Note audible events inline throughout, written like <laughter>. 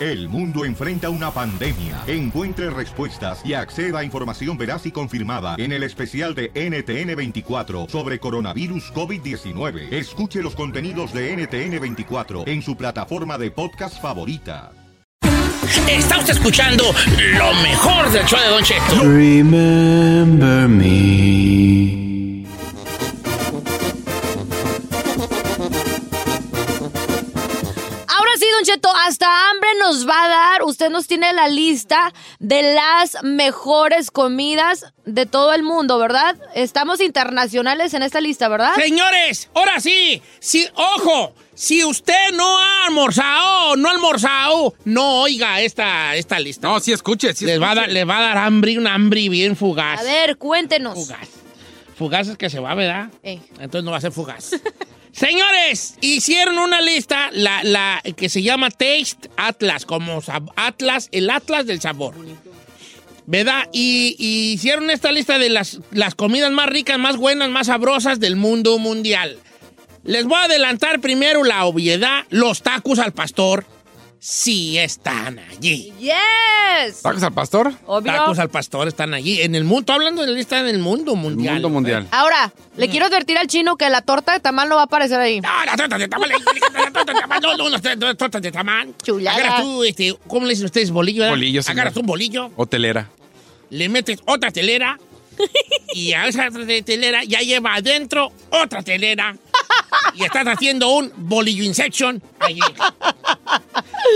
El mundo enfrenta una pandemia. Encuentre respuestas y acceda a información veraz y confirmada en el especial de NTN24 sobre coronavirus COVID-19. Escuche los contenidos de NTN24 en su plataforma de podcast favorita. Está usted escuchando lo mejor del show de Don Cheto. Remember me. Ahora sí, Don Cheto, hasta hambre nos va a dar. Usted nos tiene la lista de las mejores comidas de todo el mundo, ¿verdad? Estamos internacionales en esta lista, ¿verdad? Señores, ahora sí, si, ojo, si usted no ha almorzado, no ha almorzado, no oiga esta, esta lista. No, sí, escuche. Sí, Les va, a dar, les va a dar hambre, un hambre bien fugaz. A ver, cuéntenos. Fugaz. Fugaz es que se va, ¿verdad? Eh. Entonces no va a ser fugaz. <laughs> Señores, hicieron una lista la, la que se llama Taste Atlas, como sab- Atlas, el Atlas del sabor. ¿Verdad? Y, y hicieron esta lista de las, las comidas más ricas, más buenas, más sabrosas del mundo mundial. Les voy a adelantar primero la obviedad, los tacos al pastor sí están allí. Yes. ¿Tacos al pastor? Obvio. Tacos al pastor están allí. En el mundo, estoy hablando de la lista en el mundo El mundial. mundo mundial. Ahora, le quiero advertir al chino que la torta de tamal no va a aparecer ahí. Mm. No, la torta de tamal, la torta de tamal, no, no, no, no, torta de tamal. Chulada. Agarras tú, este, ¿cómo le dicen ustedes? Bolillo, ¿verdad? Bolillo, señor. Agarras un bolillo, Hotelera. le metes otra telera y a esa te- telera ya lleva adentro otra telera y estás haciendo un bolillo inception allí.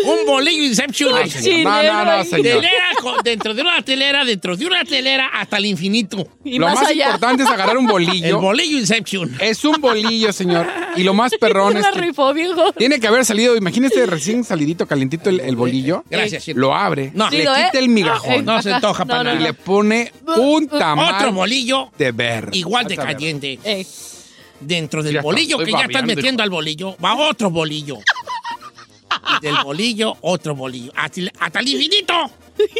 Un bolillo inception allí. Sí, No, no, no, ahí. señor. Telera con- dentro de una telera, dentro de una telera hasta el infinito. Y Lo más, más allá. importante es <laughs> agarrar un El bolillo. bolillo inception. Es un bolillo, señor. Y <laughs> lo más perrón es La que rifó, viejo. tiene que haber salido, imagínese recién salidito, calientito el, el bolillo. Eh, Gracias, chino. Lo abre, No. le Chido, ¿eh? quita el migajón No se antoja para No, no, nada. y le pone un tamal Otro bolillo de ver. igual de Salsa verde. caliente. Ey. Dentro del Ya está, bolillo estoy que ya estás babeando, metiendo al bolillo, va otro <laughs> bolillo. Y del <laughs> bolillo, otro bolillo. Hasta, el- hasta el infinito. <laughs>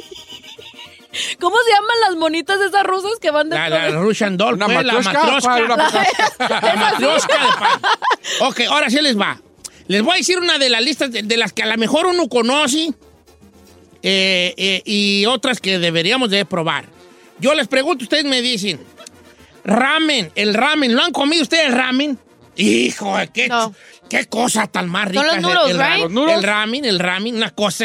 ¿Cómo se llaman las monitas esas rusas que van de La, la Russian Doll, ¿Una pues, la matrioshka? matrioshka. ¿Cuál? ¿Una matrioshka? La matrioshka de pan. Ok, ahora sí les va. Les voy a decir una de las listas de, de las que a lo mejor uno conoce eh, eh, y otras que deberíamos de probar. Yo les pregunto, ustedes me dicen, ramen, el ramen, ¿lo han comido ustedes ramen? Hijo, qué, No. qué cosa tan más rica. los es noodles, el, right? Los noodles. el ramen, el ramen, una cosa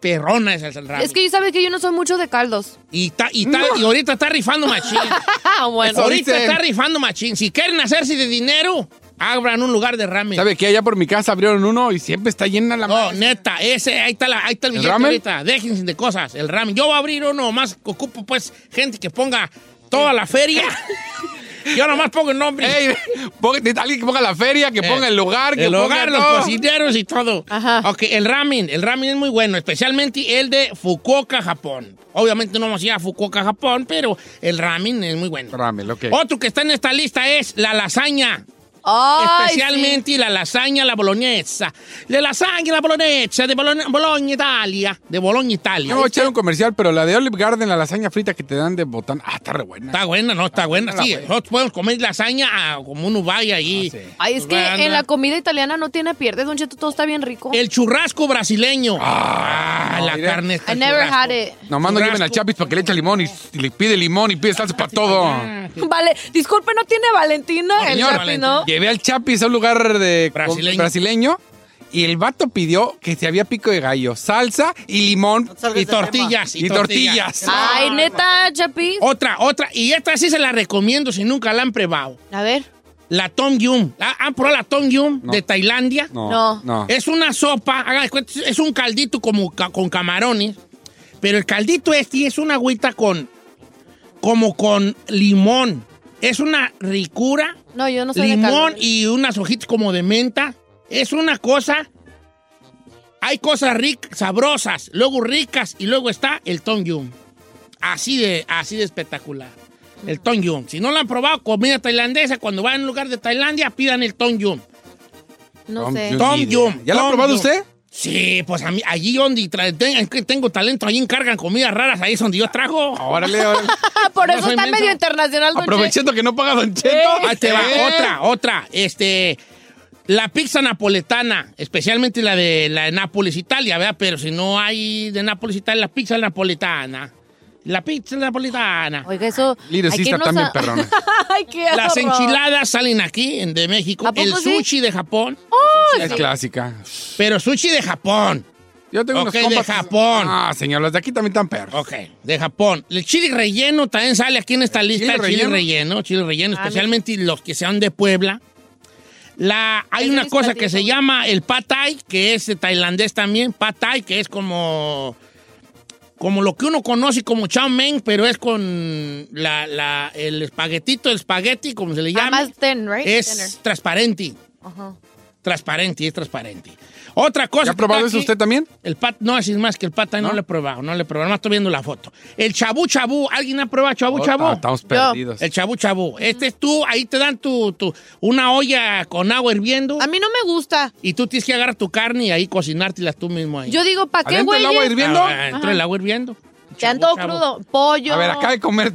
perrona es el ramen. Es que yo sabes que yo no soy mucho de caldos. y, ta- y, ta- y ahorita está rifando machín. Ah, bueno. Eso Ahorita dicen. está rifando machín. Si quieren hacerse de dinero, abran un lugar de ramen. ¿Sabe qué? Allá por mi casa abrieron uno y siempre está llena la No, madre. neta, ese, ahí está, la, ahí está el ¿El billete ramen? ahorita. Déjense de cosas, el ramen. Yo voy a abrir uno más, que ocupo pues gente que ponga toda la <laughs> feria. Yo nomás pongo el nombre. Ey, ponga- alguien que ponga la feria, que Eh, ponga el lugar, que el ponga hogar, los todo. cocineros y todo. Ajá. Ok, el ramen, el ramen es muy bueno, especialmente el de Fukuoka, Japón. Obviamente no vamos a ir a Fukuoka, Japón, pero el ramen es muy bueno. Ramen, ok. Otro que está en esta lista es la lasaña. Ay, Especialmente la lasagna, la bolognesa. La lasagna, la bolognesa de Bologna, Bologna, Italia. De Bologna, Italia. No voy a echar un comercial, pero la de Olive Garden, la lasaña frita que te dan de botán, ah, está re buena. Está buena, no, está buena. buena la Sí, buena. nosotros podemos comer lasaña ah, como uno vaya ahí. Pues Ah, sí. sí. Ay, es que en la comida italiana no tiene pierde, Don Cheto, todo está bien rico. El churrasco brasileño. Ah, la mira. carne está I never had it. Nomás no lleven Churrasco. al Chapis para que le eche limón y, y le pide limón y pide Ah, salsa para todo. Vale, disculpe, ¿no tiene Valentina el Señor, Capi, no? Llevé al Chapis a un lugar de Brasileño. brasileño y el vato pidió que si había pico de gallo, salsa y limón. Y tortillas, y Y tortillas. tortillas. Ay, Eh, neta, Chapis. Otra, otra. Y esta sí se la recomiendo si nunca la han probado. A ver. La Tom Yum. ¿La- ¿Han probado la Tom Yum No. de Tailandia? No. No. Es una sopa, hagan de cuenta, es un caldito como ca- con camarones, pero el caldito este es una agüita con, como con limón. Es una ricura, No, yo no soy de limón caldo. y unas hojitas como de menta. Es una cosa, hay cosas ricas, sabrosas, luego ricas y luego está el Tom Yum. Así de, así de espectacular. El Tom Yum. Si no lo han probado, comida tailandesa, cuando vayan a un lugar de Tailandia, pidan el Tom Yum. No Tom sé. Yum. Tom Ni idea. Yum. ¿Ya la ha Tom probado Yum. usted? Sí, pues a mí, allí donde tra- ten- que tengo talento, allí encargan comidas raras, ahí es donde yo trago. Órale, <laughs> órale. Ah, <laughs> por No eso soy está menso. medio internacional, don Che. Aprovechando que no paga Don Cheto. Ahí te va, Eh. otra, otra. Este, la pizza napoletana, especialmente la de la de Nápoles, Italia, ¿verdad? Pero si no hay de Nápoles, Italia, la pizza napoletana. La pizza napoletana. Oiga, eso. Little hay que Sister irnos también, a- perrona. <laughs> Ay, qué Las horror. enchiladas salen aquí, en- de México. ¿A poco El sí? sushi de Japón, Es clásica. pero sushi de Japón. Yo tengo Ok, de unos compas. que- Japón. Ah, señor, los de aquí también están perros. Ok, de Japón. El chile relleno también sale aquí en esta lista. chile el chile relleno? relleno, chile relleno, especialmente los que sean de Puebla. La, hay Es una mis cosa que platitos. se llama el pad thai, que es eh, tailandés también. Pad thai, que es como, como lo que uno conoce como chow mein, pero es con la, la- el espaguetito, el espagueti, como se le llama. Además, ten, right? Tenner. es transparente. Transparente, es transparente. Otra cosa. ¿Ya ha que probado está eso aquí- usted también? el pat, no, es más que el pata no, ¿No? lo he probado, no lo he probado, nomás estoy viendo la foto. El chabu chabu, ¿alguien ha probado chabu chabu? Ah, estamos perdidos. el chabu chabu. Este es tú, ahí te dan tu, tu- una olla con agua hirviendo A mí no me gusta. y tú tienes que agarrar tu carne y ahí cocinártela tú mismo ahí. Yo digo, ¿para qué, ¿Adentro güey? el agua hirviendo? Ah, Entra el agua hirviendo. Te han todo Chabu, chabu. crudo. Pollo. A ver, acaba de comer.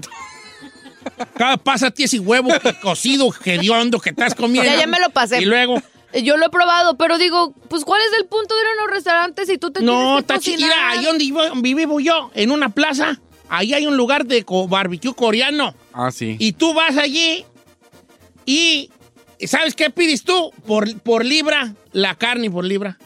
Cada pásate ese huevo que- cocido, hediondo que estás comiendo. Ya, ya me lo pasé. Y luego... Eh, Yo lo he probado, pero digo, pues, ¿cuál es el punto de ir a unos restaurantes si tú te No, tienes que está chi- Mira, cocinar? ahí donde vivo, vivo yo, en una plaza, ahí hay un lugar de co- barbecue coreano. Ah, sí. Y tú vas allí y ¿sabes qué pides tú? Por, por libra, la carne por libra.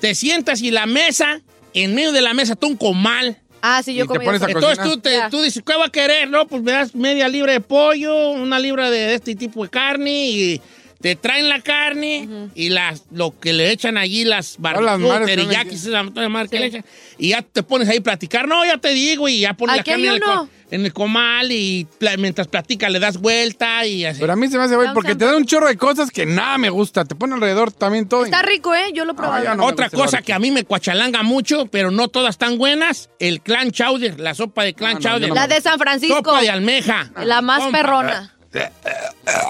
Te sientas y la mesa, en medio de la mesa está un comal. Ah, sí, yo Y te comí pones eso. a Entonces cocinar. tú, te- Ya. tú dices, ¿qué va a querer? No, pues me das media libra de pollo, una libra de este tipo de carne y te traen la carne y las, lo que le echan allí, las las barbacoas, madres que teriyakis, esa toda la madre que Sí. le echan, y ya te pones ahí a platicar. No, ya te digo, y ya pones la Aquí hay carne en el, uno. co- en el comal y pla- mientras platica le das vuelta y así. Pero a mí se me hace, güey, Estamos porque te dan un chorro de cosas que nada me gusta. Te pone alrededor también todo. Está rico, ¿eh? Yo lo he probado. Ah, ya no. me Otra gusta el cosa barbecue. que a mí me cuachalanga mucho, pero no todas tan buenas, el clan chowder, la sopa de clan Ah, No, no, chowder. yo no La de San Francisco. Ah. Sopa de almeja. La más Compa. perrona.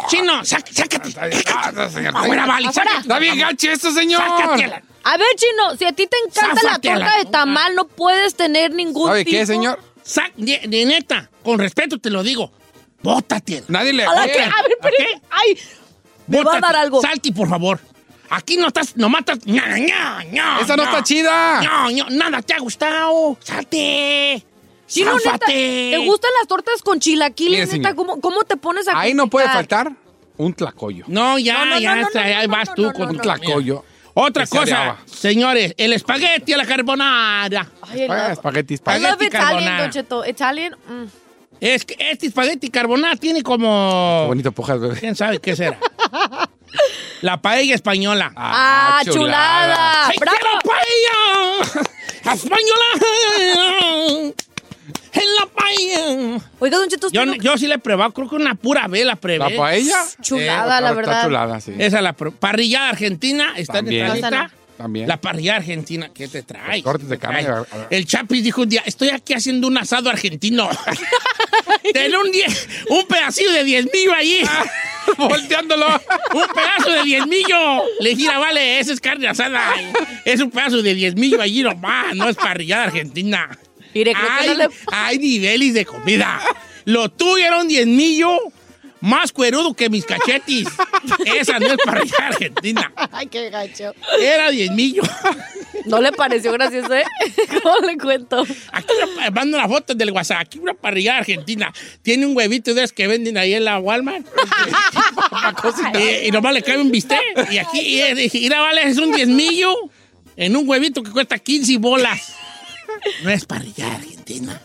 Chino, sá- sácate. Ah, señor. Afuera, vale, sácate. Está bien gacho esto, señor. Sácatela. A ver, Chino, si a ti te encanta la Záfatela. torta de tamal, no puedes tener ningún ¿Sabe qué, tipo- señor? Sá- de, de neta, con respeto te lo digo. Bótate. Nadie le. ¿A la que? Oye, A ver, ¿A qué? espérate. Ay, me va a dar algo. Salti, por favor. Aquí no estás, no matas. ña, ña, ña, Esa no ña. está chida. ña, ña, nada te ha gustado. Salte. Chino, neta, Záfate. ¿te gustan las tortas con Mire, chilaquiles, neta? señor. ¿Cómo, cómo te pones a Ahí no puede criticar? faltar un tlacoyo. No, ya, Ah. No, no, ya, no, no, está, no, ahí no, vas no, tú no, con no, tu Un tlacoyo. Otra Que se cosa, areaba. señores, el espagueti a la carbonara. Ay, el- Ah, Espagueti, I espagueti. love Espagueti Italian, carbonara. Don Cheto. Italian. mm. Es que este espagueti carbonara tiene como... Bonito pujas, bebé. ¿Quién sabe qué será? la paella española. Ah, chulada. ¡Ay, ¡Bravo! quiero paella! ¡Española! ¡En la paella! Oiga, Don Cheto, Yo, usted no- yo sí la he probado, creo que una pura vez la probé. ¿La paella? Chulada, Eh, la está verdad. chulada, sí. Esa la pro- Parrillada argentina, está También. en esta lista. También. La parrillada argentina, ¿qué te trae? Los cortes de carne, a- a- El Chapis dijo un día, estoy aquí haciendo un asado argentino. <laughs> Ten un, die- un pedacito de diezmillo <laughs> allí. Volteándolo. Un pedazo de diezmillo. Le gira, vale, esa es carne asada. Es un pedazo de diezmillo allí nomás, no es parrillada argentina. Mire, creo que hay, no le- hay niveles de comida. Lo tuyo era un diezmillo más cuerudo que mis cachetis. Esa no es parrillada argentina. <laughs> Ay, qué gacho. Era diezmillo. No le pareció gracioso, ¿eh? <laughs> ¿Cómo le cuento? Aquí una- mando una foto del <laughs> WhatsApp. Aquí una parrillada argentina. Tiene un huevito de esos que venden ahí en la Walmart. para cocinar. Y, y nomás le cae un bistec. Y aquí, y, y- y mira, vale, es un diezmillo en un huevito que cuesta 15 bolas. No es parrillada argentina.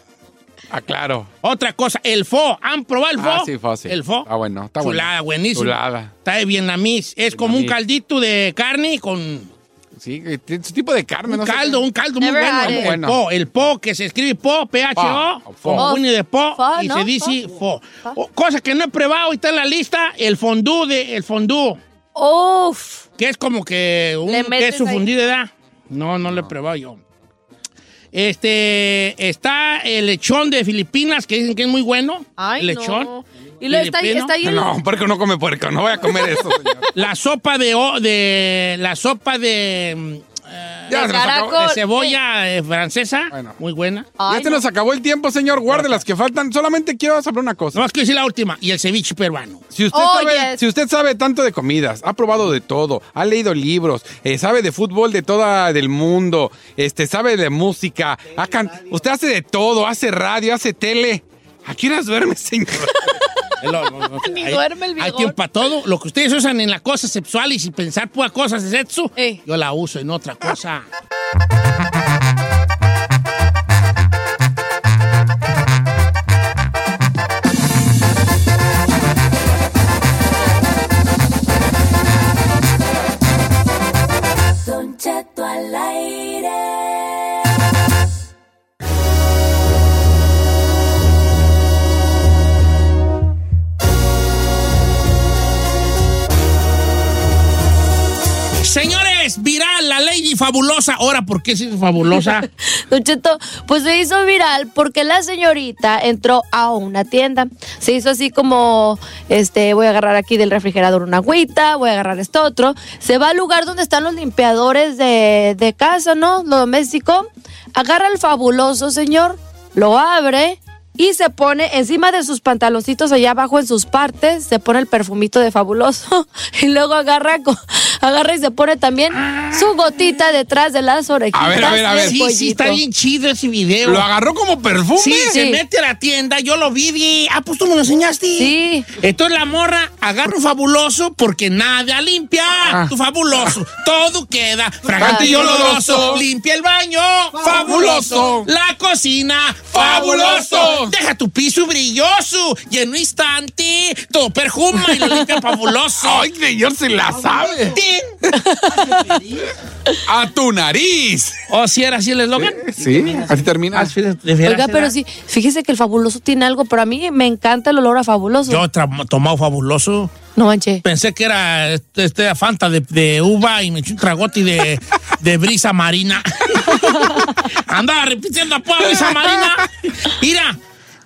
Ah, claro. Otra cosa, el fo. ¿Han probado el fo? Ah, sí, fácil. El fo. Ah, bueno, está bueno. Chulada, buenísimo. Chulada. Está de vietnamís. Es como un Vietnamís. caldito de carne con Sí, que tiene su tipo de carne, un no sé. caldo, un caldo muy Never bueno. had El it. Bueno. po, el po, que se escribe po, P-H-O, Fo, fo. con puño de po, Fo, y ¿no? se dice fo. O- cosa que no he probado y está en la lista, el fondú de, el fondú, Uf. que es como que un Le metes queso ahí. fundido, ¿verdad? No, no lo he probado yo. Este, está el lechón de Filipinas, que dicen que es muy bueno. Ay, el lechón. no. Y luego está, ahí- Filipino. está ahí el... No, puerco no come puerco, no voy a comer eso, señor. La sopa de, o- de, la sopa de, mm, eh, Ya El se nos acabó. caracol. de cebolla eh, francesa, Bueno. muy buena. Ay, ya se no. nos acabó el tiempo, señor. Guarde las que faltan. Solamente quiero saber una cosa. No, es que es la última. Y el ceviche peruano. Si usted, Oh, sabe, yes. si usted sabe tanto de comidas, ha probado de todo, ha leído libros, eh, sabe de fútbol de toda del mundo, este, sabe de música, ha can- usted hace de todo, hace radio, hace tele. ¿A qué horas <laughs> duerme, señor? Ni duerme el Hay viejón. tiempo para todo. Lo que ustedes usan en la cosa sexual y si pensar pues cosas de sexo, Ey. yo la uso en otra cosa. Señores, viral, la Lady Fabulosa. Ahora, ¿por qué es fabulosa? <laughs> Don Cheto, pues se hizo viral porque la señorita entró a una tienda. Se hizo así como, este, voy a agarrar aquí del refrigerador una agüita, voy a agarrar esto otro. Se va al lugar donde están los limpiadores de, de casa, ¿no? Lo doméstico. Agarra el fabuloso, señor, lo abre y se pone encima de sus pantaloncitos allá abajo en sus partes, se pone el perfumito de fabuloso <laughs> y luego agarra, co- agarra y se pone también su gotita detrás de las orejitas. A ver, a ver, a del ver. sí, sí, pollito. está bien chido ese video. Lo agarró como perfume. Sí, se Sí. mete a la tienda, yo lo vi y, ah, pues tú me lo enseñaste. Sí. Entonces la morra agarra un fabuloso porque nada limpia tu fabuloso. Todo queda fragante y Ay. oloroso. Limpia el baño, fabuloso. Fabuloso. La cocina, fabuloso. Fabuloso. Deja tu piso brilloso y en un instante todo perfuma y lo limpia <laughs> fabuloso. Ay, señor, se la sabe. Tin. A tu nariz. ¿O si era así el eslogan? Sí, así termina. Ah, sí, de- de veras, Oiga, pero ¿verdad? sí, fíjese que el fabuloso tiene algo, pero a mí me encanta el olor a fabuloso. Yo he tra- tomado fabuloso. No manche. Pensé que era este, este, Fanta de, de uva y me eché un tragoti <laughs> de, de brisa marina. <laughs> Andaba repitiendo a brisa marina. Mira,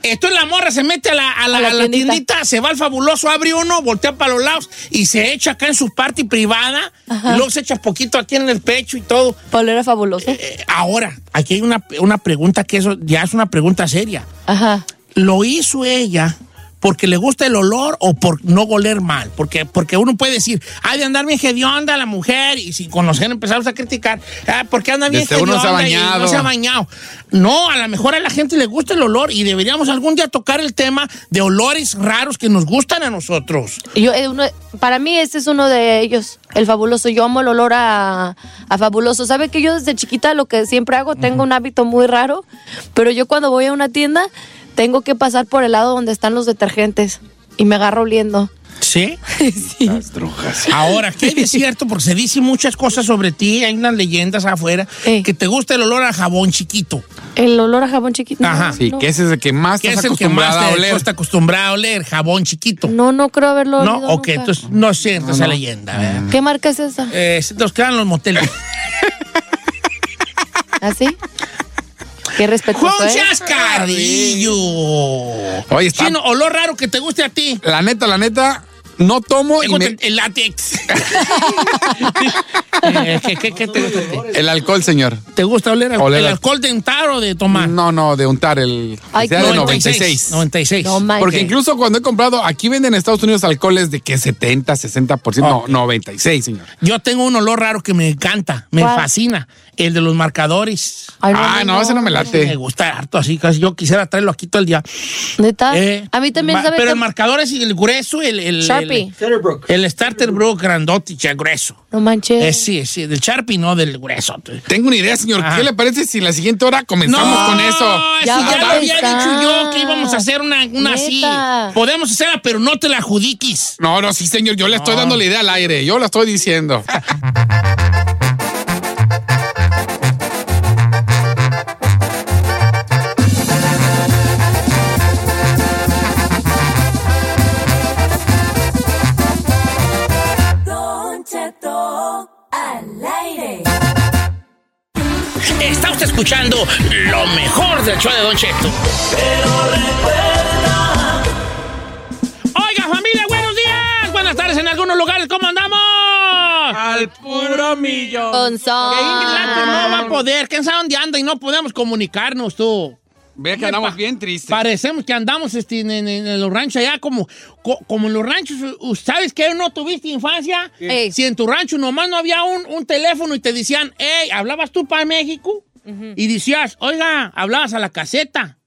esto es la morra, se mete a la, a la- A la a la tiendita. tiendita. se va al fabuloso, abre uno, voltea para los lados y se echa acá en su parte privada. Y luego se echa poquito aquí en el pecho y todo. Para oler a fabuloso. Eh, ahora, aquí hay una, una pregunta que eso ya es una pregunta seria. Ajá. ¿Lo hizo ella porque le gusta el olor o por no oler mal? Porque, porque uno puede decir, hay de andar bien hedionda la mujer y sin conocer empezamos a criticar, ah, ¿por qué anda bien Desde uno se ha hedionda y bañado. no se ha bañado? No, a lo mejor a la gente le gusta el olor y deberíamos algún día tocar el tema de olores raros que nos gustan a nosotros. Yo, eh, uno- para mí este es uno de ellos, el fabuloso. Yo amo el olor a, a fabuloso. ¿Sabe que yo desde chiquita lo que siempre hago, tengo un hábito muy raro, pero yo cuando voy a una tienda tengo que pasar por el lado donde están los detergentes y me agarro oliendo. <laughs> ¿Sí? sí. <laughs> Ahora, ¿qué es cierto? Porque se dicen muchas cosas sobre ti, hay unas leyendas afuera, Eh. que te gusta el olor a jabón chiquito. El olor a jabón chiquito. no, Ajá. Sí, no. que ese es el que más que estás es el que más acostumbrada a te oler. está acostumbrado a oler, jabón chiquito. No, no creo haberlo no, olido ok, nunca. entonces no es cierta esa leyenda. ¿verdad? ¿Qué marca es esa? Eh, se nos quedan los <laughs> moteles. ¿Así? Qué respetuoso, ¡Juan ¿eh? Chascarrillo! Oye, está- Chino, olor raro que te guste a ti. La neta, la neta, no tomo Te y gusta me- el, el <laughs> látex. <laughs> Eh, ¿qué, qué- qué te gusta a ti? el alcohol, señor. ¿Te gusta oler al- Oler el al- alcohol dental o de tomar? No, no, de untar el que Ay, sea de 96. 96. 96. No manches. Porque incluso cuando he comprado, aquí venden en Estados Unidos alcoholes de que 70, 60%, no, Ok. 96, señor. Yo tengo un olor raro que me encanta, me ¿Cuál? fascina. El de los marcadores. Ay, ah, no, ese no me Me late. gusta harto así, casi yo quisiera traerlo aquí todo el día. ¿Neta? Eh, a mí también, ma- ¿sabe Pero qué? el marcador es el grueso, el, el, Sharpie. Sharpie. El Starter Brook grandote y ya grueso. No manches. Eh, sí, sí, del Sharpie, no del grueso. Tengo una idea, señor. Ajá. ¿Qué le parece si la siguiente hora comenzamos No, con eso? si Ya ya, lo basta. había dicho yo que íbamos a hacer una, una así. Neta. Podemos hacerla, pero no te la adjudiques. No, no, sí, señor. Yo le estoy dando la idea al aire. Yo la <laughs> estoy diciendo. Está usted escuchando lo mejor del show de Don Cheto. Oiga, familia, buenos días. Buenas tardes en algunos lugares. ¿Cómo andamos? Al puro millón. Con son. Que Inglaterra no va a poder. ¿Quién sabe dónde anda y no podemos comunicarnos, tú? Vea que andamos bien tristes. Parecemos que andamos este, en, en- en los ranchos allá, como, co- como en los ranchos. u- ¿Sabes que no tuviste infancia? Ey. Si en tu rancho nomás no había un, un teléfono y te decían, hey, hablabas tú para México y decías, oiga, hablabas a la caseta.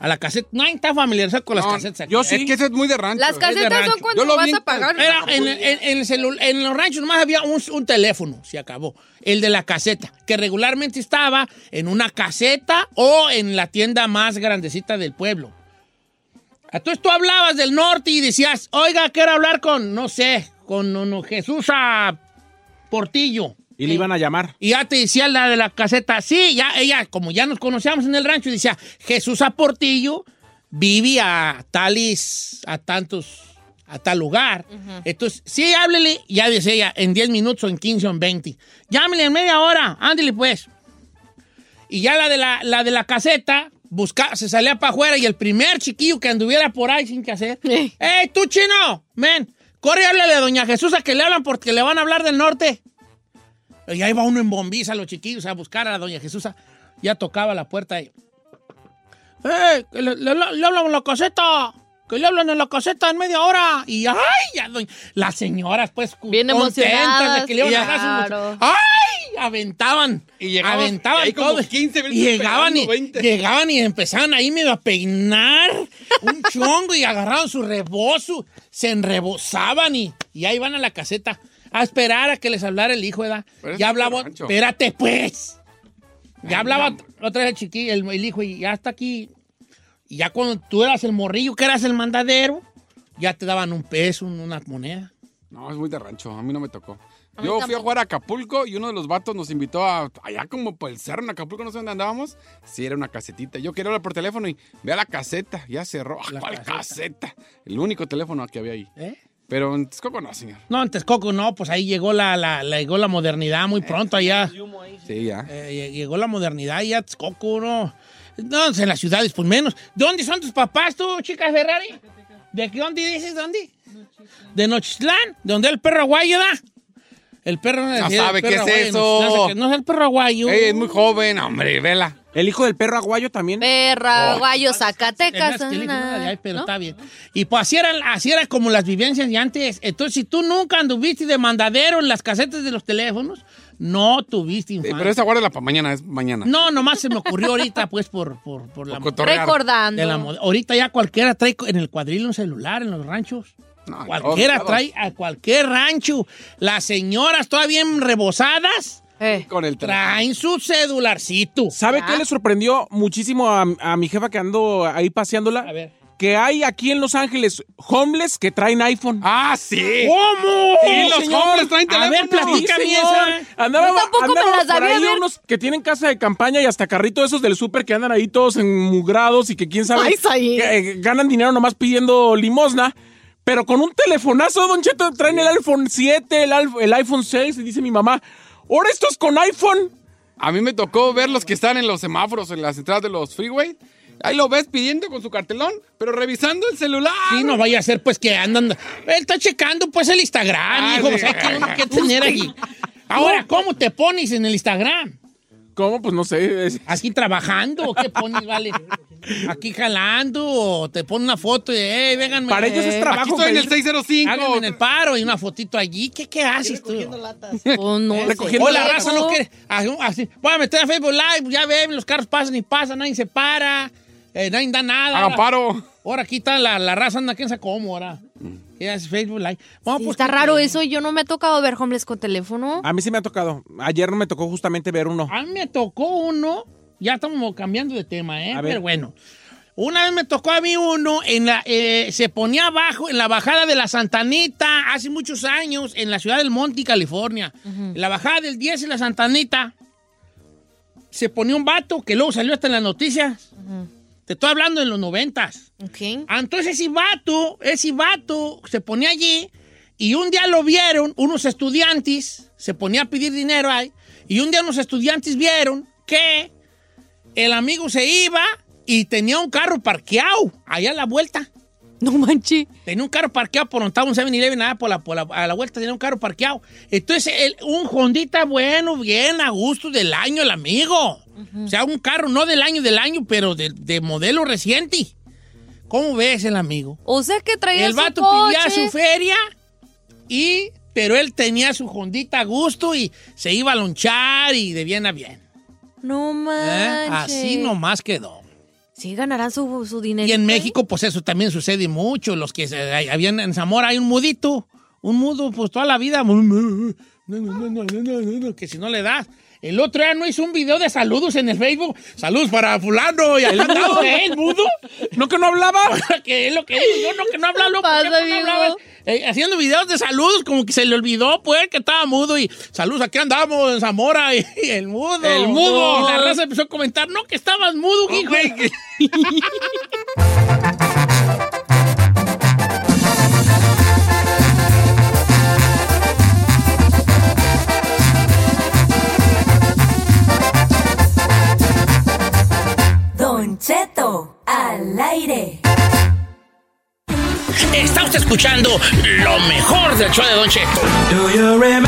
A la caseta. Nadie está familiarizado con las No, casetas. aquí. yo sí. Es que eso es muy de rancho. Las casetas rancho. son cuando Yo lo vas vi a en- pagar. Era en, en- en el celu- en los ranchos nomás había un, un teléfono, se acabó. El de la caseta, que regularmente estaba en una caseta o en la tienda más grandecita del pueblo. Entonces tú hablabas del norte y decías, oiga, quiero hablar con, no sé, con no, no, Jesús a Portillo. Y le iban a llamar. Y ya te decía la de la caseta, sí, ya ella, como ya nos conocíamos en el rancho, decía, Jesús Aportillo vive a talis, a tantos, a tal lugar. Entonces, sí, háblele, ya decía ella, en 10 minutos, o en 15, o en 20. Llámele en media hora, ándele pues. Y ya la de la, la de la caseta, busca, se salía para afuera y el primer chiquillo que anduviera por ahí sin que hacer, Eh. ¡Ey, tú chino! Men, corre y háblale a doña Jesús a que le hablan porque le van a hablar del norte. Y ahí va uno en bombiza, los chiquillos, a buscar a la doña Jesús. Ya tocaba la puerta y... ¡Eh! que le, le- le hablan en la caseta! ¡Que le hablan en la caseta en media hora! Y ¡ay! ya doña- las señoras, pues, cu- Bien contentas de que le iban a emocionadas, hablar a sus claro. much- ¡Ay! Aventaban. Y llegaban- aventaban y ahí como todo. 15 minutos y llegaban y, pegando, 20. llegaban y empezaban ahí medio a peinar <laughs> un chongo y agarraban su rebozo, se enrebozaban y, y ahí van a la caseta a esperar a que les hablara el hijo, ¿verdad? Pero eso ya es hablaba, rancho. espérate pues. Ya hablaba otra vez el chiquillo, el, el hijo, y ya está aquí. Y ya cuando tú eras el morrillo, que eras el mandadero, ya te daban un peso, un- una moneda. No, es muy de rancho. A mí no me tocó. A mí Yo fui a tampoco. jugar a Acapulco y uno de los vatos nos invitó a allá como por el cerro en Acapulco, no sé dónde andábamos. Sí, era una casetita. Yo quería hablar por teléfono y ve a la caseta, ya cerró. La La ¿Cuál caseta. caseta? El único teléfono que había ahí. ¿Eh? Pero en Texcoco no, señor. No, en Texcoco no, pues ahí llegó la, la, la- llegó la modernidad muy pronto allá. Sí, ya. Eh, llegó la modernidad allá a Texcoco, ¿no? No, en las ciudades, pues menos. ¿De dónde son tus papás tú, chica Ferrari? ¿De qué dónde dices? ¿Dónde? De Nochistlán, ¿de dónde el perro aguayo da? El perro No sí, el sabe qué perro es aguayo, eso. No, sabe qué- no es el perro aguayo. Ey, es muy joven, hombre, vela. El hijo del perro aguayo también. Perra, guayo, Te das Zacatecas. que le dije, na, "Ay, ay, pero ¿no? está bien. Y pues así eran, así eran como las vivencias de antes. Entonces, si tú nunca anduviste de mandadero en las casetas de los teléfonos, no tuviste Sí, infancia. pero esa guarda para mañana, es mañana. No, nomás se me ocurrió ahorita, pues, por, por, por la moda. Por cotorrear. Recordando. De la moda. Ahorita ya cualquiera trae en el cuadril un celular en los ranchos. No, Cualquiera todos, trae a cualquier rancho. Las señoras todavía bien rebosadas Eh. Con el traje. traen su celularcito. ¿Sabe qué le sorprendió muchísimo a, a mi jefa que ando ahí A paseándola? ver. Que hay aquí en Los Ángeles homeless que traen iPhone. ¡Ah, sí! ¿Cómo? Sí, los señor. hombres traen A teléfono. ver, platícame Sí, señor. esa. Andaba- Yo tampoco me andábamos las por ahí sabía, a ver. unos que tienen casa de campaña y hasta carrito esos del súper que andan ahí todos enmugrados y que quién sabe Ay, Saí. que, eh, ganan dinero nomás pidiendo limosna. Pero con un telefonazo, Don Cheto, traen el iPhone 7, el, alf- el iPhone 6, y dice mi mamá, ahora estos con iPhone. A mí me tocó ver los que están en los semáforos, en las entradas de los freeway. Ahí lo ves pidiendo con su cartelón, pero revisando el celular. Sí, no vaya a ser pues que andan. Él está checando pues el Instagram, Ah, hijo. sí. O sea, que uno que tener allí. Ahora, ¿cómo te pones en el Instagram? ¿Cómo? Pues no sé. es- ¿Aquí trabajando o qué pones, vale? ¿Aquí jalando o te ponen una foto y, hey, vénganme? Para ellos es Aquí trabajo. estoy en el pedir- 605. Háganme en el paro y una fotito allí. ¿Qué, qué haces tú? Oh, no. Recogiendo Hola, la- raza, no quiere. así- así. Voy a meter a Facebook Live, ya ven, los carros pasan y pasan, nadie se para, eh, nadie da nada. Hagan Ahora, paro. ahora aquí está la, la raza, anda, quién sabe cómo ahora. Es Facebook Live. Sí, está raro eso. Yo no me ha tocado ver homeless con teléfono. A mí sí me ha tocado. Ayer me tocó justamente ver uno. A mí me tocó uno. Ya estamos cambiando de tema, ¿eh? A ver. Pero bueno. Una vez me tocó a mí uno, en la, eh, se ponía abajo, en la bajada de la Santanita, hace muchos años, en la ciudad del Monte, California. En la bajada del 10 en la Santanita, se ponía un vato que luego salió hasta en las noticias. Te estoy hablando en los noventas. Ah, Entonces ese vato, ese vato se ponía allí y un día lo vieron unos estudiantes, se ponía a pedir dinero ahí, y un día unos estudiantes vieron que el amigo se iba y tenía un carro parqueado allá a la vuelta. No manches. Tenía un carro parqueado por donde estaba un 7-Eleven, nada, por la, por la- a la vuelta tenía un carro parqueado. Entonces, él- un Hondita bueno, bien, a gusto del año, el amigo. O sea, un carro no del año, del año, pero de, de modelo reciente. ¿Cómo ves el amigo? O sea que traía El su vato coche. pedía su feria y... Pero él tenía su Hondita a gusto y se iba a lonchar y de bien a bien. No ¿eh? manches. Así nomás quedó. Sí, ganarán su, su dinero. Y en México, pues eso también sucede mucho. Los que se- hay- habían en Zamora hay un mudito, un mudo, pues toda la vida. <laughs> No, no, no, no, no, no, no, que si no le das. El otro día no hizo un video de saludos en el Facebook. Saludos para fulano y acá andaba, ¿eh? el mudo. No que no hablaba. <laughs> que es lo que digo yo, no que no hablaba. loco, ¿por qué no hablaba? Eh, haciendo videos de saludos, como que se le olvidó, pues, que estaba mudo y saludos, aquí andamos en Zamora y, y el mudo. El mudo. Y la raza empezó a comentar, no, que estabas mudo, hijo. <laughs> Don Cheto al aire. Está usted escuchando lo mejor del show de Don Cheto.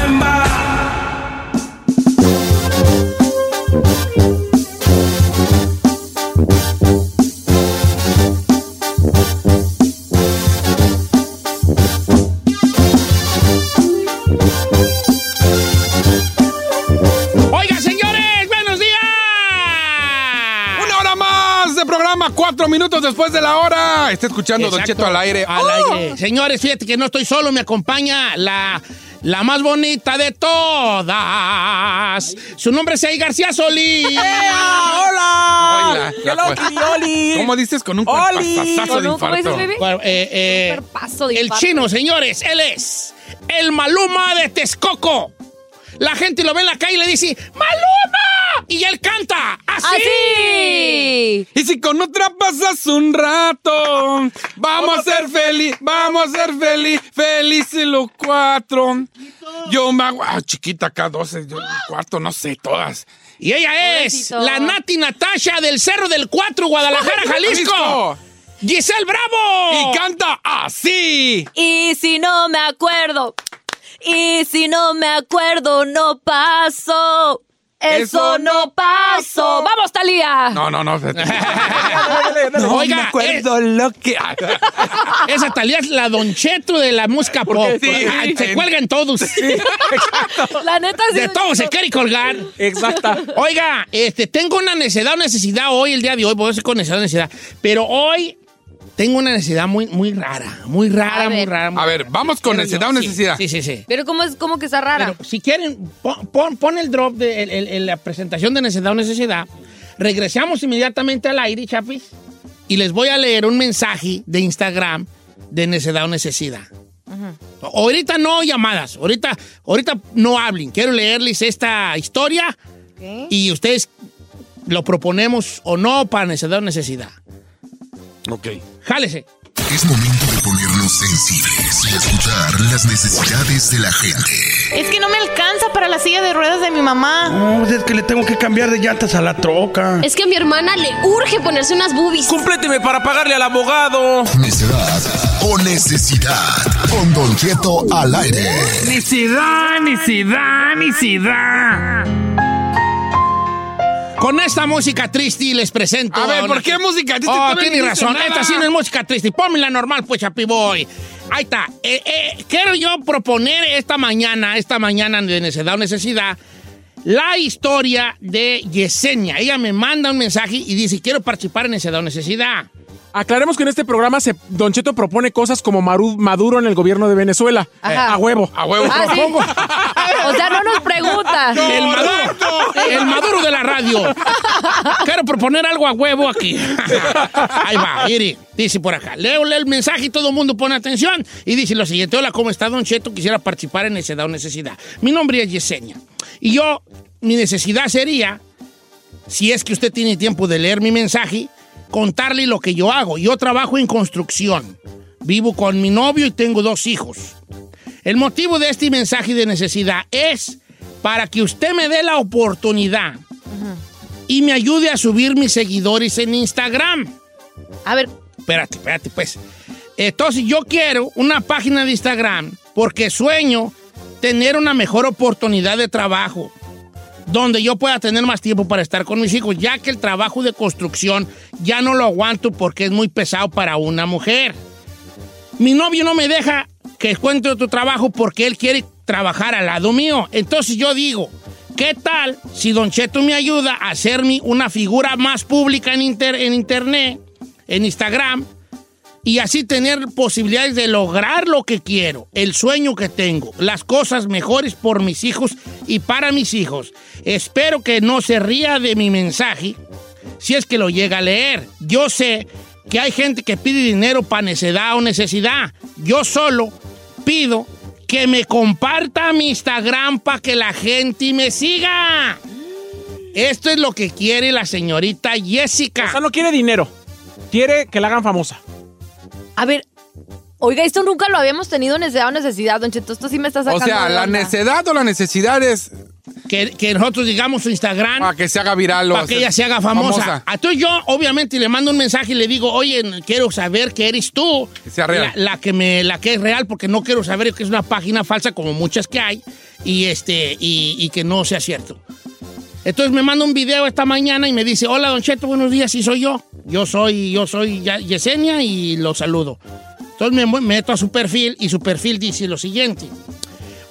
Oiga, señores, buenos días. Una hora más de programa, cuatro minutos después de la hora. Está escuchando Don Exacto, Cheto al aire. ¡Oh! Al aire. Señores, fíjate que no estoy solo, me acompaña la, la más bonita de todas. Su nombre es Ey <laughs> García Solís. ¡Hola! pues. Hola, ¡Hello, Kirioli! ¿Cómo dices con un ¡Oli! cuerpazazo de ¿Cómo dices, infarto? bebé? Bueno, eh, eh, el chino, señores, él es el Maluma de Texcoco. La gente lo ve en la calle y le dice, ¡Maluma! Y él canta así. Y si con otra pasas un rato, vamos a ser feliz, vamos a ser feliz, felices los cuatro. Yo me hago, ah, chiquita, acá 12, yo el cuarto, no sé, todas. Y ella es la Nati Natasha del Cerro del Cuatro, Guadalajara, Jalisco. Giselle Bravo. Y canta así. Y si no me acuerdo, y si no me acuerdo, no paso. Eso, Eso no paso. ¡Vamos, Talía! No, no, no. <laughs> No, oiga, eh, me acuerdo lo que. <laughs> Esa Talía es la Doncheto de la música pop. sí. Ah, se cuelgan todos. <laughs> La neta sí. De todo se quiere colgar. Exacta. Oiga, este, tengo una necesidad, una necesidad hoy, el día de hoy, voy a decir con necesidad, necesidad. Pero hoy tengo una necesidad muy, muy rara, muy rara, A muy ver. rara. muy A ver, rara. vamos con Quiero necesidad yo, o sí, necesidad. Sí, sí, sí. Pero cómo es como que está rara. Pero si quieren, pon, pon- pon el drop de el- el- el- la presentación de necesidad o necesidad. Regresamos inmediatamente al aire, chapis, y les voy a leer un mensaje de Instagram de necesidad o necesidad. Ahorita no llamadas, ahorita, ahorita no hablen. Quiero leerles esta historia y ustedes lo proponemos o no para necesidad o necesidad. Ok. Jálese. Es momento de ponernos sensibles y escuchar las necesidades de la gente. Es que no me alcanza para la silla de ruedas de mi mamá. No, pues es que le tengo que cambiar de llantas a la troca. Es que a mi hermana le urge ponerse unas boobies. ¡Compléteme para pagarle al abogado! Necedad o necesidad. Con Don Cheto al aire. Necesidad, necesidad, necesidad. Con esta música triste les presento. A ver, una- ¿por qué música triste? Oh, Tú no tiene dijiste razón. nada. Esta sí no es música triste. Ponme la normal, pues, Chapi Boy. Ahí está. Eh, eh, quiero yo proponer esta mañana, esta mañana de necesidad o necesidad, la historia de Yesenia. Ella me manda un mensaje y dice: Quiero participar en necesidad o necesidad. Aclaremos que en este programa se, Don Cheto propone cosas como Maru- Maduro en el gobierno de Venezuela. Ajá. A huevo. A huevo. Ah, ¿sí? O sea, no nos preguntas. El maduro, el maduro de la radio. Quiero proponer algo a huevo aquí. Ahí va, mire, dice por acá. Leo, leo el mensaje y todo el mundo pone atención. Y dice lo siguiente: Hola, ¿cómo está, Don Cheto? Quisiera participar en Necedad o Necesidad. Mi nombre es Yesenia. Y yo, mi necesidad sería, si es que usted tiene tiempo de leer mi mensaje, contarle lo que yo hago. Yo trabajo en construcción. Vivo con mi novio y tengo dos hijos. El motivo de este mensaje de necesidad es para que usted me dé la oportunidad y me ayude a subir mis seguidores en Instagram. A ver. Espérate, espérate, pues. Entonces yo quiero una página de Instagram porque sueño tener una mejor oportunidad de trabajo donde yo pueda tener más tiempo para estar con mis hijos, ya que el trabajo de construcción ya no lo aguanto porque es muy pesado para una mujer. Mi novio no me deja que encuentre otro trabajo porque él quiere trabajar al lado mío. Entonces yo digo, ¿qué tal si Don Cheto me ayuda a hacerme una figura más pública en, inter- en internet, en Instagram, y así tener posibilidades de lograr lo que quiero, el sueño que tengo, las cosas mejores por mis hijos y para mis hijos. Espero que no se ría de mi mensaje si es que lo llega a leer. Yo sé que hay gente que pide dinero para necedad o necesidad. Yo solo pido que me comparta mi Instagram para que la gente me siga. Esto es lo que quiere la señorita Jessica. O sea, no quiere dinero. Quiere que la hagan famosa. A ver. Oiga, esto nunca lo habíamos tenido necesidad o necesidad, Don Cheto. Esto sí me está O sacando. sea, de la onda. necedad o la necesidad es que, nosotros digamos su Instagram para que se haga viral o Para que ella se haga famosa. A tú yo, obviamente, le mando un mensaje y le digo, oye, quiero saber que eres tú. Que sea real. La, la que me, la que es real, porque no quiero saber que es una página falsa como muchas que hay y, este, y, y que no sea cierto. Entonces me manda un video esta mañana y me dice, hola Don Cheto, buenos días, sí soy yo. Yo soy, yo soy Ya- Yesenia y lo saludo. Entonces me mu- meto a su perfil y su perfil dice lo siguiente.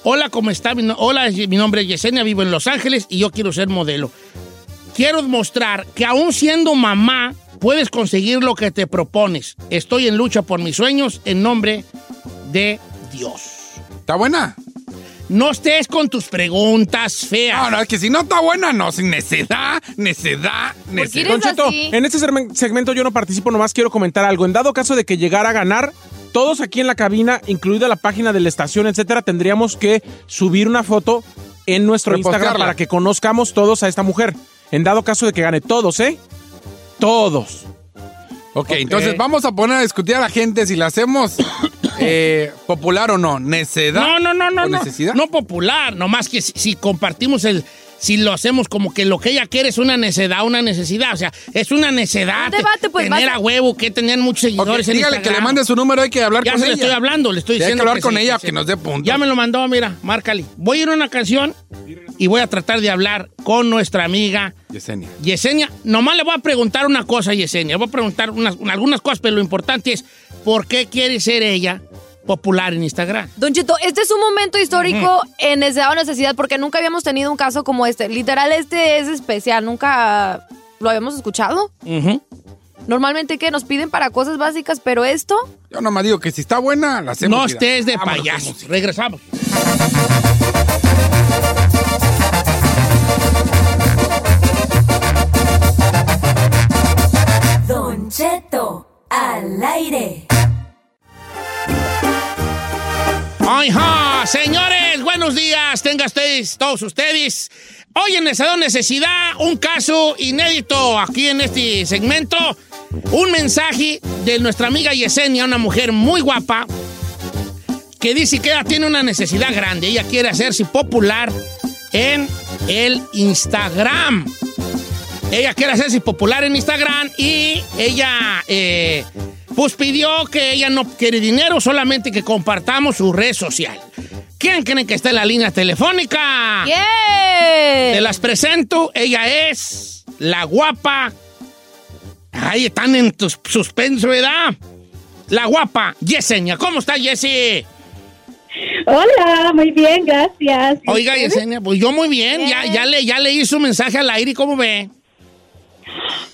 Hola, ¿cómo está? Mi no- Hola, es- mi nombre es Yesenia, vivo en Los Ángeles y yo quiero ser modelo. Quiero mostrar que aún siendo mamá, puedes conseguir lo que te propones. Estoy en lucha por mis sueños en nombre de Dios. ¿Está <coughs> buena? No estés con tus preguntas feas. No, no, es que si no está buena, no, sin necedad, necedad, Nece- necedad. Don Cheto, en este sermen- segmento yo no participo, nomás quiero comentar algo. En dado caso de que llegara a ganar, todos aquí en la cabina, incluida la página de la estación, etcétera, tendríamos que subir una foto en nuestro Instagram Repostearla. para que conozcamos todos a esta mujer. En dado caso de que gane todos, ¿eh? Todos. Ok, entonces vamos a poner a discutir a la gente si la hacemos eh, popular o no. ¿Necedad? No, no, no, no. ¿O No, necesidad? no popular, nomás que si, si compartimos el. Si lo hacemos como que lo que ella quiere es una necedad, una necesidad. O sea, es una necedad. Un debate, pues, Tener vas a- a huevo que tener muchos seguidores en dígale que Instagram. le mande su número, hay que hablar Ya con se le ella. estoy hablando, le estoy Sí, hay diciendo. que hablar con sí, ella, sí. que nos dé puntos. Ya me lo mandó, mira, márcale. Voy a ir a una canción y voy a tratar de hablar con nuestra amiga Yesenia. Yesenia. Nomás le voy a preguntar una cosa, Yesenia. Voy a preguntar unas- algunas cosas, pero lo importante es: ¿por qué quiere ser ella popular en Instagram? Don Cheto, este es un momento histórico en necesidad o necesidad porque nunca habíamos tenido un caso como este. Literal, este es especial. Nunca lo habíamos escuchado. Normalmente que nos piden para cosas básicas, pero esto. Yo nomás digo que si está buena, la hacemos. No mira. estés de Vámonos, payaso. música. Regresamos. Don Cheto al aire. ¡Ajá! Señores, buenos días. Tengan ustedes, todos ustedes. Hoy en Necesidad Necesidad, un caso inédito aquí en este segmento. Un mensaje de nuestra amiga Yesenia, una mujer muy guapa, que dice que ella tiene una necesidad grande. Ella quiere hacerse popular en el Instagram. Ella quiere hacerse popular en Instagram y ella eh, pues pidió que ella no quiere dinero, solamente que compartamos su red social. ¿Quién creen que está en la línea telefónica? ¡Yeah! Te las presento. Ella es la guapa. Ahí están en tus suspenso, ¿verdad? La guapa, Yesenia. ¿Cómo está, Yesi? Hola, muy bien, gracias. ¿Y Oiga, ustedes? Yesenia, pues yo muy bien. Ya, ya, le, ya leí su mensaje al aire. ¿Cómo ve?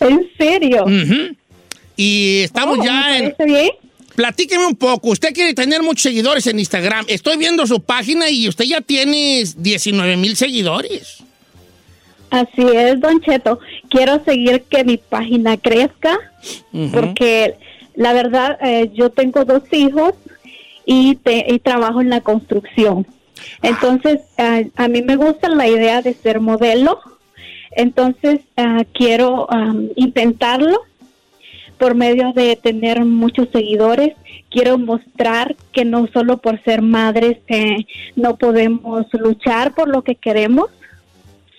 ¿En serio? Oh, Ujú. Y estamos ya en... Platíqueme un poco. Usted quiere tener muchos seguidores en Instagram. Estoy viendo su página y usted ya tiene 19 mil seguidores. Así es, Don Cheto. Quiero seguir que mi página crezca Ujú. porque la verdad eh, yo tengo dos hijos y, te- y trabajo en la construcción. Entonces, ah, a mí me gusta la idea de ser modelo. Entonces, ah, quiero am, intentarlo por medio de tener muchos seguidores. Quiero mostrar que no solo por ser madres eh, no podemos luchar por lo que queremos.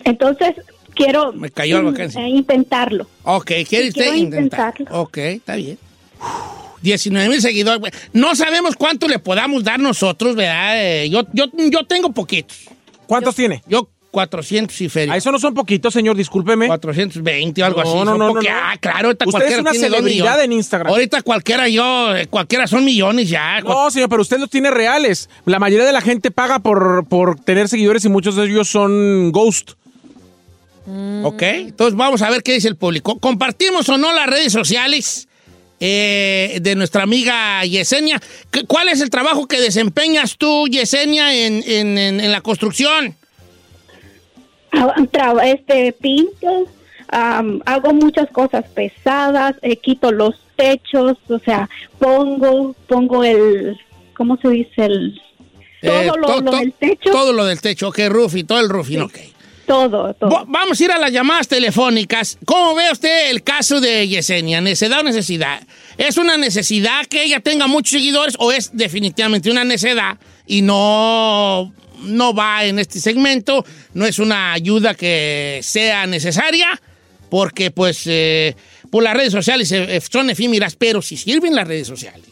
Entonces, quiero Me cayó la mm, vacancia. eh, intentarlo. Ok, quiere Sí, usted quiero intentar. Ok, está bien. 19 mil seguidores. güey. No sabemos cuánto le podamos dar nosotros, ¿verdad? Eh, yo, yo, yo tengo poquitos. ¿Cuántos tiene? Yo 400 y feria. Ah, eso no son poquitos, señor, discúlpeme. 420 o algo así. No, no, Son no, poqui- no, no. Ah, claro, ahorita Usted cualquiera es una tiene dos celebridad millones. en Instagram. Ahorita cualquiera yo, eh, cualquiera son millones ya. No, señor, pero usted los tiene reales. La mayoría de la gente paga por, por tener seguidores y muchos de ellos son ghost. Ok, entonces vamos a ver qué dice el público. ¿Compartimos o no las redes sociales eh, de nuestra amiga Yesenia? ¿Qué- ¿Cuál es el trabajo que desempeñas tú, Yesenia, en, en- en- en la construcción? Ah, tra- Este, pinto, am, hago muchas cosas pesadas, eh, quito los techos, o sea, pongo, pongo el, ¿cómo se dice? El, todo Eh, lo, to- lo to- del techo. Todo lo del techo, ok, roofing, todo el roofing, ok. Todo, todo. Va- Vamos a ir a las llamadas telefónicas. ¿Cómo ve usted el caso de Yesenia? ¿Necedad o necesidad? ¿Es una necesidad que ella tenga muchos seguidores o es definitivamente una necedad y no, no va en este segmento? ¿No es una ayuda que sea necesaria? Porque pues, eh, pues las redes sociales eh, son efímeras, pero si sirven las redes sociales.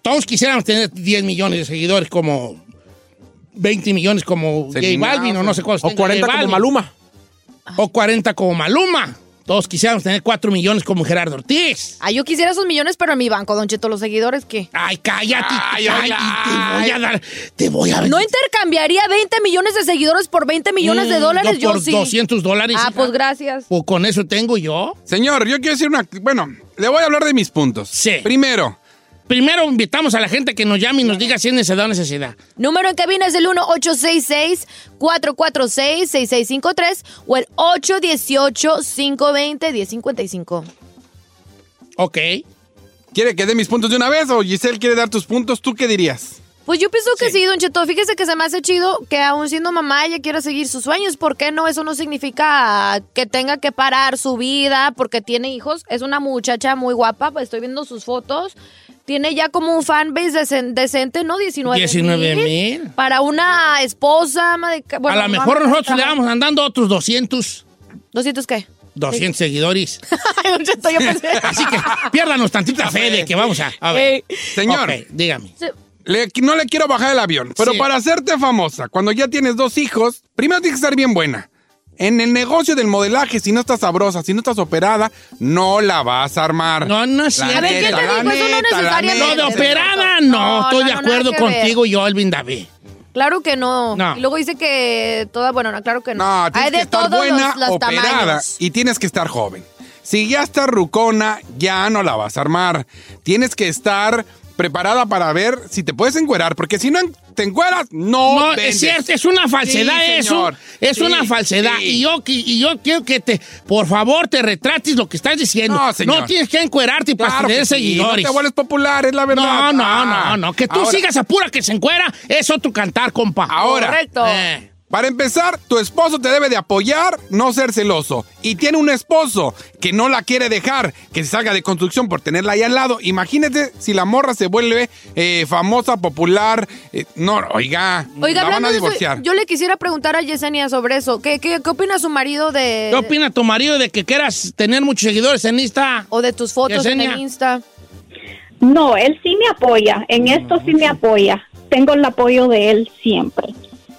Todos quisiéramos tener 10 millones de seguidores como 20 millones como J Selena, Balvin o no sé cuántos. o tenga 40 J como Balvin. Maluma. O 40 como Maluma. Todos quisiéramos tener 4 millones como Gerardo Ortiz. Ah, yo quisiera esos millones, pero en mi banco, Don Cheto, los seguidores, ¿qué? Ay, cállate. Ay, te voy a dar. Te voy a No intercambiaría 20 millones de seguidores por 20 millones de Mm, dólares, yo yo, por sí. 200 dólares, Ah, hija. pues gracias. Pues con eso tengo yo. Señor, yo quiero decir una. Bueno, le voy a hablar de mis puntos. Sí. Primero. Eh. Primero invitamos a la gente que nos llame y nos diga si es necesidad o necesidad. Número en cabina es el 1-866-446-6653 o el 818-520-1055. Ok. ¿Quiere que dé mis puntos de una vez o Giselle quiere dar tus puntos? ¿Tú qué dirías? Pues yo pienso que sí. Don Cheto. Fíjese que se me hace chido que aún siendo mamá ella quiera seguir sus sueños. ¿Por qué no? Eso no significa que tenga que parar su vida porque tiene hijos. Es una muchacha muy guapa, pues estoy viendo sus fotos. Tiene ya como un fanbase decen- decente, ¿no? 19 19 mil. Para una esposa, ama de ca- bueno, a lo mamá mejor de nosotros le trabajo. vamos andando otros 200. ¿200 qué? <laughs> 200 seguidores. Ay, Don Cheto, yo pensé. Así que piérdanos tantita fe de que vamos <laughs> a. a ver. Señor. Ok, dígame. Le- no le quiero bajar el avión, pero Sí. para hacerte famosa, cuando ya tienes dos hijos, primero tienes que estar bien buena. En el negocio del modelaje, si no estás sabrosa, si no estás operada, no la vas a armar. No, no es La cierto. neta, la neta, la Lo de neta. operada, No, no. Estoy no, de no, acuerdo nada que ver. contigo, yo, Elvin David. Claro que no. No. Y luego dice que toda, bueno, no, claro que no. No, Ah, tienes Hay de que estar todos buena, los, los operada tamaños. y tienes que estar joven. Si ya estás rucona, ya no la vas a armar. Tienes que estar preparada para ver si te puedes encuerar, porque si no en- te encueras, no, No, vendes. es, cierto, es una falsedad Sí, eso. señor. Es Sí, una falsedad. sí. Y, yo, qui- y yo quiero que te, por favor, te retrates lo que estás diciendo. No, señor. tienes que encuerarte para Claro tener que sí, seguidores. No te vuelves popular, es la verdad. No, no, Ah. no, no. Que tú Ahora- sigas a pura que se encuera es otro cantar, compa. Ahora. Correcto. Eh. Para empezar, tu esposo te debe de apoyar, no ser celoso. Y tiene un esposo que no la quiere dejar, que se salga de construcción por tenerla ahí al lado. Imagínate si la morra se vuelve eh, famosa, popular. eh, no, oiga, Oiga, la van hablando a de eso, divorciar. yo le quisiera preguntar a Yesenia sobre eso. ¿Qué, qué, qué opina su marido de, ¿Qué opina tu marido de que quieras tener muchos seguidores en Insta? o de tus fotos en Yesenia? el Insta? No, él sí me apoya, en esto sí me apoya. Tengo el apoyo de él siempre.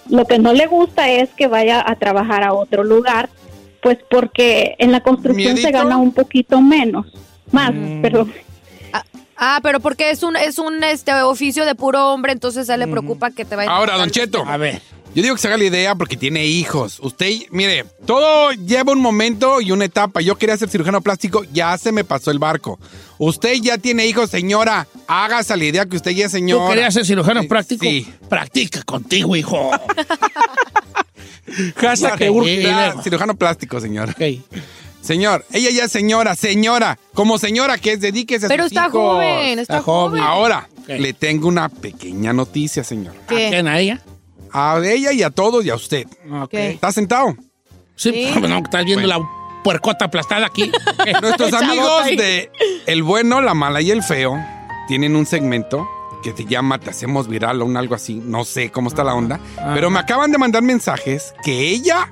Lo que no le gusta es que vaya a trabajar a otro lugar, pues porque en la construcción se ¿Miedito? gana un poquito menos, más, perdón. Ah, pero porque es un es un este oficio de puro hombre, entonces a él le preocupa que te vaya Ahora, Don Cheto. A ver. Yo digo que se haga la idea porque tiene hijos. Usted, mire, todo lleva un momento y una etapa. Yo quería ser cirujano plástico, ya se me pasó el barco. Usted ya tiene hijos, señora. Hágase la idea que usted ya es señora. ¿Tú querías ser cirujano Eh, práctico? Sí. Practica contigo, hijo. Casa que urge. Eh, Cirujano plástico, señor. Señor, ella ya es señora, señora. Como señora que es, dedíquese a Pero sus está hijos. joven, está joven. Ahora, le tengo una pequeña noticia, señor. ¿Qué? ¿A quién, a ella? A ella y a todos y a usted. ¿Qué? ¿Está sentado? Sí, <laughs> no, estás viendo la puercota aplastada aquí. <laughs> Nuestros Esa amigos bota ahí. de El Bueno, la Mala y el Feo tienen un segmento que se llama Te hacemos viral o un algo así. No sé cómo está la onda. Ah, Pero me acaban de mandar mensajes que ella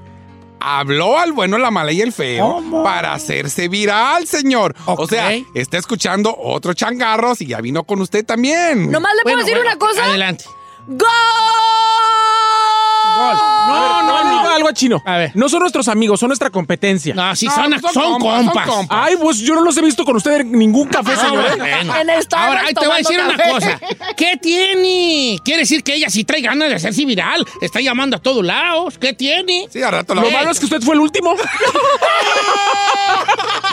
habló al bueno, la mala y el feo para hacerse viral, señor. O sea, está escuchando otro changarros y ya vino con usted también. ¿Nomás le puedo decir una cosa? Adelante. ¡Gol! No, no, no. diga algo a chino. A ver. No son nuestros amigos, son nuestra competencia. No, sí, No, son- son son compas, compas. son compas. Ay, pues yo no los he visto con usted en ningún café, No, señor. Ah, ¿eh? bueno. Ahora, ahí te voy a decir una cosa. ¿Qué tiene? Quiere decir que ella sí trae ganas de hacerse viral. Está llamando a todos lados. ¿Qué tiene? Sí, al rato la Lo malo es que usted fue el último. <laughs>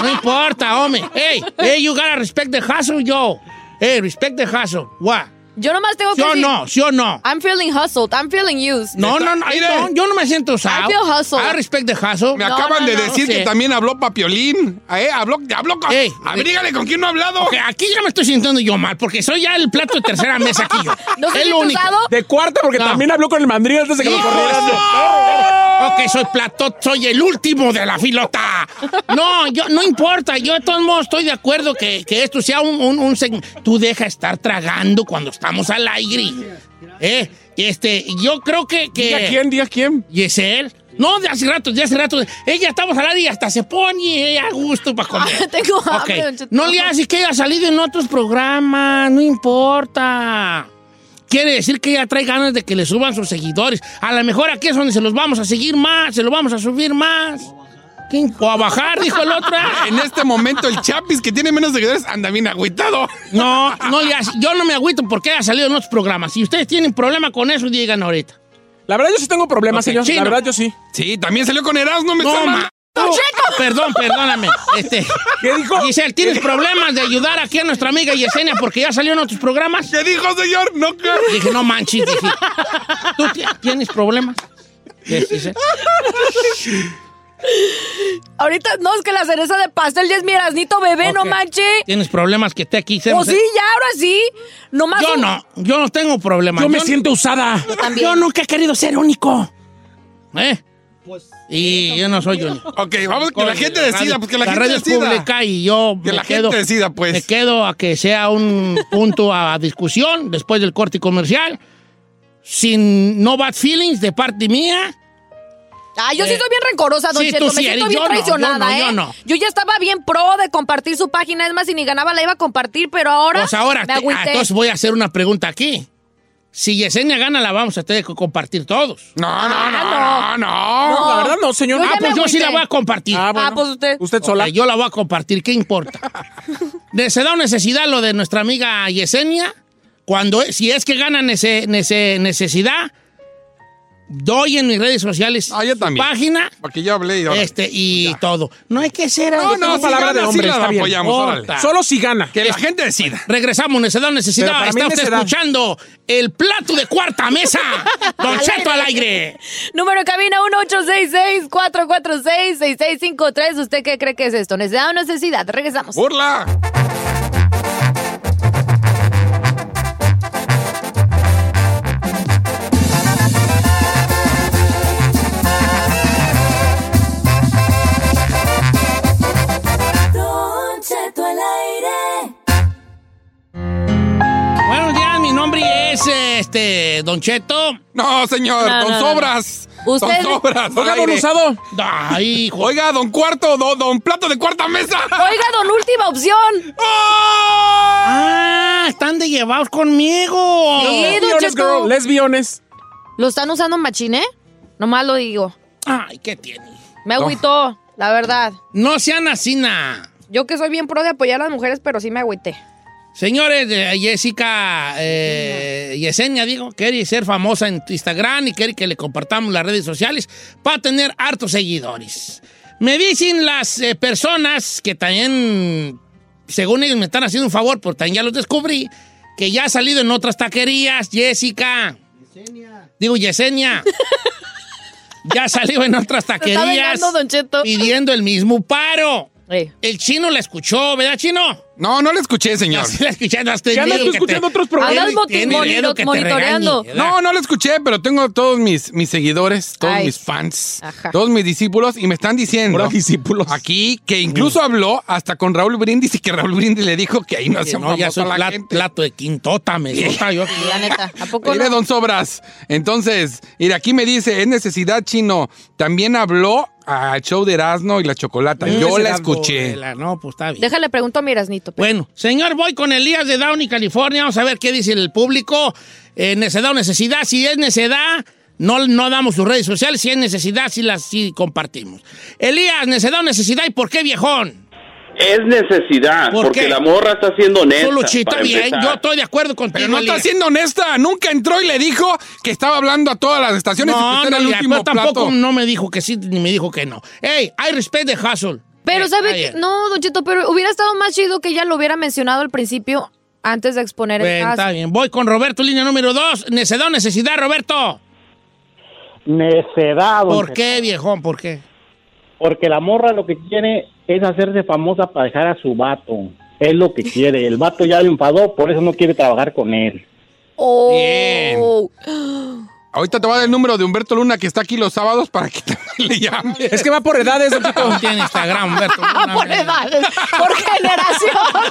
No importa, hombre. Hey, hey, you gotta respect the hustle, yo. Hey, respect the hustle. What? Yo nomás tengo que ¿Sí o decir- no? ¿Sí o no? I'm feeling hustled. I'm feeling used. No, no, no, I don't. yo no me siento usado. I feel hustled. I respect the hustle. Me acaban de decir que también habló Papiolín. Eh, habló, habló con. Ey, a ver, dígale con quién no ha hablado. Ok, aquí ya me estoy sintiendo yo mal, porque soy ya el plato de tercera mesa aquí yo. <laughs> ¿No se es siente lo único. usado? De cuarta, porque No. también habló con el mandril antes de que lo Hijo corrieran. de su- Ok, soy plato, soy el último de la filota. No, yo no importa, yo de todos modos estoy de acuerdo que, que esto sea un, un, segmento. Tú deja estar tragando cuando estamos al aire. Eh, este, yo creo que. que Diga quién, diga quién. Yesel. No, de hace rato, de hace rato. Ella estamos al aire y hasta se pone eh, a gusto para comer. <laughs> Tengo hambre, Ok. Don Cheto. No le hace que haya salido en otros programas, no importa. Quiere decir que ella trae ganas de que le suban sus seguidores. A lo mejor aquí es donde se los vamos a seguir más, se los vamos a subir más. ¿Qué imp- O a bajar, dijo el <laughs> otro. <laughs> En este momento, el Chapis, que tiene menos seguidores, anda bien agüitado. <laughs> No, no le hace- Yo no me agüito porque haya salido en otros programas. Si ustedes tienen problema con eso, digan ahorita. La verdad, yo sí tengo problemas, Ok, señor. chino. La verdad, yo sí. Sí, también salió con Erasmo, me No, está ma- mal. No, Perdón, perdóname. Este, ¿Qué dijo? Giselle, ¿tienes problemas de ayudar aquí a nuestra amiga Yesenia porque ya salió en otros programas? ¿Qué dijo, señor? No, que- Dije, no manches, dije. ¿Tú ti- tienes problemas? Yes, <laughs> Giselle. Ahorita, no, es que la cereza de pastel ya es mi erasnito bebé, no Ok. manche. ¿Tienes problemas que esté aquí? Oh, O sí, ya, ahora sí. Nomás Yo un- no, yo no tengo problemas. Yo me no- siento usada. también. Yo nunca he querido ser único. ¿Eh? Y yo no soy único. Ok, vamos, que la gente decida, pues que la, radio gente es decida. pública y yo Que me la quedo, gente decida, pues. me quedo a que sea un punto a discusión después del corte comercial. Sin no bad feelings de parte mía. Ah, yo sí Eh, soy bien rencorosa, Don sí, Cheto. tú Me sí siento eres. bien Yo no, yo traicionada, no, yo ¿eh? no. ya estaba bien pro de compartir su página. Es más, si ni ganaba la iba a compartir, pero ahora. Pues ahora, me te- agüité. ah, entonces voy a hacer una pregunta aquí. Si Yesenia gana, la vamos a tener que compartir todos. No, no, Ah, no, no, Oh, no. No. La verdad, no, señor. Yo ya Ah, pues me yo sí agüité. la voy a compartir. Ah, bueno. Ah, pues usted. Usted Ok, sola. yo la voy a compartir, ¿qué importa? De- ¿Se da necesidad lo de nuestra amiga Yesenia? Cuando, si es que gana nece- nece- necesidad, doy en mis redes sociales Ah, yo su también. página Porque yo hablé y ahora. este, y todo. No hay que ser... No, ahí no, como si palabra gana, de sí hombre, la está bien. apoyamos, Corta. órale. Solo si gana. Que la gente decida. Regresamos, necesidad, Pero necesidad. para mí Está usted necedad. escuchando el plato de cuarta mesa. Don Cheto al aire. Número de cabina 1866-446-6653. ¿Usted qué cree que es esto? ¿Necesidad o necesidad? Regresamos. ¡Burla! Don Cheto al aire. Buenos días, mi nombre es este Don Cheto. No, señor, No, con no, no. sobras. Usted- Con sobras. Oiga, al don aire. usado. Ay, hijo. Oiga, don cuarto, don, don plato de cuarta mesa. <laughs> Oiga, don última opción. ¡Oh! Ah, están de llevados conmigo. Sí, Be Don honest, Cheto. girl. Let's be honest. ¿Lo están usando machine? Nomás lo digo. Ay, ¿qué tiene? Me agüitó, la verdad. No sean así, na. Yo que soy bien pro de apoyar a las mujeres, pero sí me agüité. Señores, eh, Jessica eh, Yesenia, digo, quiere ser famosa en Instagram y quiere que le compartamos las redes sociales para tener hartos seguidores. Me dicen las eh, personas que también, según ellos, me están haciendo un favor, porque también ya los descubrí, que ya ha salido en otras taquerías, Jessica. Digo, Yesenia. <laughs> ya salió en otras Se está taquerías vengando, Don Cheto. pidiendo el mismo paro. El chino la escuchó, ¿verdad, chino? No, no la escuché, señor. Sí, la escuché, no, te Ya ando digo que escuchando te- otros programas. Andas moti- Tiene moni- miedo que te monitoreando. regañe, ¿verdad? No, no la escuché, pero tengo todos mis, mis seguidores, todos Ay. mis fans, todos mis discípulos y me están diciendo discípulos. aquí que incluso Mm. habló hasta con Raúl Brindis y que Raúl Brindis le dijo que ahí no Que hacía no, ya soy la plat- gente. plato de quintota, mesota, <laughs> yo. La neta, ¿a poco Mire, no? don Sobras. Entonces, y aquí me dice, es necesidad chino. También habló al show de Erasmo y la Chocolata. Es Yo la Erasmo, escuché. la- No, pues está bien. Déjale, pregunto a mi Erasnito. pues. Bueno, señor, voy con Elías de Downey, California. Vamos a ver qué dice el público. Eh, necedad o necesidad. Si es necedad, no, no damos sus redes sociales. Si es necesidad, sí las sí compartimos. Elías, necedad o necesidad. ¿Y por qué, viejón? Es necesidad, ¿Por porque qué? la morra está siendo honesta. Soluchita, para bien. empezar. Yo estoy de acuerdo contigo. Pero no está Elías. siendo honesta. Nunca entró y le dijo que estaba hablando a todas las estaciones y que No, usted era no, el ya, último pero tampoco plato. no me dijo que sí ni me dijo que no. Hey, I respect the hustle. Pero, Eh, ¿sabe está qué? bien. No, Don Cheto, pero hubiera estado más chido que ella lo hubiera mencionado al principio antes de exponer el Bueno, está caso. bien. Voy con Roberto, línea número dos. Necedad o necesidad, Roberto. Necedad. don ¿Por Cheto. qué, viejón? ¿Por qué? Porque la morra lo que quiere es hacerse famosa para dejar a su vato. Es lo que quiere. El vato ya le enfadó, por eso no quiere trabajar con él. Bien. Ahorita te va a dar el número de Humberto Luna que está aquí los sábados para que <laughs> también le llame. Es que va por edades, don Cheto. <laughs> No tiene Instagram, Humberto. por edades, por generación.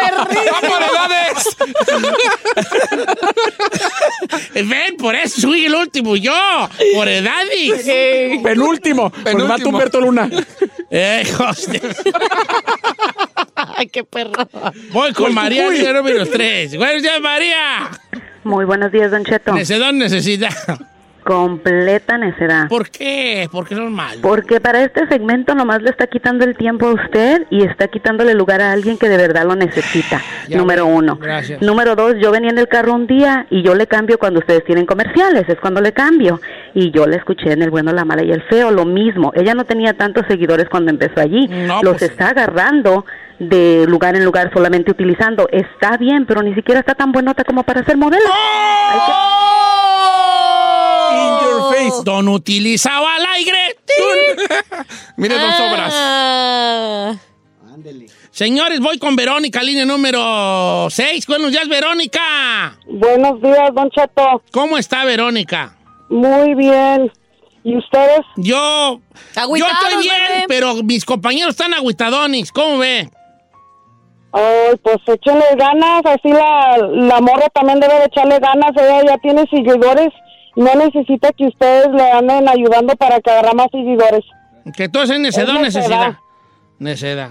¡Va por edades! Ven, por eso soy el último yo. Por edades. Penúltimo. Penúltimo. Mata Humberto Luna. Eh, hijos de- Ay, qué perro. Voy con Con María, Cucuy. línea número tres. Buenos días, María. Muy buenos días, Don Cheto. Necedad o necesidad. Completa necedad. ¿Por qué? ¿Por qué son malos? Porque para este segmento nomás le está quitando el tiempo a usted y está quitándole lugar a alguien que de verdad lo necesita. Ya, Número uno. gracias. Número dos, yo venía en el carro un día y yo le cambio cuando ustedes tienen comerciales, es cuando le cambio. Y yo le escuché en El Bueno, la Mala y el Feo, lo mismo. Ella no tenía tantos seguidores cuando empezó allí. Los pues. está agarrando de lugar en lugar solamente utilizando. Está bien, pero ni siquiera está tan buenota como para ser modelo. ¡Oh! Hay que- In your face. Don utilizaba al aire. Mire, don Sobras. Ah. Señores, voy con Verónica, línea número 6. Buenos días, Verónica. Buenos días, Don Cheto. ¿Cómo está Verónica? Muy bien. ¿Y ustedes? Yo, yo Agüitados, estoy bien, bebé. pero mis compañeros están aguitadonis. ¿Cómo ve? Ay, pues échenle ganas, así la, la morra también debe de echarle ganas, ella ya tiene seguidores, no necesita que ustedes le anden ayudando para que agarre más seguidores. Que todo es en necedad o Es necesidad. necedad. Necedad.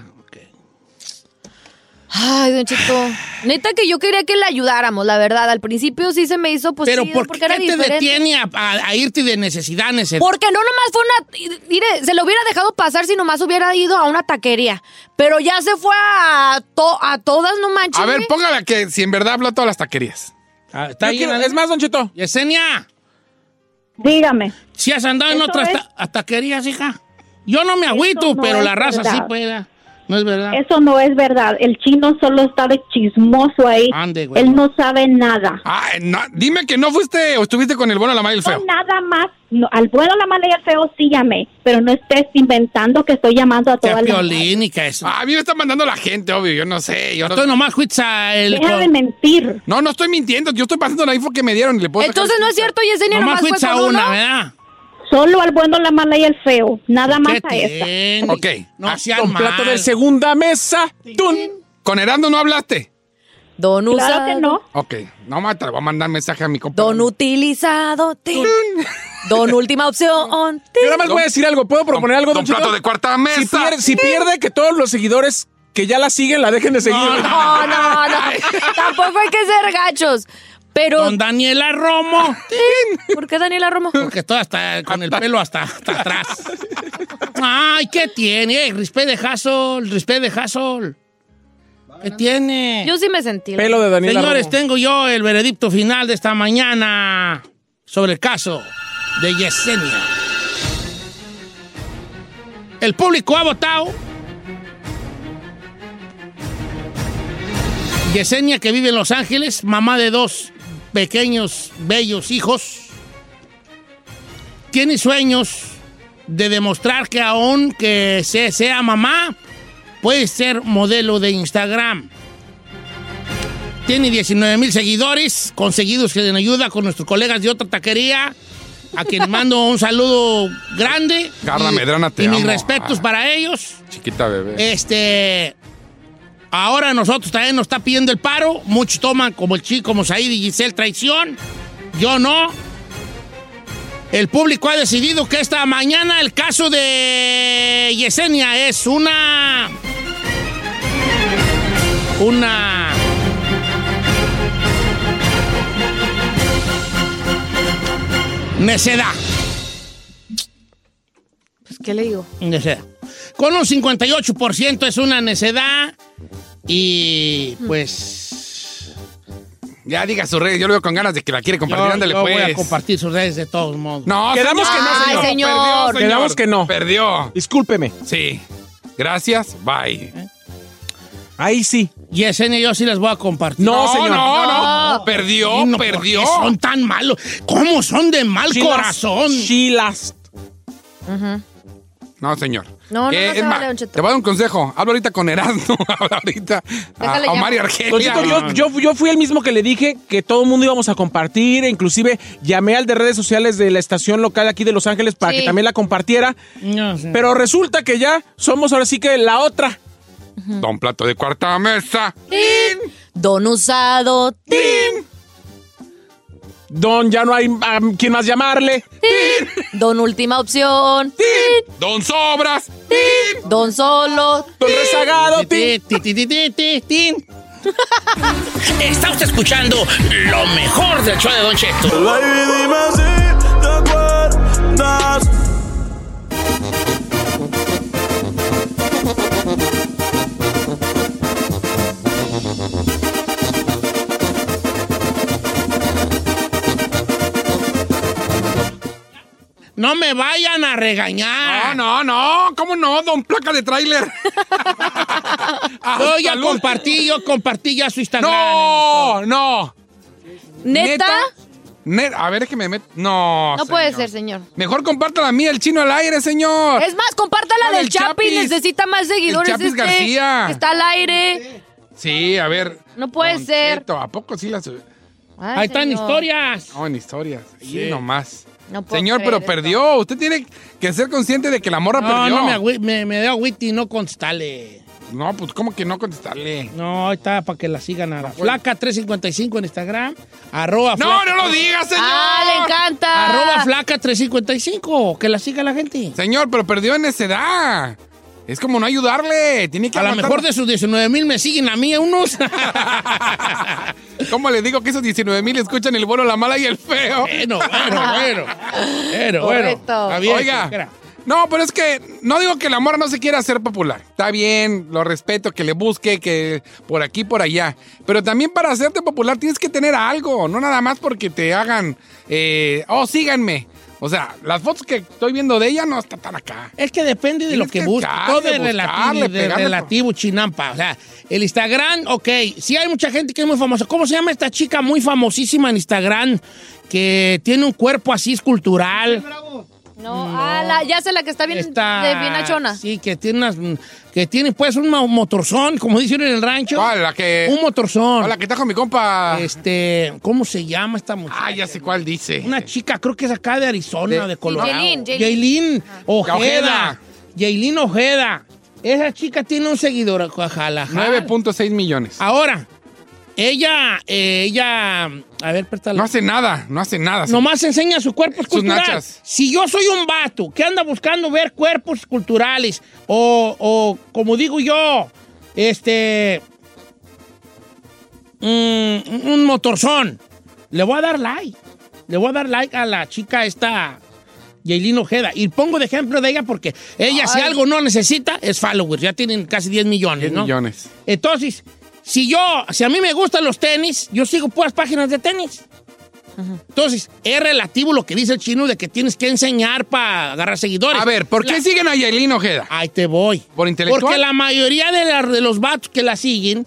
Ay, Don Cheto. Neta que yo quería que le ayudáramos, la verdad. Al principio sí se me hizo, pues pero sí, ¿por qué, porque era te diferente. detiene a, a- a irte de necesidad a necesidad? Porque no nomás fue una... Mire, se lo hubiera dejado pasar si nomás hubiera ido a una taquería. Pero ya se fue a, to- a todas, no manches. A ver, póngala que si en verdad habló a todas las taquerías. Ah, Está bien, Ale- Es más, Don Cheto. Yesenia, Dígame. si has andado en Eso otras es- ta- a taquerías, hija. Yo no me agüito, Eso no pero es la raza verdad. sí puede. No es verdad. Eso no es verdad, el chino solo está de chismoso ahí, Ande, güey. él no sabe nada. Ah, no, dime que no fuiste o estuviste con el bueno, la mala y el feo. Nada más, no, al bueno, la mala y al feo sí llamé, pero no estés inventando que estoy llamando a Qué todas las... piolín y que eso. Ah, A mí me está mandando la gente, obvio. Yo no sé. Yo no... Entonces nomás fuiste a el... Deja de con- mentir. no, no estoy mintiendo. Yo estoy pasando la info que me dieron. y Le puedo sacar Entonces no es cierto, Yesenia, Nomás nomás, fue fuiste a con una, uno. ¿verdad? Solo al bueno, la mala y el feo, nada más a esa. tiene? Ok. No seas un mal. plato de segunda mesa. ¡Tun! Con Herando no hablaste. Don usado. Ok. No, ma, te le voy a mandar mensaje a mi compa. Don <laughs> utilizado. tin. Don última opción. tin. Yo nada más voy a decir algo. ¿Puedo proponer algo, Don, Don Plato Cheto? de cuarta mesa. Si pierde, si pierde, que todos los seguidores que ya la siguen la dejen de seguir. No, no, no. Tampoco hay que ser gachos. Pero. Con Daniela Romo. tin. ¿Por qué Daniela Romo? Porque toda está con el pelo hasta, hasta atrás. Ay, ¿qué tiene? Eh, Rispé de Hassel, Rispé de Hassel. ¿Qué tiene? Yo sí me sentí. la verdad. Señores, tengo yo el veredicto final de esta mañana sobre el caso de Yesenia. El público ha votado. Yesenia, que vive en Los Ángeles, mamá de dos pequeños, bellos hijos, tiene sueños de demostrar que aún que se sea mamá, puede ser modelo de Instagram. Tiene 19 mil seguidores conseguidos que den ayuda con nuestros colegas de otra taquería, a quienes mando un saludo grande. Carla y- Medrana, te Y mis amo. respetos Ah. para ellos. Chiquita bebé. Este. Ahora nosotros también nos está pidiendo el paro. Muchos toman como el chico, como Said y Giselle, traición. Yo no. El público ha decidido que esta mañana el caso de Yesenia es una. Una. Necedad. Pues, ¿Qué le digo? Necedad. Con un 58% es una necedad. Y pues. Ya diga su red, yo lo veo con ganas de que la quiere compartir. Yo- Ándale, yo pues. voy a compartir sus redes de todos modos. No, Quedamos que no, Ay, señor. señor. Perdió, Quedamos que no. Perdió. Discúlpeme. Sí. Gracias. Bye. Ahí sí. Yesenia, yo sí las voy a compartir. No, No, señor. no, no. Perdió, Sí, no, ¿por qué perdió. Son tan malos. ¿Cómo son de mal She corazón? She last. No, señor. No, no, no se es vale, más, don Cheto. Te voy a dar un consejo. Habla ahorita con Erasmo. <laughs> Habla ahorita a, Déjale a llamo. Mario Don Argelia. Cheto, yo, yo- yo fui el mismo que le dije que todo el mundo íbamos a compartir, e inclusive llamé al de redes sociales de la estación local aquí de Los Ángeles para Sí. que también la compartiera, No, sí. pero resulta que ya somos ahora sí que la otra. Don Plato de Cuarta Mesa. ¡Tin! Don usado. ¡Tin! Don, ya no hay a quien más llamarle. ¡Tin! Don última opción. ¡Tin! Don Sobras. Don solo. Don rezagado. Ti, ti, ti, ti, ti, ti, ti. Está usted escuchando lo mejor del show de Don Cheto. No me vayan a regañar. No, no, no. ¿Cómo no? Don Placa <laughs> de Trailer. Yo ya compartí, yo compartí ya su Instagram. No, no. ¿Neta? Ne- a ver, es que me meto. No. No puede señor. ser, señor. Mejor compártala a mí, el chino al aire, señor. Es más, compártala Con el del Chapis. Chapis. Necesita más seguidores. El Chapis este, García. Está al aire. Sí, a ver. No puede Don ser. Cheto, ¿A poco sí la sub- Ay, Ahí están señor. historias. No, en historias. Sí. Sí. nomás. No puedo Señor, creer pero esto. perdió. Usted tiene que ser consciente de que la morra No, perdió. no me, agüi- me, me da witty, no contestale. No, pues ¿cómo que no contestarle? No, ahí está para que la sigan a la flaca 355 en Instagram. Arroba No, flaca- no lo digas, señor. Ah, le encanta. Arroba flaca 355. Que la siga la gente. Señor, pero perdió en esa edad. Es como no ayudarle. Tiene que A lo aguantar- mejor de sus 19 mil me siguen a mí a unos. <laughs> ¿Cómo le digo que esos 19 mil escuchan el bueno, la mala y el feo? bueno, bueno, bueno. Bueno, bueno. Correcto. Está bien, Oiga. señora. No, pero es que no digo que la morra no se quiera hacer popular. Está bien, lo respeto, que le busque, que por aquí, por allá. Pero también para hacerte popular tienes que tener algo, no nada más porque te hagan, eh, oh, síganme. O sea, las fotos que estoy viendo de ella no está tan acá. Es que depende de Tienes lo que que busques. darle, Todo es relativo, buscarle, de- pegarle relativo chinampa. O sea, el Instagram, ok. Sí hay mucha gente que es muy famosa. ¿Cómo se llama esta chica muy famosísima en Instagram? Que tiene un cuerpo así escultural. No, ah, la- ya sé la que está bien, Esta- de bien achona. Sí, que tiene unas... Que tiene pues un mo- motorzón, como dicen en el rancho. ¿Cuál? La que, Un motorzón. cuál, la que está con mi compa. Este, ¿cómo se llama esta muchacha? Ah, ya sé cuál dice. Una chica, creo que es acá de Arizona, De- de Colorado. Yailin, Yailin. Yailin Ojeda. Ojeda. Yailin Ojeda. Esa chica tiene un seguidor, ojalá. 9.6 millones. Ahora, ella, eh, ella, a ver, préstala. No hace nada, no hace nada. señor. Nomás enseña su cuerpo escultural. nachas. Si yo soy un vato que anda buscando ver cuerpos culturales o, o, como digo yo, este, mm, un motorzón, le voy a dar like. Le voy a dar like a la chica esta, Yailin Ojeda. Y pongo de ejemplo de ella porque ella si Ay. algo no necesita es followers. Ya tienen casi 10 millones, 10 ¿no? millones. Entonces, si yo, si a mí me gustan los tenis, yo sigo puras páginas de tenis. Entonces, es relativo lo que dice el chino de que tienes que enseñar para agarrar seguidores. A ver, ¿por qué siguen a Yailin Ojeda? Ahí te voy. ¿Por intelectual? Porque la mayoría de, la- de los vatos que la siguen,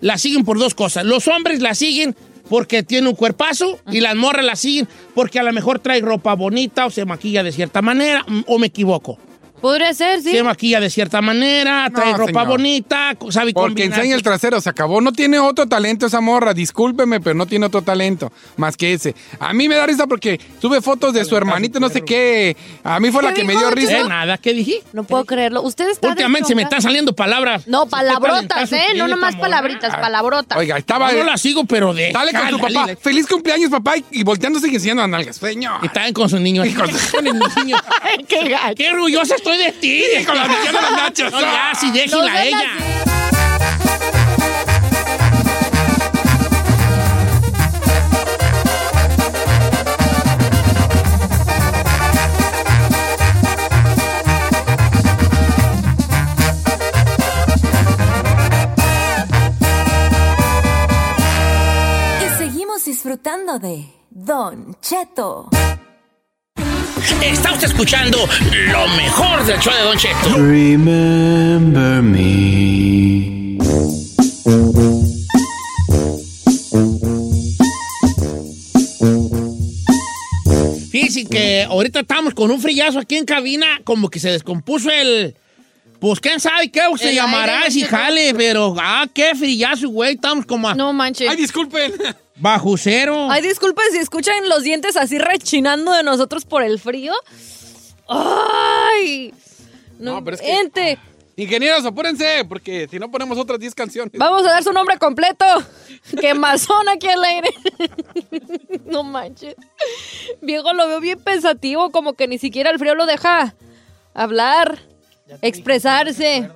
la siguen por dos cosas. Los hombres la siguen porque tiene un cuerpazo y las morras la siguen porque a lo mejor trae ropa bonita o se maquilla de cierta manera, mm, o me equivoco. Podría ser, sí. Se maquilla de cierta manera, Ah, trae No, ropa señor. bonita, co- sabe Porque combinar enseña el trasero, se acabó. No tiene otro talento esa morra, discúlpeme, pero no tiene otro talento más que ese. A mí me da risa porque sube fotos de su hermanito, no sé qué. A mí fue la ¿Qué que me dijo, dio don risa. Cheto? Eh, nada, ¿qué dije? No puedo creerlo. Usted está. Últimamente se me están desfocado. saliendo palabras. No, palabrotas, talentazo ¿eh? tiene No nomás esta palabritas, palabrotas. Oiga, estaba. Yo no la sigo, pero de- Dale con tu Ándale, papá. de- Feliz cumpleaños, papá. Y y volteándose y enseñando a nalgas. Señor. Y estaban con su niño. <laughs> Con el niño. qué Qué orgullosa estoy de ti. Y con la niña de los nachos. No, ya, sí, déjela No, a ella. Y seguimos disfrutando de Don Cheto. Está usted escuchando lo mejor del show de Don Cheto. Remember me. Fíjense que ahorita estamos con un frillazo aquí en cabina, como que se descompuso el. Pues quién sabe qué se El llamará aire, si no sé. jale, pero ah, qué frillazo, güey. Estamos como a No manches. Ay, disculpen. bajo cero. <laughs> Ay, disculpen si escuchan los dientes así rechinando de nosotros por el frío. <laughs> ¡Ay! No, No, pero es que- gente, Ingenieros, apúrense, porque si no ponemos otras 10 canciones. vamos a dar su nombre completo. <laughs> Quemazón aquí al aire. <laughs> no manches. Viejo, lo veo bien pensativo, como que ni siquiera el frío lo deja hablar, expresarse.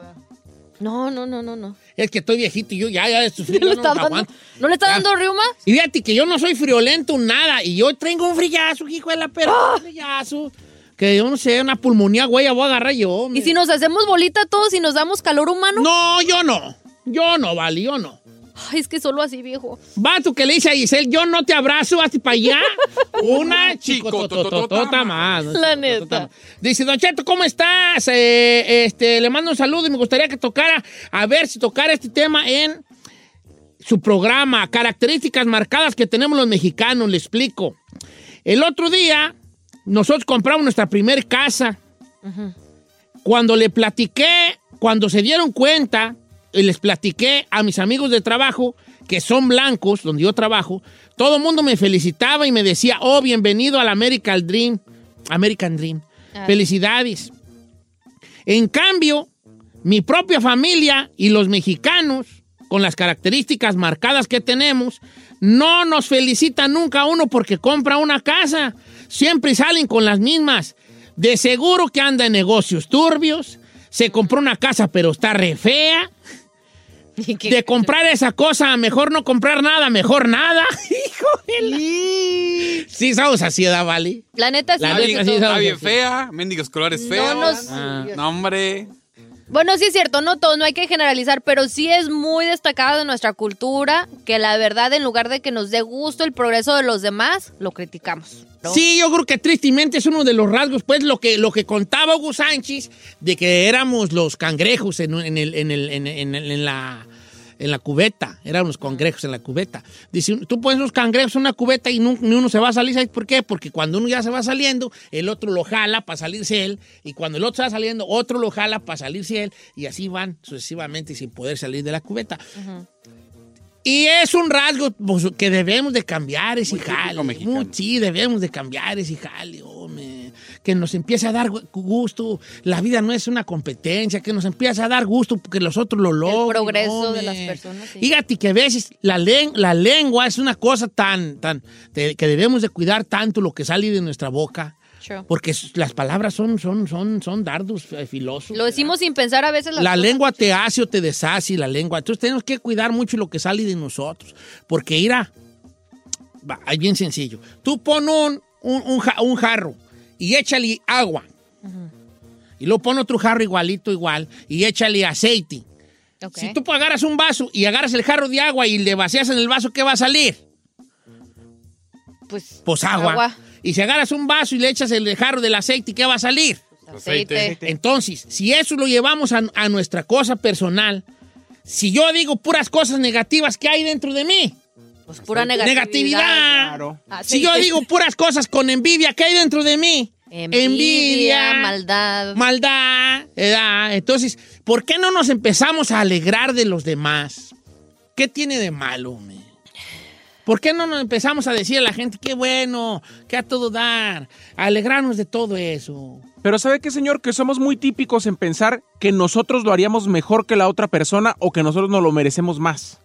No, no, no, no, no. Es que estoy viejito y yo ya, ya de su <laughs> ¿No le frío no está lo dando, aguanto. ¿no le está Ya. dando riuma? Y fíjate que yo no soy friolento nada. Y yo tengo un frillazo, hijo de la perra. ¡Ah! Un frillazo. Que yo no sé, una pulmonía, güey, ya voy a agarrar yo. ¿Y hombre. si nos hacemos bolita todos y nos damos calor humano? No, yo no. Yo no, vale, yo no. Ay, es que solo así, viejo. <laughs> Vato que le dice a Giselle, yo no te abrazo, hasta para <laughs> allá. Una chico tototota más. ¿no? La neta. Dice, Don Cheto, ¿cómo estás? Eh, este, le mando un saludo y me gustaría que tocara, a ver si tocara este tema en su programa. Características marcadas que tenemos los mexicanos, le explico. El otro día, nosotros compramos nuestra primer casa. Cuando le platiqué, cuando se dieron cuenta, y les platiqué a mis amigos de trabajo, que son blancos, donde yo trabajo, todo el mundo me felicitaba y me decía, oh, bienvenido al American Dream. American Dream. Ah. Felicidades. En cambio, mi propia familia y los mexicanos, con las características marcadas que tenemos, no nos felicitan nunca a uno porque compra una casa. Siempre salen con las mismas. De seguro que anda en negocios turbios, se compró una casa pero está re fea. De comprar esa cosa, mejor no comprar nada, mejor nada. <laughs> Hijo de la- Sí, somos así, ¿da, Vali? La neta sí. La Don neta, Cheto. sí, Está sí, bien sí. fea, mendigos colores feos. nos- Ah, no, hombre. Bueno, sí es cierto, no todos, no hay que generalizar, pero sí es muy destacado de nuestra cultura que la verdad, en lugar de que nos dé gusto el progreso de los demás, lo criticamos. ¿no? Sí, yo creo que tristemente es uno de los rasgos, pues lo que, lo que contaba Hugo Sánchez de que éramos los cangrejos en, un- en el- en el- en- en- en- en la, en la cubeta, éramos cangrejos en la cubeta. Dice, tú pones los cangrejos en una cubeta y nu- ni uno se va a salir, ¿sabes por qué? Porque cuando uno ya se va saliendo, el otro lo jala para salirse él, y cuando el otro se va saliendo, otro lo jala para salirse él, y así van sucesivamente sin poder salir de la cubeta. Y es un rasgo pues, que debemos de cambiar ese jale. Muy- sí, debemos de cambiar ese jale, hombre. Que nos empiece a dar gu- gusto. La vida no es una competencia. Que nos empiece a dar gusto porque los otros lo logran. El progreso de las personas. sí. Fíjate que a veces la, len- la lengua es una cosa tan, tan, de- que debemos de cuidar tanto lo que sale de nuestra boca. Sure. Porque s- las palabras son, son, son, son dardos eh, filosos. Lo decimos sin pensar a veces las La cosas. lengua te hace o te deshace la lengua. Entonces tenemos que cuidar mucho lo que sale de nosotros. Porque irá, va, es bien sencillo. Tú pon un, un- un ja- un jarro y échale agua. Y luego pon otro jarro igualito, igual, y échale aceite. Si tú agarras un vaso y agarras el jarro de agua y le vacías en el vaso, ¿qué va a salir? Pues, Pues agua. Agua. Y si agarras un vaso y le echas el jarro del aceite, ¿qué va a salir? Pues Aceite. Aceite. Entonces, si eso lo llevamos a, a nuestra cosa personal, si yo digo puras cosas negativas que hay dentro de mí, pues pura negatividad. negatividad. Si yo Aceite. digo puras cosas con envidia que hay dentro de mí, Envidia, envidia, maldad. maldad, edad. Entonces, ¿por qué no nos empezamos a alegrar de los demás? ¿Qué tiene de malo, hombre? ¿Por qué no nos empezamos a decir a la gente qué bueno, qué a todo dar, a alegrarnos de todo eso? Pero ¿sabe qué, señor? Que somos muy típicos en pensar que nosotros lo haríamos mejor que la otra persona o que nosotros nos lo merecemos más.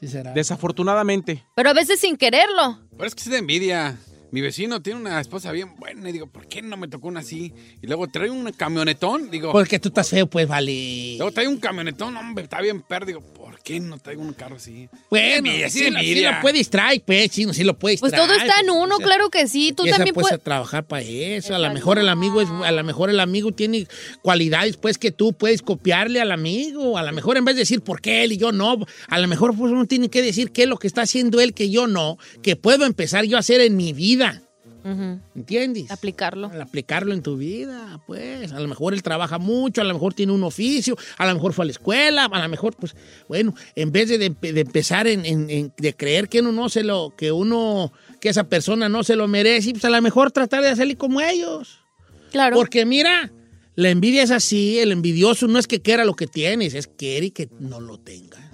Sí será. Desafortunadamente. Pero a veces sin quererlo. Pero es que se da envidia. Mi vecino tiene una esposa bien buena y digo, ¿por qué no me tocó una así? Y luego trae un camionetón, digo, Porque tú estás feo, pues vale. luego trae un camionetón, hombre, está bien perro, digo, ¿por qué no traigo un carro así? Bueno, Envidia, sí, sí, lo- sí envidia. lo puedes traer, pues, chino, sí lo puedes Pues traer. todo está en uno, O sea, claro que sí. Tú empieza, también pues, puedes. a trabajar para eso. A lo mejor el amigo es, a lo mejor el amigo tiene cualidades pues que tú puedes copiarle al amigo. A lo mejor en vez de decir por qué él y yo no, a lo mejor pues uno tiene que decir qué es lo que está haciendo él que yo no, que puedo empezar yo a hacer en mi vida. ¿Entiendes? Aplicarlo. Al aplicarlo en tu vida, pues. A lo mejor él trabaja mucho, a lo mejor tiene un oficio, a lo mejor fue a la escuela, a lo mejor, pues, bueno, en vez de, de empe- de empezar en, en- en- de creer que uno no se lo, que uno, que esa persona no se lo merece, pues a lo mejor tratar de hacerle como ellos. Claro. Porque mira, la envidia es así, el envidioso no es que quiera lo que tienes, es quiere que no lo tenga.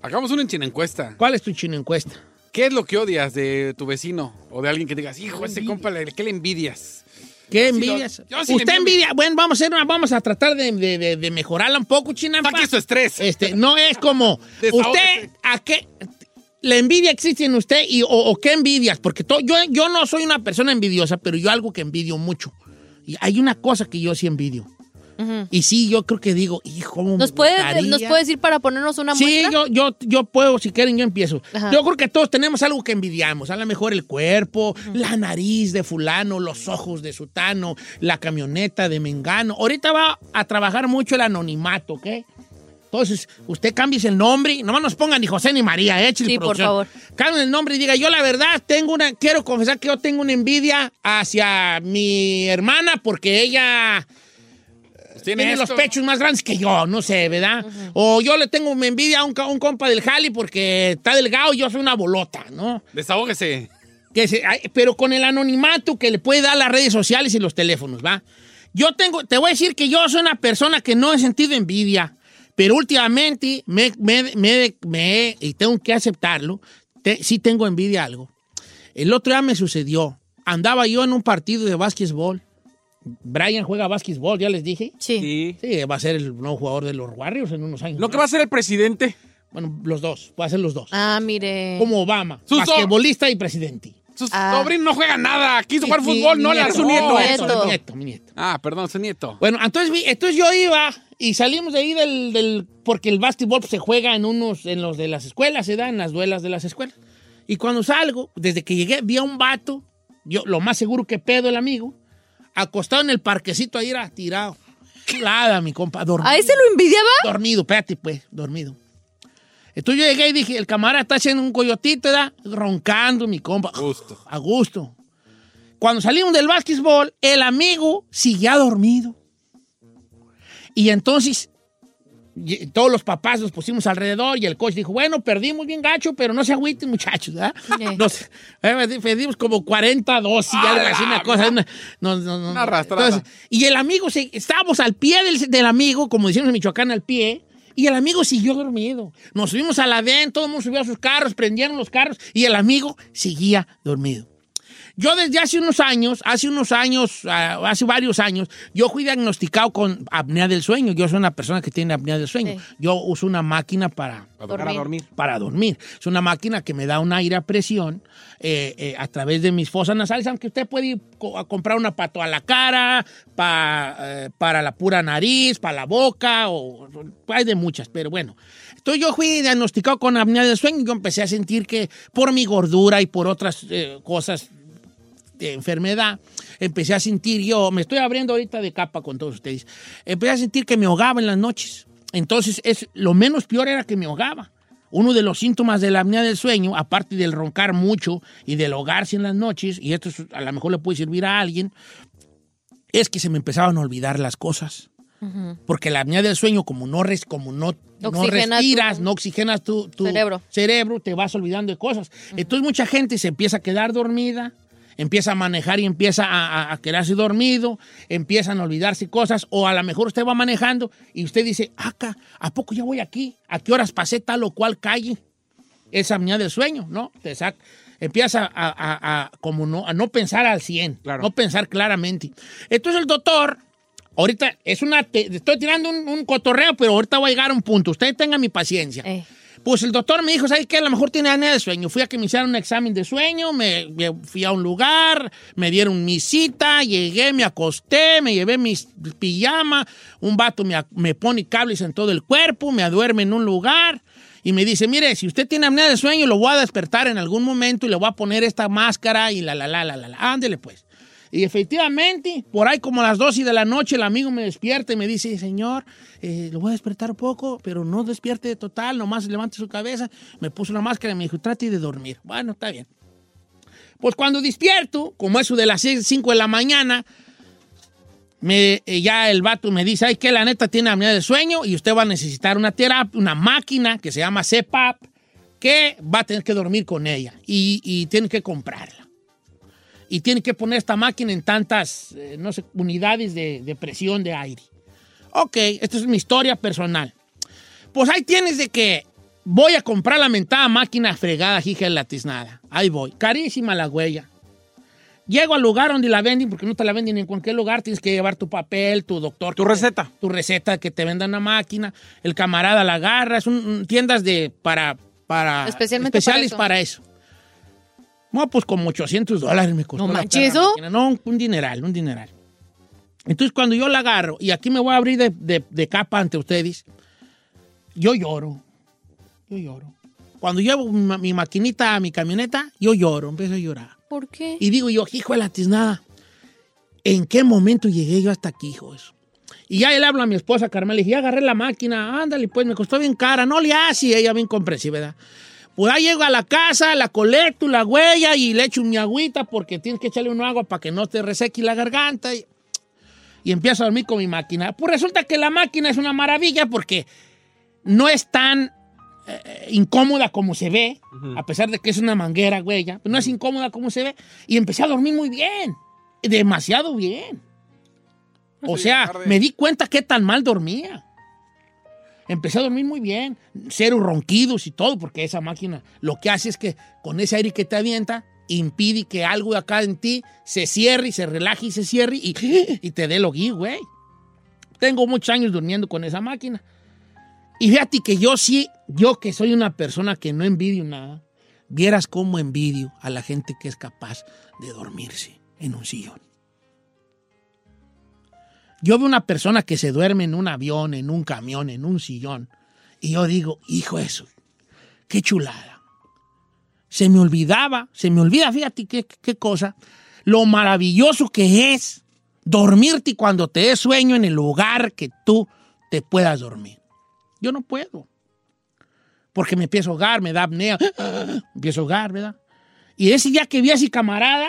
Hagamos una china encuesta. ¿Cuál es tu chino encuesta? ¿Qué es lo que odias de tu vecino? O de alguien que digas, hijo, ese compa, le- ¿qué le envidias? ¿Qué Sí, lo- envidias? yo sí le Usted envidio. envidia. Bueno, vamos a, hacer una- vamos a tratar de, de- de- de mejorarla un poco, China. Para su estrés. Este, no es como. Desahógese. ¿Usted a qué? ¿La envidia existe en usted y, o, o qué envidias? Porque to- yo, yo no soy una persona envidiosa, pero yo algo que envidio mucho. Y hay una cosa que yo sí envidio. Ujú. Y sí, yo creo que digo, hijo, me ¿Nos puedes, gustaría- ¿Nos puedes ir para ponernos una Sí, muestra? yo, yo, yo puedo, si quieren, yo empiezo. Ajá. Yo creo que todos tenemos algo que envidiamos. A lo mejor el cuerpo, la nariz de fulano, los ojos de sutano, la camioneta de mengano. Ahorita va a trabajar mucho el anonimato, ¿ok? Entonces, usted cambie el nombre, y nomás nos ponga ni José ni María, ¿eh? Chile Sí, por Producción. favor. Cambien el nombre y diga, yo la verdad tengo una, quiero confesar que yo tengo una envidia hacia mi hermana porque ella tiene, los esto. pechos más grandes que yo, no sé, ¿verdad? O yo le tengo me envidia a un, ca- un compa del Jali porque está delgado y yo soy una bolota, ¿no? Desahógese. Que se- ay, pero con el anonimato que le puede dar las redes sociales y los teléfonos, ¿va? Yo tengo, te voy a decir que yo soy una persona que no he sentido envidia, pero últimamente me, me- me- me- y tengo que aceptarlo, te- sí tengo envidia a algo. El otro día me sucedió, andaba yo en un partido de básquetbol, Brian juega básquetbol, ya les dije. Sí. Sí, va a ser el nuevo jugador de los Warriors en unos años. No, que va a ser el presidente. Bueno, los dos, va a ser los dos. Ah, mire. Como Obama, Sus- basquetbolista y presidente. Sus Ah. sobrinos no juegan nada. Quiso jugar Mi- fútbol, mi no la nieto, su mi nieto, nieto. Nieto. mi nieto, mi nieto. Ah, perdón, su nieto. Bueno, entonces, vi- entonces yo iba y salimos de ahí del, del- porque el básquetbol pues, se juega en unos, en los de las escuelas, se da en las duelas de las escuelas. Y cuando salgo, desde que llegué, vi a un vato, yo lo más seguro que pedo el amigo, acostado en el parquecito ahí era tirado. Chulada, mi compa, dormido. ¿A ese lo envidiaba? Dormido, espérate, pues, dormido. Entonces yo llegué y dije, el camarada está haciendo un coyotito, ¿verdad? Roncando, mi compa. Justo. A gusto. Cuando salimos del básquetbol, el amigo seguía dormido. Y entonces y- todos los papás nos pusimos alrededor y el coach dijo, bueno, perdimos bien gacho, pero no se agüiten muchachos, ¿verdad? Sí. Nos, eh, perdimos como 40 dosis, y algo así, una cosa. una- no, no, no, Una arrastrada. y el amigo, se- estábamos al pie del, del amigo, como decimos en Michoacán, al pie. Y el amigo siguió dormido. Nos subimos a la DEN, todo el mundo subió a sus carros, prendieron los carros y el amigo seguía dormido. Yo desde hace unos años, hace unos años, ah, hace varios años, yo fui diagnosticado con apnea del sueño. Yo soy una persona que tiene apnea del sueño. Sí. Yo uso una máquina para, Para dormir. para dormir. Es una máquina que me da un aire a presión eh, eh, a través de mis fosas nasales, aunque usted puede ir co- a comprar una para toda la cara, pa- eh, para la pura nariz, para la boca, o hay de muchas, pero bueno. Entonces yo fui diagnosticado con apnea del sueño y yo empecé a sentir que por mi gordura y por otras eh, cosas de enfermedad, empecé a sentir yo, me estoy abriendo ahorita de capa con todos ustedes, empecé a sentir que me ahogaba en las noches. Entonces, es, lo menos peor era que me ahogaba. Uno de los síntomas de la apnea del sueño, aparte del roncar mucho y del ahogarse en las noches, y esto es- a lo mejor le puede servir a alguien, es que se me empezaban a olvidar las cosas. Ujú. Porque la apnea del sueño, como no, res, como no, no Oxigenas respiras, tu- no oxigenas tu, tu Cerebro. cerebro, te vas olvidando de cosas. Entonces mucha gente se empieza a quedar dormida, empieza a manejar y empieza a, a- a quedarse dormido, empiezan a olvidarse cosas, o a lo mejor usted va manejando y usted dice, acá, ¿a poco ya voy aquí? ¿A qué horas pasé tal o cual calle? Esa apnea del sueño, ¿no? Te saca. Empieza a, a- a- como no, a no pensar al 100, no pensar claramente. Entonces el doctor Ahorita es una. te- estoy tirando un, un cotorreo, pero ahorita va a llegar a un punto. Ustedes tengan mi paciencia. Pues el doctor me dijo, ¿sabes qué? A lo mejor tiene apnea de sueño. Fui a que me hicieran un examen de sueño, me, me fui a un lugar, me dieron mi cita, llegué, me acosté, me llevé mis pijama, un vato me, a- me pone cables en todo el cuerpo, me aduerme en un lugar y me dice, mire, si usted tiene apnea de sueño, lo voy a despertar en algún momento y le voy a poner esta máscara y la, la, la, la, la, la. Ándele pues. Y efectivamente, por ahí como a las 12 de la noche, el amigo me despierta y me dice, señor, eh, lo voy a despertar un poco, pero no despierte total, nomás levante su cabeza. Me puso una máscara y me dijo, trate de dormir. Bueno, está bien. Pues cuando despierto, como eso de las 6, 5 de la mañana, me, eh, ya el vato me dice, ay, que la neta tiene apnea de sueño y usted va a necesitar una terapia, una máquina que se llama CPAP, que va a tener que dormir con ella y, y tiene que comprarla. Y tiene que poner esta máquina en tantas, eh, no sé, unidades de, de presión de aire. Ok, esta es mi historia personal. Pues ahí tienes de que voy a comprar la mentada máquina fregada, jija de la tiznada. Ahí voy. Carísima la huella. Llego al lugar donde la venden, porque no te la venden en cualquier lugar. Tienes que llevar tu papel, tu doctor. Tu receta. Tu receta que te vendan la máquina. El camarada la agarra. Es un- un- tiendas de, para, para Especialmente especiales para para eso. No, pues como 800 dólares me costó. No la manches, perra ¿eso? máquina. No, un- un dineral, un dineral. Entonces, cuando yo la agarro, y aquí me voy a abrir de, de- de capa ante ustedes, yo lloro. Yo lloro. Cuando llevo mi, ma- mi maquinita a mi camioneta, yo lloro, empiezo a llorar. ¿Por qué? Y digo yo, hijo de la tiznada, ¿en qué momento llegué yo hasta aquí, hijo? de eso? Y ya él habla a mi esposa Carmela, y dije, ya agarré la máquina, ándale, pues me costó bien cara, no le hace, ella bien comprensiva, ¿verdad? Pues ahí llego a la casa, la colecto, la huella y le echo mi agüita porque tienes que echarle un agua para que no te reseque la garganta. Y, y empiezo a dormir con mi máquina. Pues resulta que la máquina es una maravilla porque no es tan eh, incómoda como se ve, a pesar de que es una manguera, güey, ya, pero no es incómoda como se ve. Y empecé a dormir muy bien, demasiado bien. O sea, me di cuenta qué tan mal dormía. Empecé a dormir muy bien, cero ronquidos y todo, porque esa máquina lo que hace es que con ese aire que te avienta, impide que algo de acá en ti se cierre y se relaje y se cierre y, y te dé el oguí, güey. Tengo muchos años durmiendo con esa máquina. Y fíjate que yo sí, yo que soy una persona que no envidio nada, vieras cómo envidio a la gente que es capaz de dormirse en un sillón. Yo veo una persona que se duerme en un avión, en un camión, en un sillón, y yo digo, hijo eso, qué chulada. Se me olvidaba, se me olvida, fíjate qué, qué cosa, lo maravilloso que es dormirte cuando te dé sueño en el lugar que tú te puedas dormir. Yo no puedo. Porque me empiezo a ahogar, me da apnea. <gasps> empiezo a ahogar, ¿verdad? Y ese día que vi a ese camarada,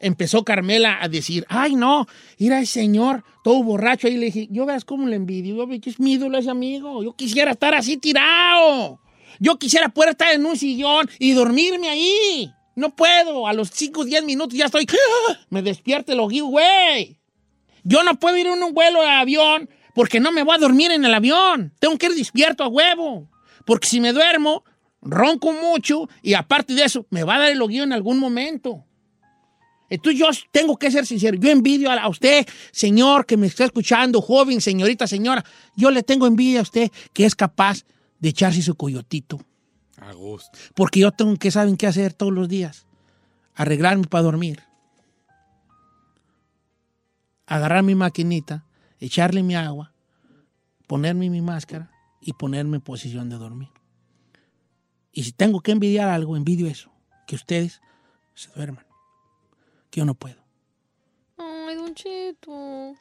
empezó Carmela a decir, ay no, mira ese señor, todo borracho. Ahí le dije, yo veas cómo le envidio, yo ve que es mi ídolo ese amigo. Yo quisiera estar así tirado. Yo quisiera poder estar en un sillón y dormirme ahí. No puedo, a los 5 o 10 minutos ya estoy, <gasps> me despierta el ojío, güey. Yo no puedo ir en un vuelo de avión porque no me voy a dormir en el avión. Tengo que ir despierto a huevo. Porque si me duermo, ronco mucho y aparte de eso, me va a dar el oguío en algún momento. Entonces yo tengo que ser sincero. Yo envidio a, la- a usted, señor, que me está escuchando, joven, señorita, señora. Yo le tengo envidia a usted que es capaz de echarse su coyotito. A gusto. Porque yo tengo que saben qué hacer todos los días. Arreglarme para dormir. Agarrar mi maquinita, echarle mi agua, ponerme mi máscara y ponerme en posición de dormir. Y si tengo que envidiar algo, envidio eso. Que ustedes se duerman. Que yo no puedo. Ay, Don Cheto.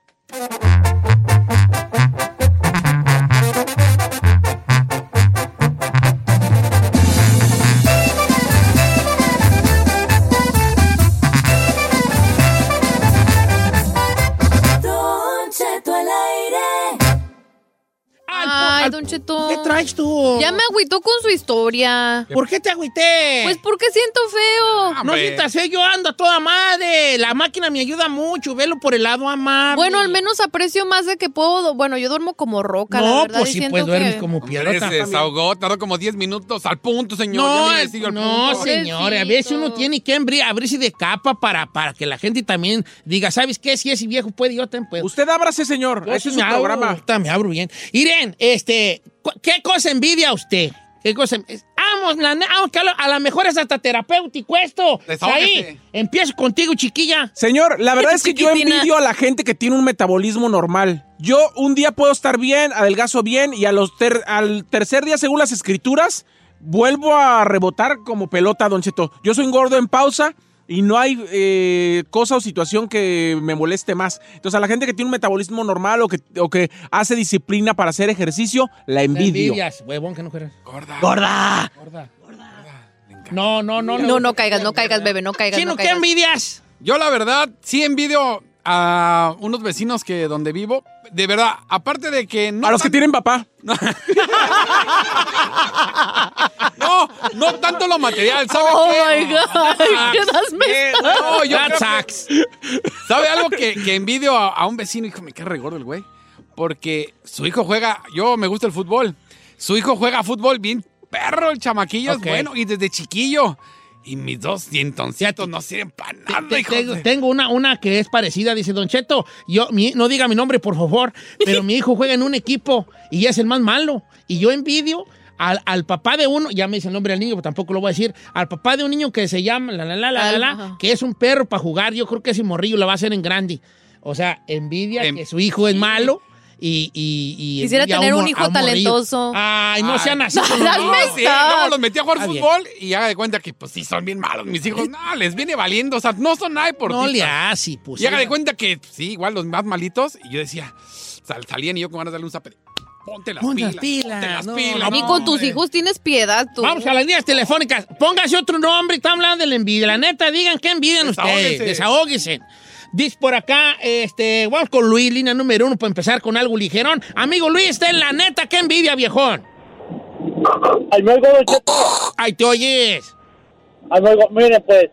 Ay, al- Don Cheto. ¿Qué traes tú? Ya me agüitó con su historia. ¿Por qué te agüité? Ah, Pues porque siento feo. No sientas feo, yo ando a toda madre. La máquina me ayuda mucho. Velo por el lado amable. Bueno, al menos aprecio más de que puedo. Bueno, yo duermo como roca, la No, verdad, pues y sí, siento pues duermes que- como Hombre, piedrota. se desahogó, tardó como 10 minutos al punto, señor. No, Ya le es- sigo al no, punto. señores, a veces uno tiene que abri- abrirse de capa para, para que la gente también diga, ¿sabes qué? Si ese viejo puede, yo también puedo. Usted ábrase, señor. Yo Ese sí es me su abro, programa. ahorita me abro bien. Irene, este, cu- ¿qué cosa envidia usted? ¿Qué cosa? env- Vamos, la ne- aunque a lo, a lo mejor es hasta terapéutico esto. Desahógese. Ahí, empiezo contigo, chiquilla. Señor, la verdad es que yo Chiquitina. envidio a la gente que tiene un metabolismo normal. Yo un día puedo estar bien, adelgazo bien y a los ter- al tercer día, según las escrituras, vuelvo a rebotar como pelota, Don Cheto. Yo soy un gordo en pausa y no hay eh, cosa o situación que me moleste más. Entonces, a la gente que tiene un metabolismo normal o que, o que hace disciplina para hacer ejercicio, la envidio. Envidias, huevón, que no quieras. Gorda. Gorda. Gorda. No, no, no, No, no caigas, no caigas, bebé, no caigas. no caigas. envidias? Yo, la verdad, sí envidio a unos vecinos que donde vivo. De verdad, aparte de que no. A los que tienen papá. No, no tanto lo material, ¿sabe Oh qué? my God, qué das mensadas. Eh, No, yo That creo que- ¿Sabe algo que, que envidio a, a un vecino? Hijo, me cae regordo el güey. Porque su hijo juega, yo me gusta el fútbol. Su hijo juega fútbol bien perro, el chamaquillo Ok. es bueno y desde chiquillo. Y mis dos dientoncitos no sirven para nada, Te- hijo tengo, de- tengo una, una que es parecida, dice Don Cheto. Yo, mi- no diga mi nombre, por favor, pero mi hijo juega en un equipo y es el más malo. Y yo envidio al, al papá de uno, ya me dice el nombre del niño, pero tampoco lo voy a decir, al papá de un niño que se llama, la, la, la, la, la, la, Ajá. que es un perro para jugar. Yo creo que ese morrillo la va a hacer en grande. O sea, envidia Em, que su hijo es malo. Y, y- y Quisiera envidia a tener un mo- hijo a morrillo. talentoso. Ay, no Ay. sean <laughs> así. con los No, niños. sí, luego los metí a jugar Está bien. Eh. fútbol y haga de cuenta que, pues sí, son bien malos mis hijos. No, les viene valiendo. O sea, no son nada por No le hace, pues. y haga de sí. cuenta que, sí, igual los más malitos. Y yo decía, sal- salían y yo con ganas de darle un zape. Ponte las Ponte pilas. las pilas, Ponte las no, pilas. Ni con tus hijos tienes piedad, tú. Vamos a las líneas telefónicas. Póngase otro nombre. Está hablando de la envidia. La neta, digan qué envidian Desahóguense. ustedes. Desahóguense. Dice por acá, este, vamos con Luis, línea número uno, para empezar con algo ligerón. Amigo Luis, está en la neta, qué envidia, viejón. Ahí me oigo, Don Cheto. Ay, te oyes. Ahí me oigo. Mire, pues,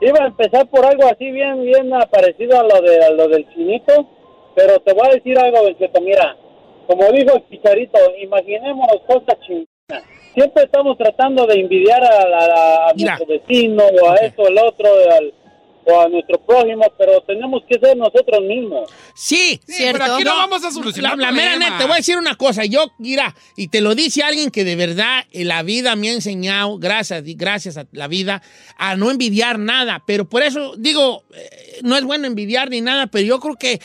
iba a empezar por algo así bien, bien ah, parecido a lo, de, a lo del chinito, pero te voy a decir algo, Don Cheto. Mira, como dijo el Picharito, imaginémonos cosas chingonas. Siempre estamos tratando de envidiar a, a- a Mira. nuestro vecino o a esto, el otro, al- o a nuestro prójimo, pero tenemos que ser nosotros mismos. Sí, pero aquí no vamos a solucionar La, la mera problemas. neta, te voy a decir una cosa. Yo, mira, y te lo dice alguien que de verdad eh, la vida me ha enseñado, gracias, di- gracias a la vida, a no envidiar nada. Pero por eso digo, eh, no es bueno envidiar ni nada, pero yo creo que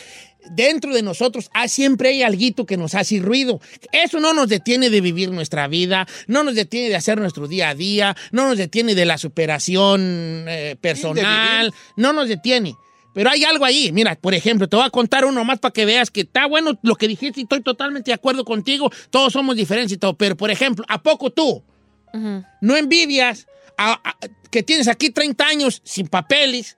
dentro de nosotros ah, siempre hay alguito que nos hace ruido. Eso no nos detiene de vivir nuestra vida, no nos detiene de hacer nuestro día a día, no nos detiene de la superación eh, personal, no nos detiene. Pero hay algo ahí. Mira, por ejemplo, te voy a contar uno más para que veas que está bueno lo que dijiste y estoy totalmente de acuerdo contigo. Todos somos diferentes y todo. Pero, por ejemplo, ¿a poco tú Ujú. no envidias a- a- que tienes aquí 30 años sin papeles,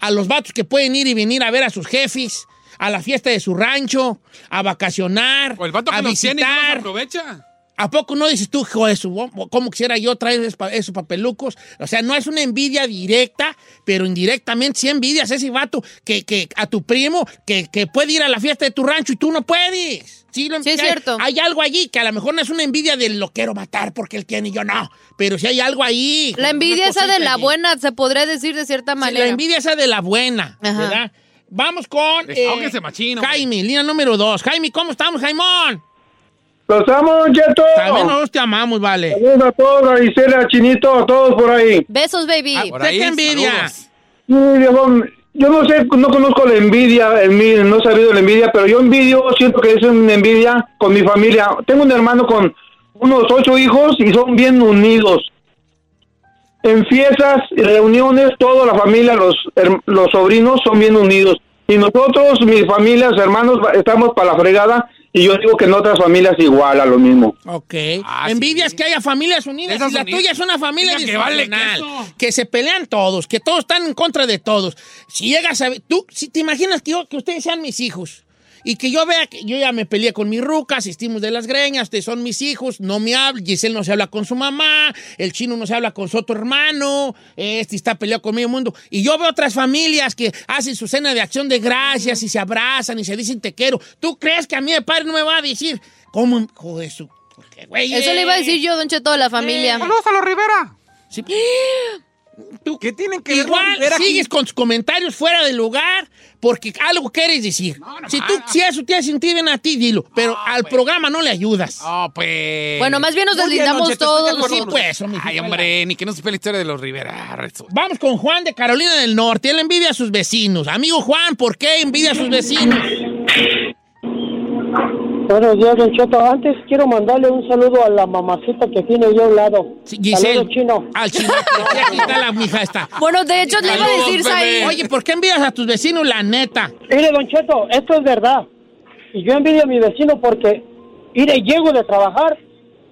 a los vatos que pueden ir y venir a ver a sus jefes, a la fiesta de su rancho, a vacacionar, O el vato que a los tiene y no los visitar? aprovecha. ¿A poco no dices tú, hijo de su bo- cómo quisiera yo traer esos, pa- esos papelucos? O sea, no es una envidia directa, pero indirectamente sí envidias a ese vato que, que a tu primo que, que puede ir a la fiesta de tu rancho y tú no puedes. Sí, lo- Sí, es hay- cierto. Hay algo allí que a lo mejor no es una envidia del lo quiero matar porque él tiene y yo no, pero sí hay algo ahí. La envidia una esa de cosita la allí. buena, se podría decir de cierta Sí, manera. la envidia esa de la buena, Ajá. ¿verdad? Vamos con eh, Desahóguese, machino. Jaime, línea número dos. Jaime, ¿cómo estamos, Jaimón? Los amo, Don Cheto. También nosotros te amamos, vale. Saludos a todos, a Isela, Chinito, a todos por ahí. Besos, baby. Ah, ¿usted qué envidia? Sí, viejón, Yo no sé, no conozco la envidia, en mí, no he sabido la envidia, pero yo envidio, siento que es una envidia con mi familia. Tengo un hermano con unos ocho hijos y son bien unidos. En fiestas, reuniones, toda la familia, los, her- los sobrinos son bien unidos. Y nosotros, mis familias, hermanos, estamos para la fregada y yo digo que en otras familias igual a lo mismo. Ok. Envidias que haya familias unidas. Ah, Esas y la unidas. tuya es una familia Mira que vale disfuncional, queso. que se pelean todos, que todos están en contra de todos. Si llegas a ver, tú, si te imaginas que, yo- que ustedes sean mis hijos Y que yo vea que yo ya me peleé con mi ruca, asistimos de las greñas, ustedes son mis hijos, no me habla, Giselle no se habla con su mamá, el chino no se habla con su otro hermano, este está peleado con medio mundo. Y yo veo otras familias que hacen su cena de acción de gracias y se abrazan y se dicen te quiero. ¿Tú crees que a mí el padre no me va a decir cómo, hijo de su Güey, Eso le iba a decir yo, Don Cheto, a la familia. ¡Saludos a los Rivera! <gasps> ¿Tú ¿Qué tienen que Igual sigues con tus comentarios fuera de lugar porque algo quieres decir. si tú si eso te hace sentir bien a ti, dilo. Pero al programa no le ayudas. No, pues. Bueno, más bien nos deslindamos todos. Sí, pues. hombre, Ay, hombre, ni que no supe la historia de los Rivera. Resulta. Vamos con Juan de Carolina del Norte. Él envidia a sus vecinos. Amigo Juan, ¿por qué envidia a sus vecinos? Buenos días, Don Cheto. Antes quiero mandarle un saludo a la mamacita que tiene yo a un lado. Giselle. Saludos, chino. Al <laughs> chino. Aquí está la mija esta. Bueno, de hecho, le iba a decir, Saí. Oye, ¿por qué envidias a tus vecinos, la neta? Mire, Don Cheto, esto es verdad. Y yo envidio a mi vecino porque, mire, llego de trabajar,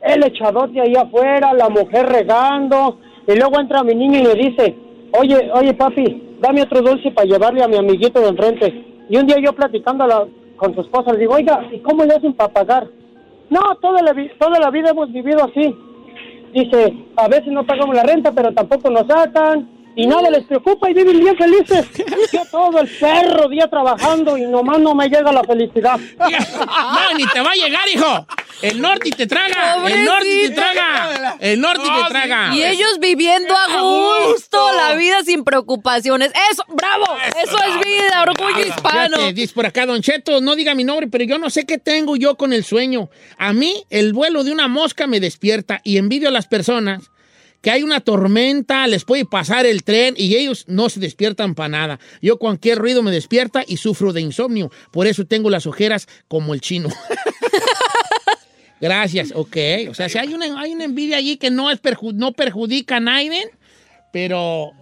el echadote ahí afuera, la mujer regando, y luego entra mi niño y le dice, oye, oye, papi, dame otro dulce para llevarle a mi amiguito de enfrente. Y un día yo platicando a la- con su esposa, le digo, oiga, ¿y cómo le hacen para pagar? No, toda la, vi- toda la vida hemos vivido así. Dice, a veces no pagamos la renta, pero tampoco nos sacan. Y nada les preocupa y viven bien felices. Yo todo el perro día trabajando y nomás no me llega la felicidad. No, ni te va a llegar, hijo. El norte te traga. El norte te traga. El norte te traga. Y ellos viviendo a gusto la vida sin preocupaciones. Eso, bravo. Eso es vida, orgullo hispano. Fíjate, dice por acá, Don Cheto, no diga mi nombre, pero yo no sé qué tengo yo con el sueño. A mí, el vuelo de una mosca me despierta y envidio a las personas que hay una tormenta, les puede pasar el tren y ellos no se despiertan para nada. Yo cualquier ruido me despierta y sufro de insomnio. Por eso tengo las ojeras como el chino. <laughs> Gracias, ok. O sea, si hay una, hay una envidia allí que no, es perju- no perjudica a nadie, pero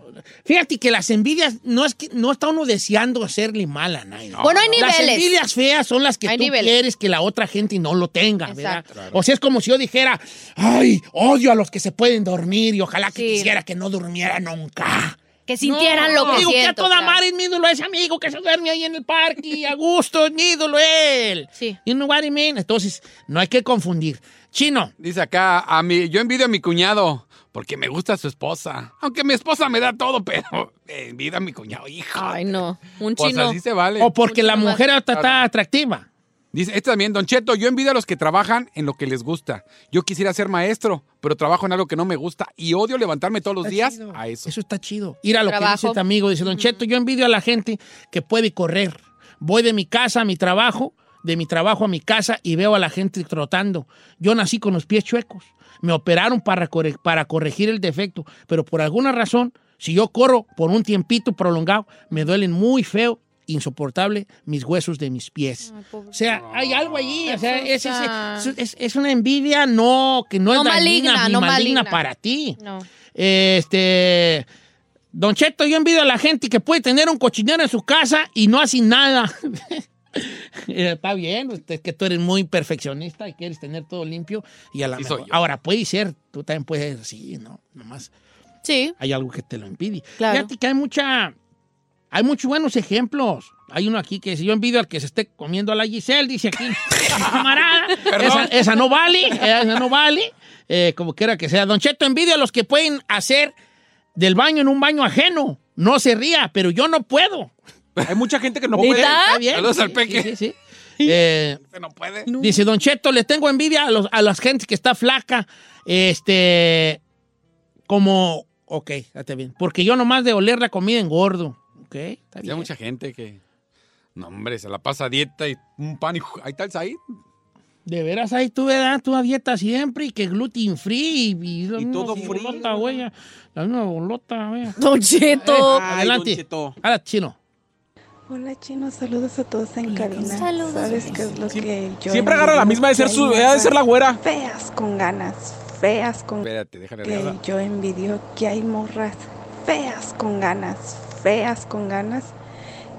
fíjate que las envidias no es que no está uno deseando hacerle mal a nadie. Bueno, hay Las niveles. envidias feas son las que Hay tú niveles. quieres que la otra gente no lo tenga, ¿verdad? Exacto. O sea, es como si yo dijera, ay, odio a los que se pueden dormir y ojalá que quisiera que no durmiera nunca. Que sintieran lo que Digo, que a siento, toda claro. madre es mi ídolo ese amigo que se duerme ahí en el parque y a gusto, es mi ídolo él. Sí. You know what I mean? Entonces, no hay que confundir. Chino. Dice acá, a mí, yo envidio a mi cuñado porque me gusta su esposa. Aunque mi esposa me da todo, <laughs> pero eh, envidio a mi cuñado, hijo. Ay, no. Un Pues chino. así se vale. O porque la mujer está, está Claro. atractiva. Dice, este también, Don Cheto, yo envidio a los que trabajan en lo que les gusta. Yo quisiera ser maestro, pero trabajo en algo que no me gusta y odio levantarme todos los días a eso. Eso está chido. Ir a lo que Trabajo. dice tu <laughs> amigo, dice Don Cheto, yo envidio a la gente que puede correr. Voy de mi casa a mi trabajo, de mi trabajo a mi casa y veo a la gente trotando. Yo nací con los pies chuecos. Me operaron para, corre- para corregir el defecto, pero por alguna razón, si yo corro por un tiempito prolongado, me duelen muy feo, insoportable, mis huesos de mis pies. O sea, hay algo allí, o sea, es, es- es- es- es una envidia no que no, No es dañina maligna, ni no maligna maligna. para ti. No. Este. Don Cheto, yo envidio a la gente que puede tener un cochinero en su casa y no hace nada. <laughs> Eh, Está bien, es que tú eres muy perfeccionista y quieres tener todo limpio y a la Sí, mejor- soy yo. Ahora puede ser, tú también puedes ser así, ¿no? Nomás Sí. hay algo que te lo impide. Claro. Fíjate que hay mucha. Hay muchos buenos ejemplos. Hay uno aquí que dice, yo envidio al que se esté comiendo a la Giselle, dice aquí. Camarada, esa, esa no vale, esa no vale. Eh, como quiera que sea. Don Cheto, envidia a los que pueden hacer del baño en un baño ajeno. No se ría, pero yo no puedo. Hay mucha gente que no Está puede. bien. Saludos al Sí, peque. sí, sí, sí. Eh, Dice Don Cheto, le tengo envidia a, los, a las gente que está flaca. Este, como, ok, está bien. Porque yo nomás de oler la comida engordo. Ok, está Hay bien. mucha gente que, no hombre, se la pasa a dieta y un pan y ju- ahí está el Said. De veras, ahí tú, ¿verdad? Tú a dieta siempre y que gluten free y, y, todo frío. La misma bolota, güey. Don Cheto. Eh, adelante. Ay, Don Ahora, chino. Hola chino, saludos a todos en cabina. Saludos. ¿Sabes qué es lo que yo Siempre envidio? agarra la misma de ser Que su, hay ha de ser la güera. morras Feas con ganas, feas con Espérate, déjale que hablar. yo envidio que hay morras feas con ganas, feas con ganas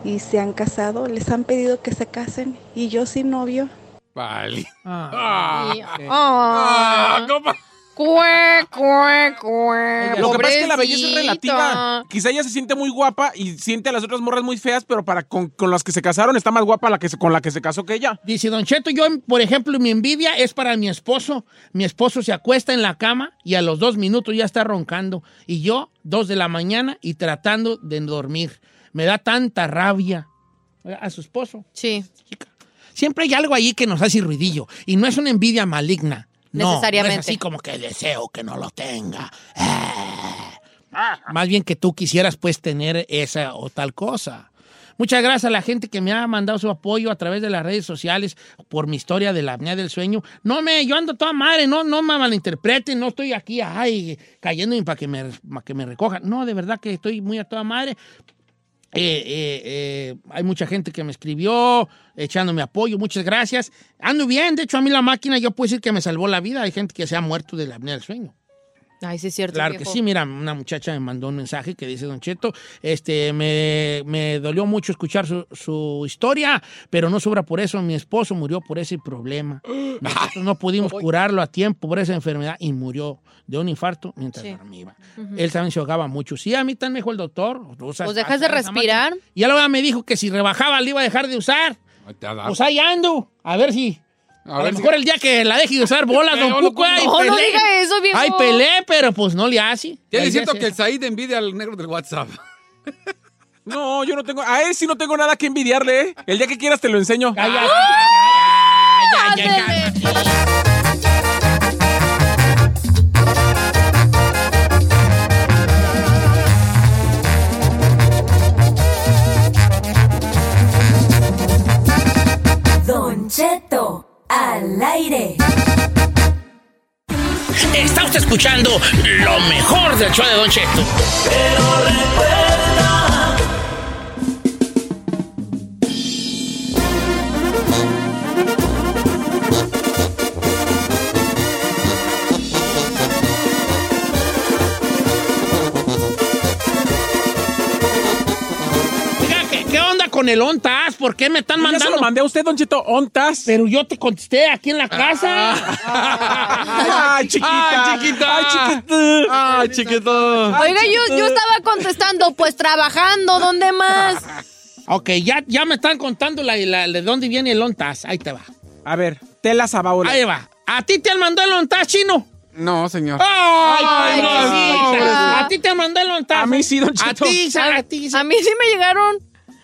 y se han casado, les han pedido que se casen y yo sin novio. Vale. <laughs> Ah. Ah, Y- ah, compa. Cue, cue, cue. Eh, Lo que pasa es que la belleza es pobrecito. relativa. Quizá ella se siente muy guapa y siente a las otras morras muy feas, pero para con, con las que se casaron está más guapa la que se- con la que se casó que ella. Dice Don Cheto, yo, por ejemplo, mi envidia es para mi esposo. Mi esposo se acuesta en la cama y a los dos minutos ya está roncando. Y yo, dos de la mañana y tratando de dormir. Me da tanta rabia. A su esposo. Sí. Siempre hay algo allí que nos hace ruidillo. Y no es una envidia maligna. No, Necesariamente. No es así como que deseo que no lo tenga. Más bien que tú quisieras pues tener esa o tal cosa. Muchas gracias a la gente que me ha mandado su apoyo a través de las redes sociales por mi historia de la apnea del sueño. No me, yo ando toda madre, no, no me malinterpreten, no estoy aquí, ay, cayéndome para que me, para que me recojan. No, de verdad que estoy muy a toda madre. Eh, eh, eh, hay mucha gente que me escribió echándome apoyo, muchas gracias. Ando bien, de hecho a mí la máquina yo puedo decir que me salvó la vida. Hay gente que se ha muerto de la apnea del sueño. Ay, sí, es cierto. Claro viejo. que sí, mira, una muchacha me mandó un mensaje que dice, Don Cheto, este, me, me dolió mucho escuchar su, su historia, pero no sobra por eso, mi esposo murió por ese problema. Nosotros no pudimos curarlo a tiempo por esa enfermedad y murió de un infarto mientras Sí. dormía. Ujú. Él también se ahogaba mucho. Sí, a mí también me dijo el doctor. o sea, Pues dejas de esa máquina. respirar. Y ahora me dijo que si rebajaba le iba a dejar de usar. Pues ahí ando, a ver si... A, ver lo si- mejor el día que la deje de usar bolas, No, don no, Cuco, ay, no, no pelea. diga eso, viejo. Ay, pelé, pero pues no le hace. Ya La idea es cierto es que el Said envidia al negro del WhatsApp. <laughs> No, yo no tengo. A él sí no tengo nada que envidiarle, ¿eh? El día que quieras te lo enseño. Don Cheto al aire. Está usted escuchando lo mejor del show de Don Cheto. Oiga, ¿qué, qué onda con el ONTAS? ¿Por qué me están Yo Pues ya mandando? se lo mandé a usted, Don Cheto, ontas. Ah. Pero yo te contesté aquí en la casa. <laughs> Ay, chiquita. Ay, chiquita. Ay, chiquita. Ay, chiquito. Ah, Oiga, yo, yo estaba contestando, pues trabajando, <laughs> ¿dónde más? Ok, ya, ya me están contando la, la- de dónde viene el ONTAS. Ahí te va. A ver, tela sabaola. Ahí va. ¿A ti te mandó el ONTAS, chino? No, señor. ¡Ay, Ay, pobrecita! no, pobrecita. A ti te mandó el ONTAS. A mí sí, don A ti, Sara, a ti. A mí sí me llegaron.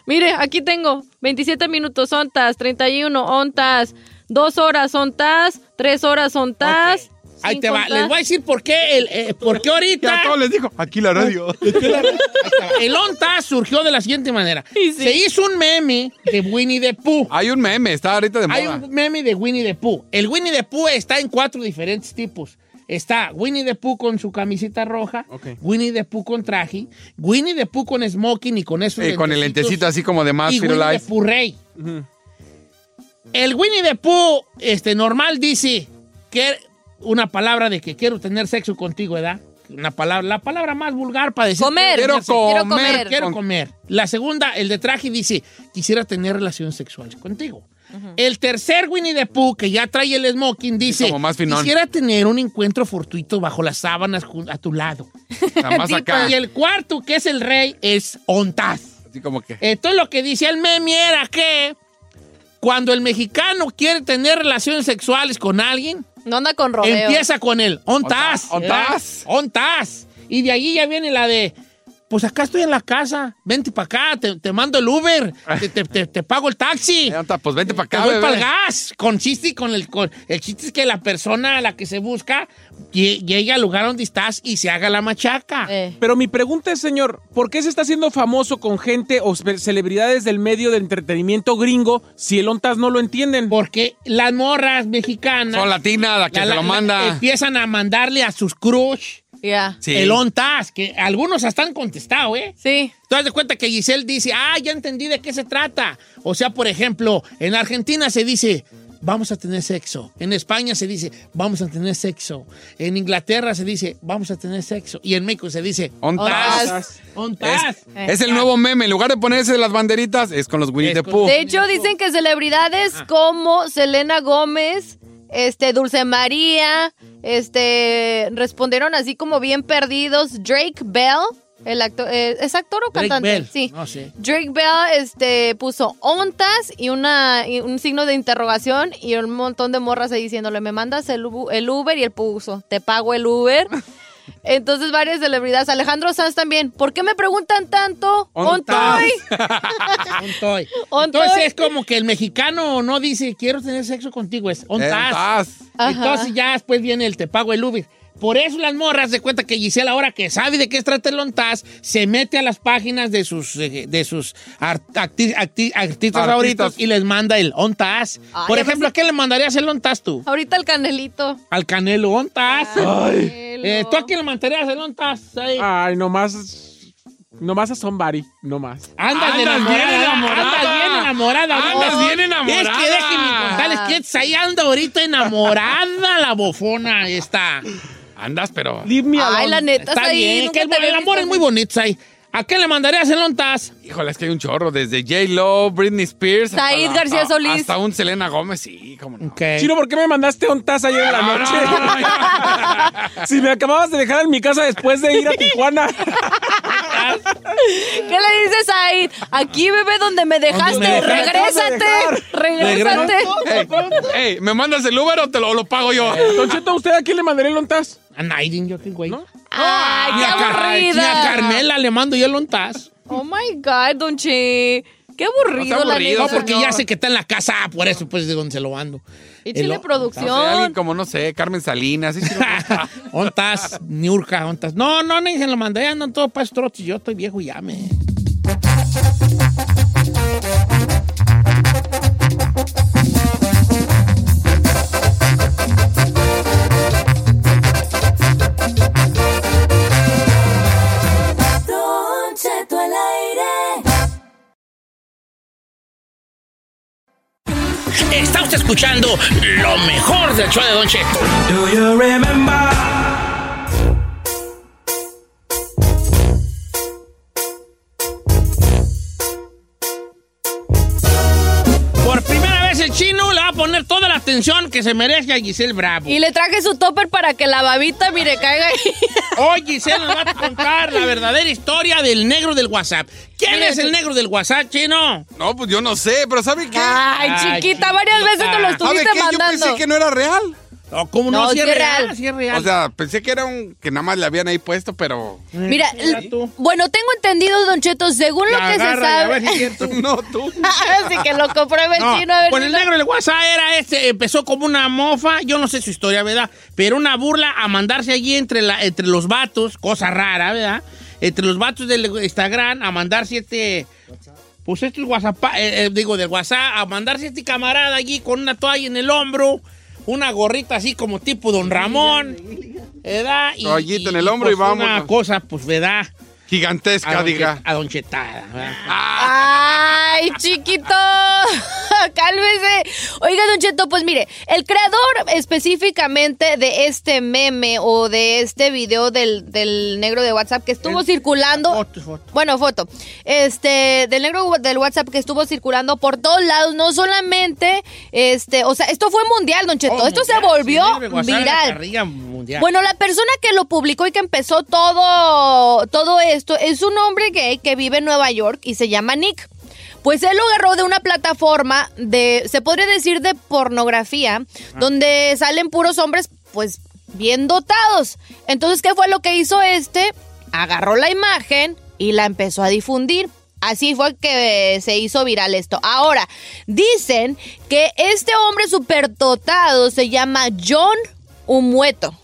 Mire, aquí tengo 27 minutos ontas, 31 ontas, 2 horas ontas, 3 horas ontas. Ahí te va. ontas. Les voy a decir por qué, el, eh, por qué ahorita. Ya todos les dijo, aquí la radio. <laughs> El ONTAS surgió de la siguiente manera. Se hizo un meme de Winnie the Pooh. Hay un meme, está ahorita de Hay moda. un meme de Winnie the Pooh. El Winnie the Pooh está en cuatro diferentes tipos. Está Winnie the Pooh con su camiseta roja, Winnie the Pooh con traje, Winnie the Pooh con smoking y con eso. Eh, con el lentecito así como de más y Winnie the Pooh rey. El Winnie the Pooh este, normal dice que una palabra de que quiero tener sexo contigo, ¿verdad? Una palabra, la palabra más vulgar para decir Comer. quiero tener sexo. Quiero comer. Quiero Quiero comer. comer. La segunda, el de traje dice, quisiera tener relaciones sexuales contigo. El tercer Winnie the Pooh, que ya trae el smoking, dice, como más finón. quisiera tener un encuentro fortuito bajo las sábanas jun- a tu lado. <laughs> Nada más acá. Y el cuarto, que es el rey, es Ontas. Así como Eh, que. Entonces lo que decía el meme era que cuando el mexicano quiere tener relaciones sexuales con alguien, No anda con rodeo. empieza con el ontas. Ontas. ¿verdad? Ontas. Y de ahí ya viene la de, pues acá estoy en la casa, vente para acá, te, te mando el Uber, te, te- te- te pago el <laughs> taxi. Pues vente para Te acá, doy bebé. pa'l gas. Con chiste y con el, con- el chiste es que la persona a la que se busca lle- llegue al lugar donde estás y se haga la machaca. Eh. Pero mi pregunta es, señor, ¿por qué se está haciendo famoso con gente o ce- celebridades del medio del entretenimiento gringo si el ONTAS no lo entienden? Porque las morras mexicanas. Son latinas, la que La- se la- lo la- manda. empiezan a mandarle a sus crush Ya. Sí. el ONTAS, que algunos hasta han contestado, ¿eh? Sí. Tú das de cuenta que Giselle dice, ah, ya entendí de qué se trata. O sea, por ejemplo, en Argentina se dice, vamos a tener sexo. En España se dice, vamos a tener sexo. En Inglaterra se dice, vamos a tener sexo. Y en México se dice, Ontas. ONTAS. Es el nuevo meme. En lugar de ponerse las banderitas, es con los Winnie the Pooh. De hecho, dicen Ah. que celebridades como Selena Gómez, este, Dulce María, este, respondieron así como bien perdidos. Drake Bell, el actor, eh, ¿es actor o Drake cantante? Bell. Sí. No sé. Drake Bell este, puso ontas y, una, y un signo de interrogación y un montón de morras ahí diciéndole, me mandas el, Ubu- el Uber y él puso, te pago <laughs> el Uber. Entonces varias celebridades, Alejandro Sanz también, ¿por qué me preguntan tanto? Ontas. <laughs> Ontoy. Ontoy. Entonces es como que el mexicano no dice, quiero tener sexo contigo, es ontas. Ajá. Entonces ya después viene el te pago el Uber. Por eso las morras de cuenta que Gisela, ahora que sabe de qué trata el ontas, se mete a las páginas de sus, eh, de sus ar- acti- acti- artistas Artistas. favoritos y les manda el ontas. Ay, Por ya ejemplo, ¿a qué le mandarías el ontas tú? Ahorita el canelito. Al Canelo Ontas. Ay. Eh, ¿Tú a quién le mandarías el ontas? Ahí. Ay, nomás. Nomás a somebody, nomás. Andas, de enamorada, Andas bien enamorada. Andas amor. bien enamorada. Es que déjenme contarles que es- ahí anda ahorita enamorada la bofona esta. Andas, pero. Ay, la neta, Está Said, bien, nunca que el, te había el amor es muy bonito, Said. ¿A quién le mandarías el ontas? Híjole, es que hay un chorro. Desde J-Lo, Britney Spears. hasta Said la- García a- Solís. Hasta un Selena Gómez, sí, cómo no. Chino, ¿por qué me mandaste un taza ayer en la No, no, noche? no, no, <laughs> si me acababas de dejar en mi casa después de ir a <laughs> Tijuana. ¿Qué le dices ahí? Aquí, bebé, donde me dejaste, me dejaste, regrésate. Regrésate. Ey, <laughs> ey, ¿me mandas el Uber o te lo, lo pago yo? Don Cheto, ¿a ¿usted a quién le mandaría el ontas? A Naiden, yo qué güey. Ay, Ni ah, qué a Car- ni aburrida. a Carmela le mando yo el ontas. Oh my God, Don Che. Qué aburrido, la No, neta. porque ya sé que está en la casa, por eso pues de donde se lo mando. Y El chile o- producción. No sé, alguien como, no sé, Carmen Salinas. sí, sí, no, está. <laughs> Ontas, Niurka, ontas. No, no, ni se lo mandé, andan todos para trotes. Yo estoy viejo y ya me. Don Cheto al aire. Está usted escuchando lo mejor del show de Don Cheto. Do you remember? Por primera vez el chino le va a poner toda la atención que se merece a Giselle Bravo. Y le traje su topper para que la babita, mire, caiga ahí. <laughs> Hoy Giselle nos va a contar la verdadera historia del negro del WhatsApp. ¿Quién es el negro del WhatsApp, chino? No, pues yo no sé, pero ¿sabe qué? Ay, chiquita, varias veces te lo ¿Sabe estuviste qué? Yo mandando. pensé que no era real. No, ¿cómo no? No, Sí es sí es real, real. sí es real. O sea, pensé que era un. que nada más le habían ahí puesto, pero. Mira, l- bueno, tengo entendido, Don Cheto, según lo que se Agárrale, a sabe. ver si <laughs> es cierto. No, tú. <laughs> Así que lo compruebe el No, chino. A ver pues si el lo- negro del WhatsApp era este, empezó como una mofa, yo no sé su historia, ¿verdad? Pero una burla a mandarse allí entre, la, entre los vatos, cosa rara, ¿verdad? Entre los vatos del Instagram, a mandarse este. Pues este WhatsApp, eh, eh, digo, del WhatsApp, a mandarse este camarada allí con una toalla en el hombro, una gorrita así como tipo Don Ramón, ¿verdad? Y, Toallita en el hombro y pues, Una vámonos. cosa, pues, ¿verdad? Gigantesca, A don diga. Ah, Chet- A don Chetada, ¿verdad? Ay, chiquito, <laughs> cálmese. Oiga, Don Cheto, pues mire, el creador específicamente de este meme o de este video del, del negro de WhatsApp que estuvo circulando. Bueno, foto. Este, del negro wa- del WhatsApp que estuvo circulando por todos lados, no solamente, este, o sea, esto fue Oh, mundial, Don Cheto. esto se volvió El negro del WhatsApp, la viral. carrilla mundial. Bueno, la persona que lo publicó y que empezó todo, todo esto es un hombre gay que vive en Nueva York y se llama Nick. Pues él lo agarró de una plataforma de, se podría decir, de pornografía, donde salen puros hombres, pues, bien dotados. Entonces, ¿qué fue lo que hizo este? Agarró la imagen y la empezó a difundir. Así fue que se hizo viral esto. Ahora, dicen que este hombre superdotado se llama John Umueto.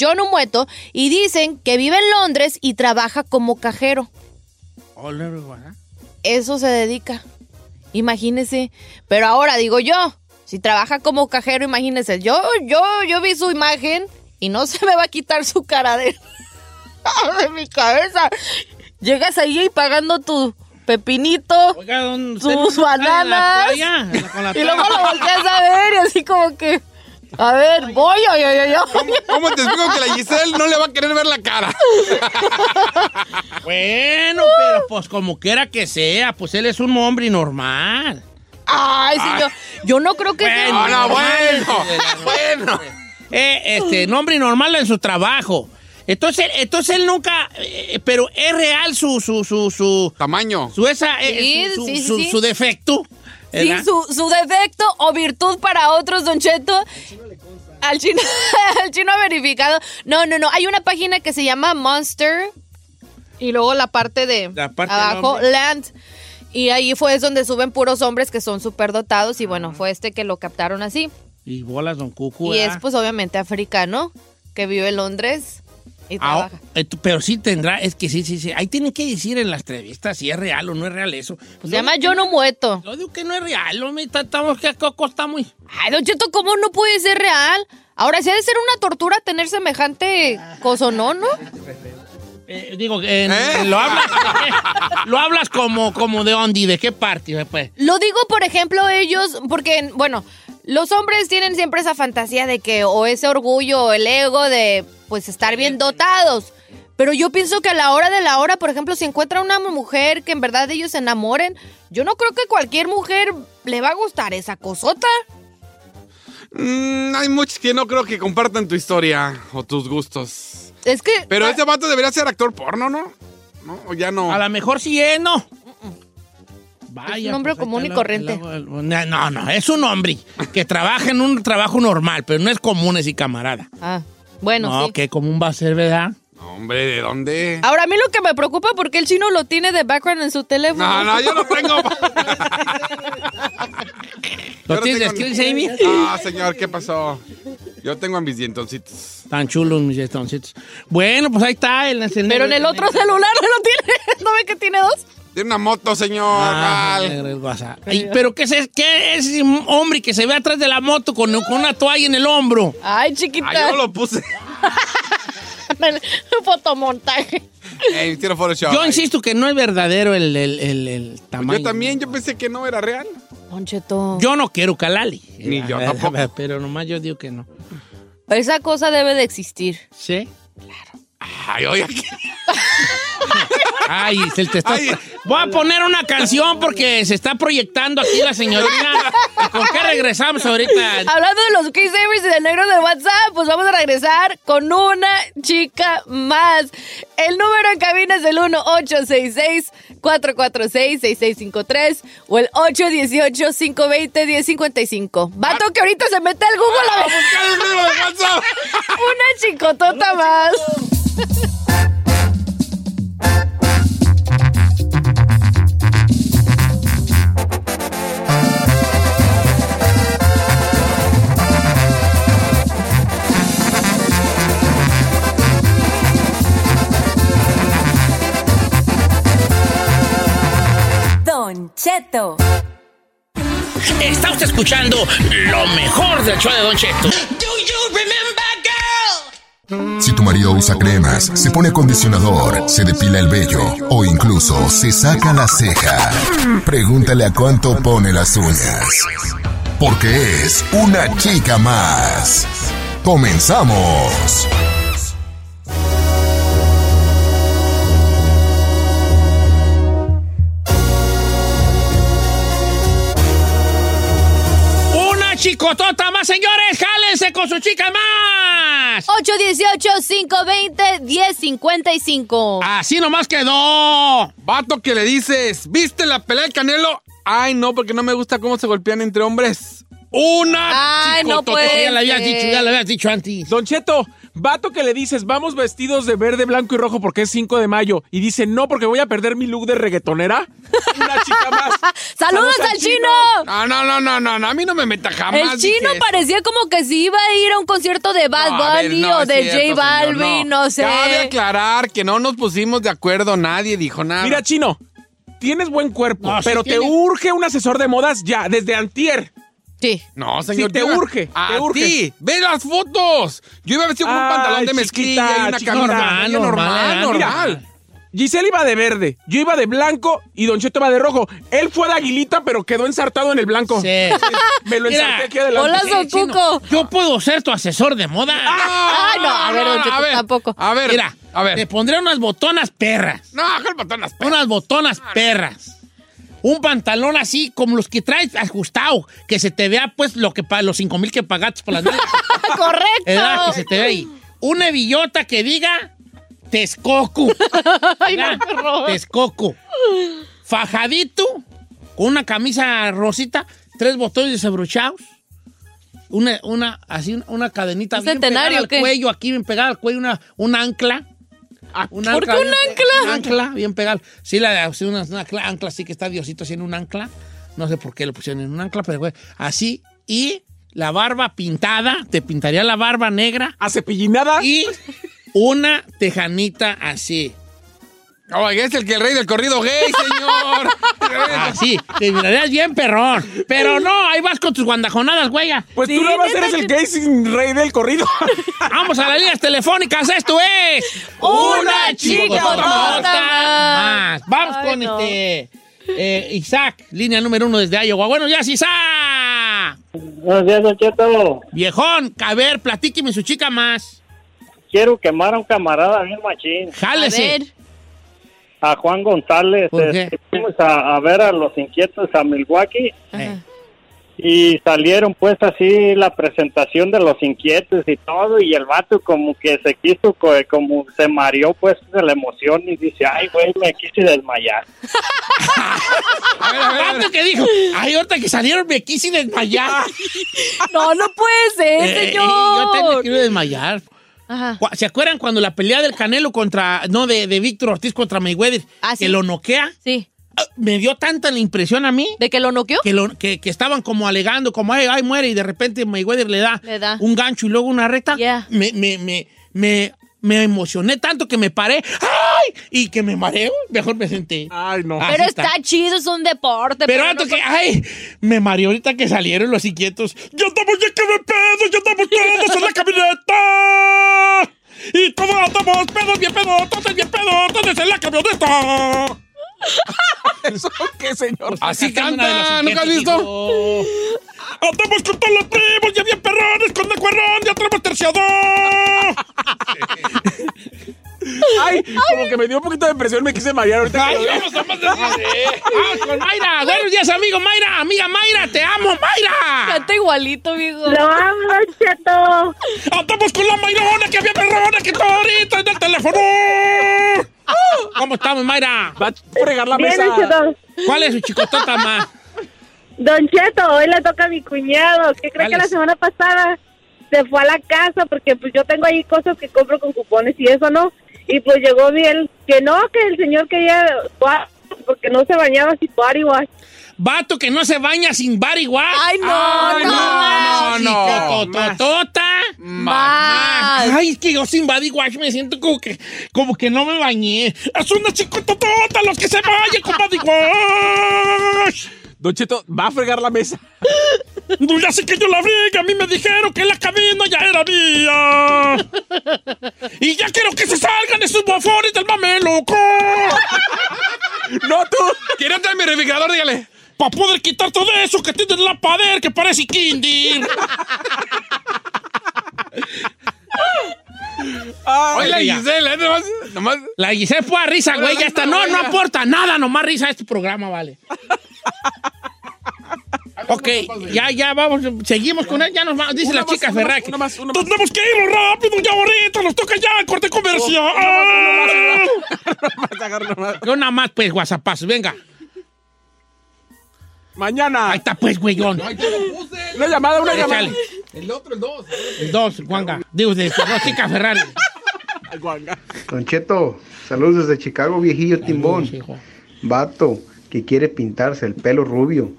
John Umueto y dicen que vive en Londres y trabaja como cajero. Oh, el negro del WhatsApp. Eso se dedica. Imagínese. Pero ahora digo yo, si trabaja como cajero, imagínese. Yo, yo, yo vi su imagen y no <laughs> se me va a quitar su cara de, <laughs> de mi cabeza. Llegas ahí y pagando tu pepinito, tus bananas. <laughs> Y luego lo volteas a ver y así como que. A ver, voy, yo, yo, yo, ¿Cómo te explico que la Giselle no le va a querer ver la cara? Bueno, pero pues como quiera que sea, pues él es un hombre normal. Ay, señor. Yo no creo que. Bueno, sea- bueno, bueno. eh, este, nombre normal en su trabajo. Entonces, entonces él nunca, eh, pero es real su, su, su, su tamaño, su esa, eh, Sí, su, su- sí, sí, su- sí. su defecto. Sí, ¿verdad? su, su defecto o virtud para otros, Don Cheto. Al chino, <laughs> al chino verificado. No, no, no. Hay una página que se llama Monster y luego la parte de La parte del abajo, hombre. Land. Y ahí fue es donde suben puros hombres que son superdotados y bueno, fue este que lo captaron así. Y bolas, don Cucu. Y es ¿verdad? pues obviamente africano que vive en Londres y Ah, trabaja. eh, tú- pero sí tendrá, es que sí, sí, sí. Ahí tienen que decir en las entrevistas si es real o Pues no es real eso. Se llama Yo no muerto. Yo digo que no es real, hombre. está- Estamos que Coco está muy. Ay, Don Cheto, ¿cómo no puede ser real? Ahora sí ha de ser una tortura tener semejante cosonón, ¿no? Eh, digo, eh, lo hablas. <laughs> lo hablas como, como de Ondi, ¿de qué parte? Pues? Lo digo, por ejemplo, ellos, porque, bueno, los hombres tienen siempre esa fantasía de que, o ese orgullo, o el ego de, pues, estar bien dotados. Pero yo pienso que a la hora de la hora, por ejemplo, si encuentra una mujer que en verdad ellos se enamoren, yo no creo que cualquier mujer le va a gustar esa cosota. Mm, hay muchos que no creo que compartan tu historia o tus gustos. Es que... Pero este vato debería ser actor porno, ¿no? ¿No? O ya no. A lo mejor sí es, ¿no? pues, Es un hombre común y corriente. No, no, no, es un hombre que trabaja en un trabajo normal, pero no es común ese camarada. Ah, bueno, no, sí. que común va a ser, ¿verdad? Hombre, ¿de dónde? Ahora, a mí lo que me preocupa porque el chino lo tiene de background en su teléfono. No, no, yo no tengo. ¿Lo tienes de Screen Saving? Ah, señor, ¿qué pasó? Yo tengo a mis dientoncitos. Tan chulos mis estoncitos. Bueno, pues ahí está. El, Pero en el otro celular no lo tiene. <laughs> ¿No ve que tiene dos? Tiene una moto, señor. Ah, Val. el WhatsApp. Ay, pero ¿qué es, ese- qué es ese hombre que se ve atrás de la moto con, con una toalla en el hombro? Ay, chiquita. Ah, Ay, yo lo <laughs> puse. Fotomontaje. Ey, tiro Photoshop. Pues Yo insisto que no es verdadero el, el- el- el tamaño. Yo también, yo pensé que no era real. Don Cheto. Yo no quiero calali. Ni yo tampoco. Pero nomás yo digo que no. <laughs> Esa cosa debe de existir. ¿Sí? Ay, oye, aquí. Ay, se te está... Voy a poner una canción porque se está proyectando aquí la señorita. ¿Y ¿Con qué regresamos ahorita? Hablando de los Kiss Savers y del negro de WhatsApp, pues vamos a regresar con una chica más. El número en cabina es el 1-866-446-6653 o el 818-520-1055. Vato que ahorita se mete al Google a buscar Ah, el negro de WhatsApp. <laughs> una chicotota más. Don Cheto. Está usted escuchando lo mejor del show de Don Cheto. Si tu marido usa cremas, se pone acondicionador, se depila el vello o incluso se saca la ceja, pregúntale a cuánto pone las uñas. Porque es una chica más. ¡Comenzamos! Una chicotota más, señores. Jálense con su chica más. 818-520-1055. Así nomás quedó. Vato que le dices, ¿viste la pelea del Canelo? Ay, no, porque no me gusta cómo se golpean entre hombres. Una Ay, no chicototoria, puede ser. habías dicho antes. Don Cheto, vato que le dices, vamos vestidos de verde, blanco y rojo porque es 5 de mayo. Y dice, no, porque voy a perder mi look de reggaetonera. <laughs> ¡Saludos al chino! No, no, no, no, no, no, a mí no me meta jamás. el chino dije eso. parecía como que si iba a ir a un concierto de Bad No, a ver, Bunny no, o es de cierto, J señor, Balvin, no, sé. Cabe aclarar que no nos pusimos de acuerdo, nadie dijo nada. Mira, chino, tienes buen cuerpo, No, sí pero te tiene- urge un asesor de modas ya, desde antier. Sí. No, señor. Sí, te yo iba- urge, A te urge. ti. Ve las fotos. Yo iba vestido con un Ay, pantalón de chiquita, mezclilla y una chiquita, camisa normal, normal, normal. Mira, Giselle iba de verde, yo iba de blanco y Don Cheto iba de rojo. Él fue de aguilita, pero quedó ensartado en el blanco. <laughs> Me lo Mira, ensarté aquí adelante. hola, Don Cuco. Yo puedo ser tu asesor de moda. Ah, no, a ver, Don Cheto, tampoco. A ver, Mira, a ver. Te pondré unas botonas perras. No, ¿cuál botonas perras? Unas botonas perras. Un pantalón <laughs> <laughs> así, como los que traes ajustado, que se te vea pues lo que pa- los cinco mil que pagaste por las nalgas. Correcto. ¿Verdad? Que se te ve ahí. Una billota que diga Texcoco. <laughs> ¿Verdad? Texcoco. Fajadito, con una camisa rosita, tres botones desabrochados. Una, una, así, una cadenita bien pegada centenario, al qué? cuello, aquí bien pegada al cuello, una, un ancla. Un ¿por qué un bien- ancla? un ancla, bien pegada. Sí, la, sí, una, una ancla, ancla, sí que está Diosito haciendo un ancla. No sé por qué lo pusieron en un ancla, pero güey, así. Y la barba pintada, te pintaría la barba negra. ¿A cepillinada? Y una tejanita así. Oiga, es el que el rey del corrido gay, señor. <laughs> Así, te mirarías bien perrón. Pero no, ahí vas con tus guandajonadas, güey. Pues tú nada más eres el gay sin rey del corrido. Vamos a las líneas telefónicas, esto es... Una chicotota más. más. Vamos Ay, con no. este... eh, Isaac, línea número uno desde Iowa. Buenos días, Isaac. Buenos días, Don Cheto. Viejón, a ver, platíqueme su chica más. Quiero quemar a un camarada bien machín. Jálese. A ver. A Juan González. ¿Por este, Fuimos a, a ver a los inquietos a Milwaukee. Eh. Y salieron pues así la presentación de los inquietos y todo. Y el vato como que se quiso, co- como se mareó pues de la emoción y dice, ay güey, me quise desmayar. Tanto que dijo, hay otra que salieron, me quise desmayar. No, no puede ser, Eh, señor. Yo también quiero desmayar. Ajá. Cu- Ah. ¿Se acuerdan cuando la pelea del Canelo contra, no, de, de Víctor Ortiz contra Mayweather, Ah, que sí. lo noquea? Sí. Ah, Me dio tanta la impresión a mí. ¿De que lo noqueó? Que, lo- que- que estaban como alegando, como, ay, ay, muere, y de repente Mayweather le da, Le da. un gancho y luego una recta. Me, me, me, me, me emocioné tanto que me paré, ¡ay! Y que me mareo, mejor me senté. Ay, no. Pero está. chido, es un deporte. Pero no antes que, con- ay, me mareé ahorita que salieron los inquietos. Yo estamos ya que me pedo, yo estamos todos en la camioneta. Y todos andamos pedos, bien pedos, todos bien pedos, todos en la camioneta. ¿Eso qué, señor? Así canta, ¿nunca has visto? Andamos con todos los primos, ya bien perrones, con el cuerrón, ya traemos terciador. Ay, como que me dio un poquito de impresión, me quise marear ahorita. Ay, vamos a más de- Vamos con Mayra. Buenos días, amigo Mayra. Amiga Mayra, te amo, Mayra. Canta igualito, viejo. Lo amo, Cheto. Andamos con la Mayrona que había perrona que está ahorita en el teléfono. ¿Cómo estamos, Mayra? Va a fregar la Bien, mesa. Don Cheto. ¿Cuál es su chicotota más? Don Cheto, hoy le toca a mi cuñado. que cree ¿Cuál que la es? semana pasada se fue a la casa? Porque pues yo tengo ahí cosas que compro con cupones y eso, ¿no? Y pues llegó bien que no, que el señor quería toa- porque no se bañaba sin body wash. Vato que no se baña sin bar igual. Ay, no, no, no, no, no, Más. Ay, es que yo sin body wash me siento como que, como que no me bañé. Es una chicototota los que se bañan con body wash. Don Cheto, va a fregar la mesa. <laughs> No, ya sé que yo la briga, a mí me dijeron que la cabina ya era mía. Y ya quiero que se salgan esos bofones del mame <laughs> loco. No, tú. ¿Quieres traer mi refrigerador? Dígale. Para poder quitar todo eso que tiene la pader que <laughs> parece kindir. Oye, la Gisela, ¿eh? nomás, nomás. La Giselle fue a risa, güey. Ya está. No, no aporta nada. Nomás risa a este programa, vale. ok, ya, ya, vamos. Seguimos con él. Ya nos vamos. Dice Una la más, chica una Ferrari. más, una más, una más. Tenemos que irnos rápido. Ya ahorita nos toca ya el corte comercial. Yo nada más, pues, guasapazos. Venga. Mañana. Ahí está, pues, güeyón. Una llamada, una llamada. Échale. El otro, el dos. El dos, Juanga. Digo, de la chica Ferrari. Don Cheto, saludos desde Chicago, viejillo timbón. Vato que quiere pintarse el pelo rubio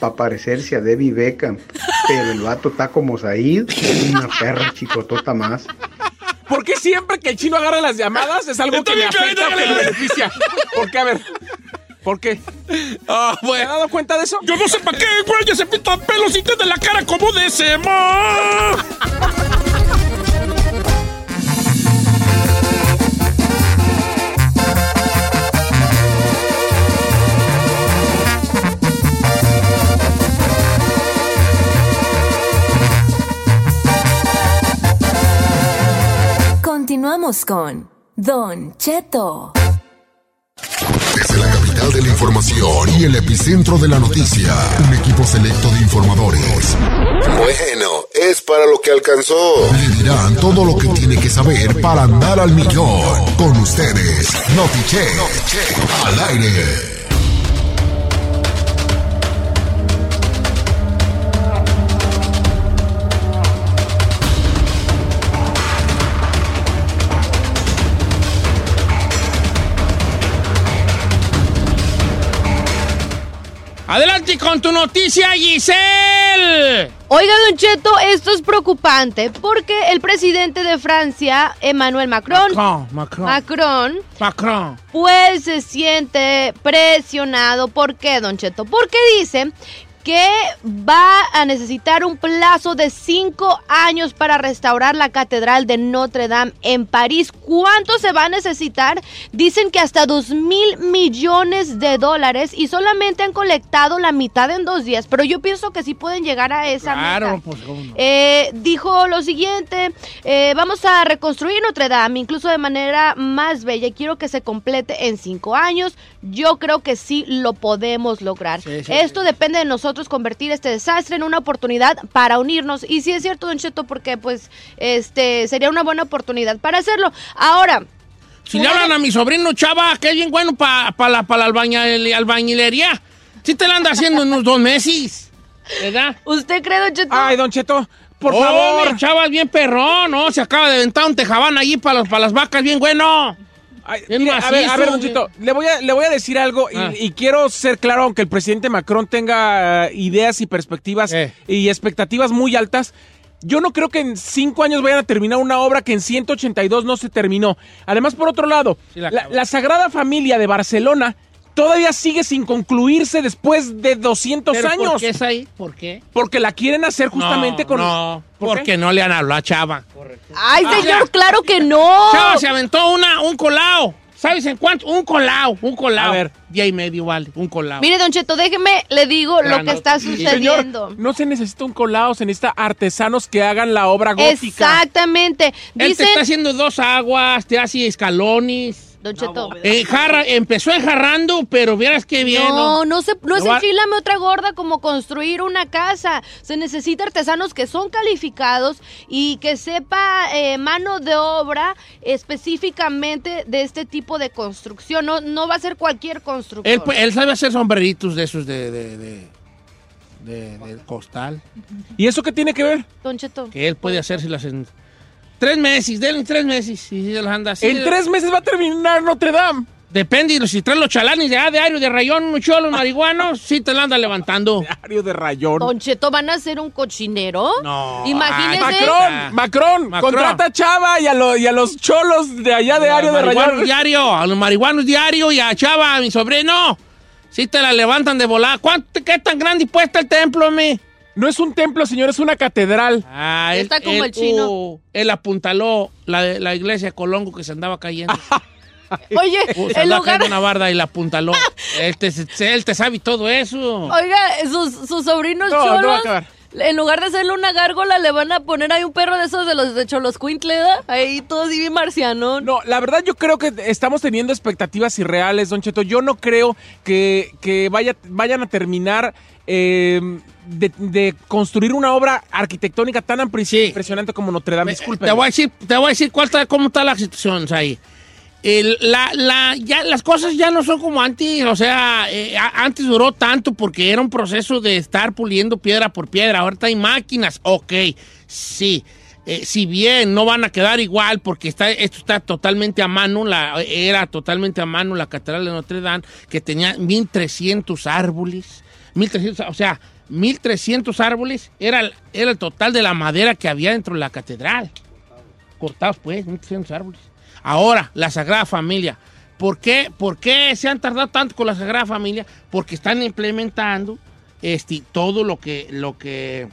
para parecerse a Debbie Beckham. Pero el vato está como Said, una perra chicotota más. ¿Por qué siempre que el chino agarra las llamadas es algo que me afecta o que me beneficia? ¿Por qué? A ver. ¿Por qué? ¿Te has dado cuenta de eso? Ah, Yo no sé para qué, güey. Ya se pintan pelos y tiene la cara como de sema. Continuamos con Don Cheto. Desde la capital central de la información y el epicentro de la noticia. Un equipo selecto de informadores. Bueno, es para lo que alcanzó. Le dirán todo lo que tiene que saber para andar al millón. Con ustedes, Notiche, al aire. Adelante con tu noticia, Giselle. Oiga, Don Cheto, esto es preocupante porque el presidente de Francia, Emmanuel Macron, Macron, Macron. Macron, Macron. pues se siente presionado. ¿Por qué, Don Cheto? Porque dice que va a necesitar un plazo de cinco años para restaurar la Catedral de Notre Dame en París. ¿Cuánto se va a necesitar? Dicen que hasta dos mil millones de dólares y solamente han colectado la mitad en dos días, pero yo pienso que sí pueden llegar a esa meta. Claro, pues cómo no. Eh, dijo lo siguiente, eh, vamos a reconstruir Notre Dame, incluso de manera más bella, y quiero que se complete en cinco años. Yo creo que sí lo podemos lograr. sí, Esto depende de nosotros convertir este desastre en una oportunidad para unirnos. Y sí es cierto, Don Cheto, porque pues este sería una buena oportunidad para hacerlo. Ahora, Si le hablan a mi sobrino Chava, que es bien bueno para la, pa la albañil- albañilería, sí te la anda haciendo en unos dos meses. ¿Verdad? ¿Usted cree, Don Cheto? Ay, Don Cheto, por favor. Chava es bien perrón, ¿no? Se acaba de aventar un tejabán allí para las, para las vacas, bien bueno. Bien Mira, a ver, a macizo, ver, Don bien. Chito, le voy a, <laughs> le voy a decir algo y, Ah. y quiero ser claro, aunque el presidente Macron tenga eh, ideas y perspectivas Eh. y expectativas muy altas, yo no creo que en cinco años vayan a terminar una obra que en 182 no se terminó. Además, por otro lado, la, la Sagrada Familia de Barcelona todavía sigue sin concluirse después de 200 ¿Pero años. ¿Por qué es ahí? ¿Por qué? Porque la quieren hacer justamente No, con... No, ¿Por qué? porque no le han hablado a Chava. Ay, Ah, ya. señor, claro que no. Chava se aventó una, un colao. ¿Sabes en cuánto? Un colao, un colao. A ver. Día y medio, vale, un colao. Mire, Don Cheto, déjeme, le digo lo que está sucediendo. Señor, no se necesita un colado, se necesita artesanos que hagan la obra gótica. Exactamente. Él te Dicen, está haciendo dos aguas, te hace escalones. Don Cheto. Eh, jarra- empezó enjarrando, pero vieras qué bien. No, no se, no es Lo va- enchilame otra gorda como construir una casa. Se necesita artesanos que son calificados y que sepa eh, mano de obra específicamente de este tipo de construcción. No, no va a ser cualquier construcción. Él, pues, él sabe hacer sombreritos de esos de, de, de, de- de costal. ¿Y eso qué tiene que ver? Don Cheto. Que él puede hacer si las en tres meses, denle tres meses y se las anda así. eh. En tres meses va a terminar Notre Dame. Depende, si traes los chalanes de, ah, de ario, de rayón, unos cholos, marihuanos, sí te la anda <laughs> levantando. Ario de rayón. Don Cheto, ¿van a ser un cochinero? No. Imagínese. Macron, Macron, Macron. contrata a Chava y a, lo- y a los cholos de allá de Ario de marihuanos Rayón. diario, a los marihuanos diario y a Chava, a mi sobrino. Si te la levantan de volada. ¿Cuánto, ¿Qué tan grande y puesta el templo, mi? No es un templo, señor, es una catedral. Ah, él- Está como él- el chino. oh, él apuntaló la, la iglesia de Colongo que se andaba cayendo. <laughs> Oye, Uh, se en andaba lugar. cayendo una barda y la apuntaló. él, te, él te sabe todo eso. Oiga, sus, sus sobrinos No, no va a cholos. acabar. en lugar de hacerle una gárgola, le van a poner ahí un perro de esos de los de Cholos Quintleda. Ahí todo así bien marciano. No, la verdad yo creo que estamos teniendo expectativas irreales, Don Cheto. Yo no creo que, que vaya, vayan a terminar eh, de, de construir una obra arquitectónica tan ampli- impresionante como Notre Dame. Disculpe. eh, Te voy a decir, te voy a decir cuál está- cómo está la situación ahí. El- la- la- ya, las cosas ya no son como antes, o sea, eh, a- antes duró tanto porque era un proceso de estar puliendo piedra por piedra, ahorita hay máquinas, ok, sí, Eh, si bien no van a quedar igual porque está, esto está totalmente a mano, la, era totalmente a mano la Catedral de Notre Dame que tenía 1300 árboles, 1300, o sea, 1300 árboles era, el- era el total de la madera que había dentro de la catedral cortados, pues, 1300 árboles. Ahora, la Sagrada Familia. ¿Por qué, ¿Por qué se han tardado tanto con la Sagrada Familia? Porque están implementando este, todo lo que, lo que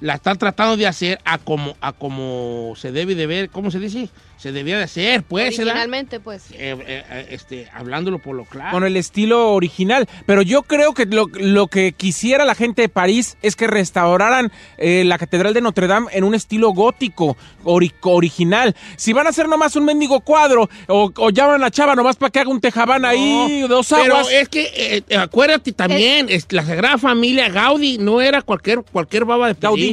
la están tratando de hacer a como, a como se debe de ver, ¿cómo se dice? Se debía de hacer, pues, ¿verdad? Originalmente, pues. Eh, eh, eh, este, hablándolo por lo claro. con el estilo original. Pero yo creo que lo, lo que quisiera la gente de París es que restauraran eh, la Catedral de Notre Dame en un estilo gótico, ori- original. Si van a hacer nomás un mendigo cuadro o, o llaman a Chava nomás para que haga un tejabán ahí, dos Pero aguas. es que, eh, eh, acuérdate también, es- la Sagrada Familia Gaudí no era cualquier, cualquier baba de Gaudí.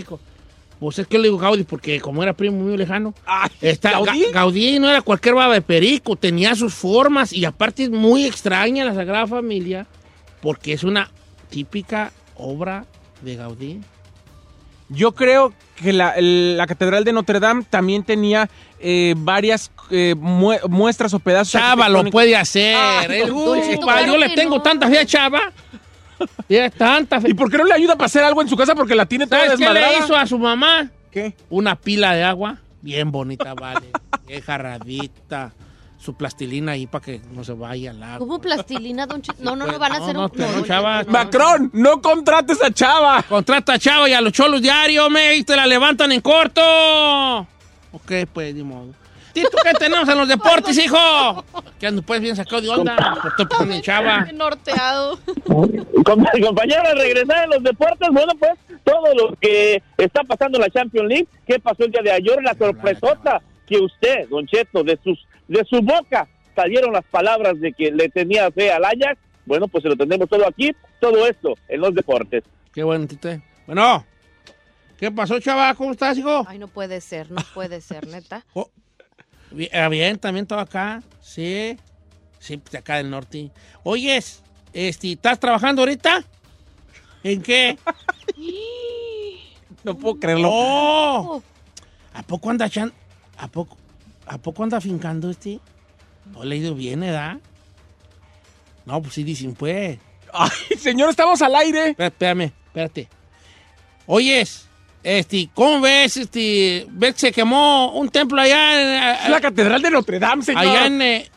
Pues es que le digo Gaudí porque como era primo muy lejano. está, Ga- Ah, ¿Gaudí? ¿Gaudí? no era cualquier baba de perico, tenía sus formas y aparte es muy extraña la Sagrada Familia porque es una típica obra de Gaudí. Yo creo que la, el- la Catedral de Notre Dame también tenía eh, varias eh, mue- muestras o pedazos. Chava lo arquitectónicos. Ah, puede hacer. el no, dulce no, pa- claro yo le que tengo no. tanta fe <laughs> a Chava. Y es tanta fe. ¿Y por qué no le ayuda para hacer algo en su casa? Porque la tiene toda ¿Sabes qué desmadrada. le hizo a su mamá? ¿Qué? Una pila de agua. Bien bonita, vale. <laughs> Vieja radita. Su plastilina ahí para que no se vaya al agua. ¿Hubo plastilina, don Cheto? No, no, no, van a hacer Pues, No, un... no, no, Chava. Macron, no contrates a Chava. Contrata a Chava y a los cholos diario, me. y Te la levantan en corto. Ok, pues, ni modo. Tito, ¿qué tenemos en los deportes, hijo? Que ando pues bien sacado de onda. Por estar poniendo en Chava. <laughs> Norteado. Com- Compañero, al regresar a los deportes, bueno, pues todo lo que está pasando en la Champions League, ¿qué pasó el día de ayer? La sorpresota que usted, Don Cheto, de, sus, de su boca salieron las palabras de que le tenía fe al Ajax. Bueno, pues se lo tendremos todo aquí, todo esto en los deportes. Qué bueno, Tito. Bueno, ¿qué pasó, Chava? ¿Cómo estás, hijo? Oh. Ay, no puede ser, no puede ser, <laughs> neta. Bien, ah, bien, también todo acá. Sí. Sí, pues, de acá del norte. Oyes, este, ¿estás trabajando ahorita? ¿En qué? <laughs> no puedo creerlo. ¡Oh! ¿A poco anda chan? ¿A poco, ¿A poco anda fincando este? No le ha ido bien, ¿edad? No, pues sí dicen, pues. Ay, señor, estamos al aire. Espérame, espérate. Oyes, este, ¿cómo ves? Este, ves que se quemó un templo allá en. La Catedral de Notre Dame, señor. Allá en. eh,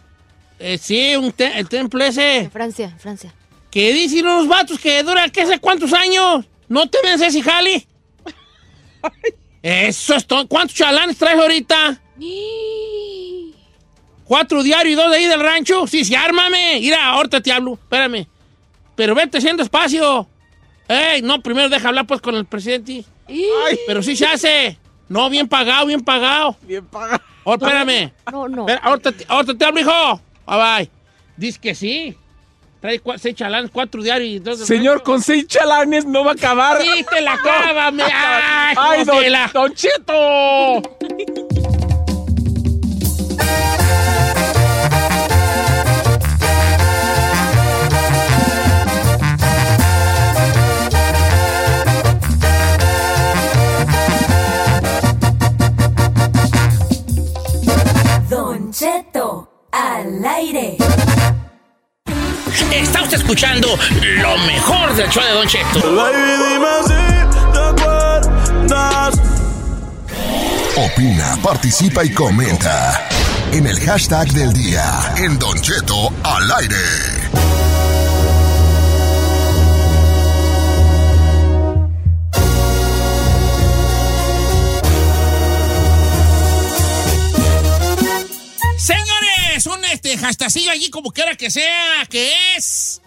eh, sí, un te- el templo ese. Francia, Francia. Que dicen unos vatos que dura qué sé cuántos años. No te vences, <laughs> y jali. Eso es todo. ¿Cuántos chalanes traes ahorita? Cuatro diarios y dos de ahí del rancho. Sí, sí, ármame. Mira, ahorita te hablo. Espérame. Pero vete siendo espacio. Ey, no, primero deja hablar pues con el presidente. Ay, pero sí se hace. No, bien pagado, bien pagado. Bien pagado. Oh, espérame. No, no. Espera, ahorita, te- ahorita te hablo, hijo. Bye bye. Dice que sí. Trae cua- seis chalanes, cuatro diarios y dos de Señor, con seis chalanes no va a acabar. Sí, te la acaba, me- <laughs> ay, ¡Ay, hijo don, de la- don Cheto! Don Cheto al aire. Está usted escuchando eh, lo mejor del show de Don Cheto. Opina, participa y comenta. En el hashtag del día, en Don Cheto al aire. Señores, un este hashtacillo allí como quiera que sea, que es.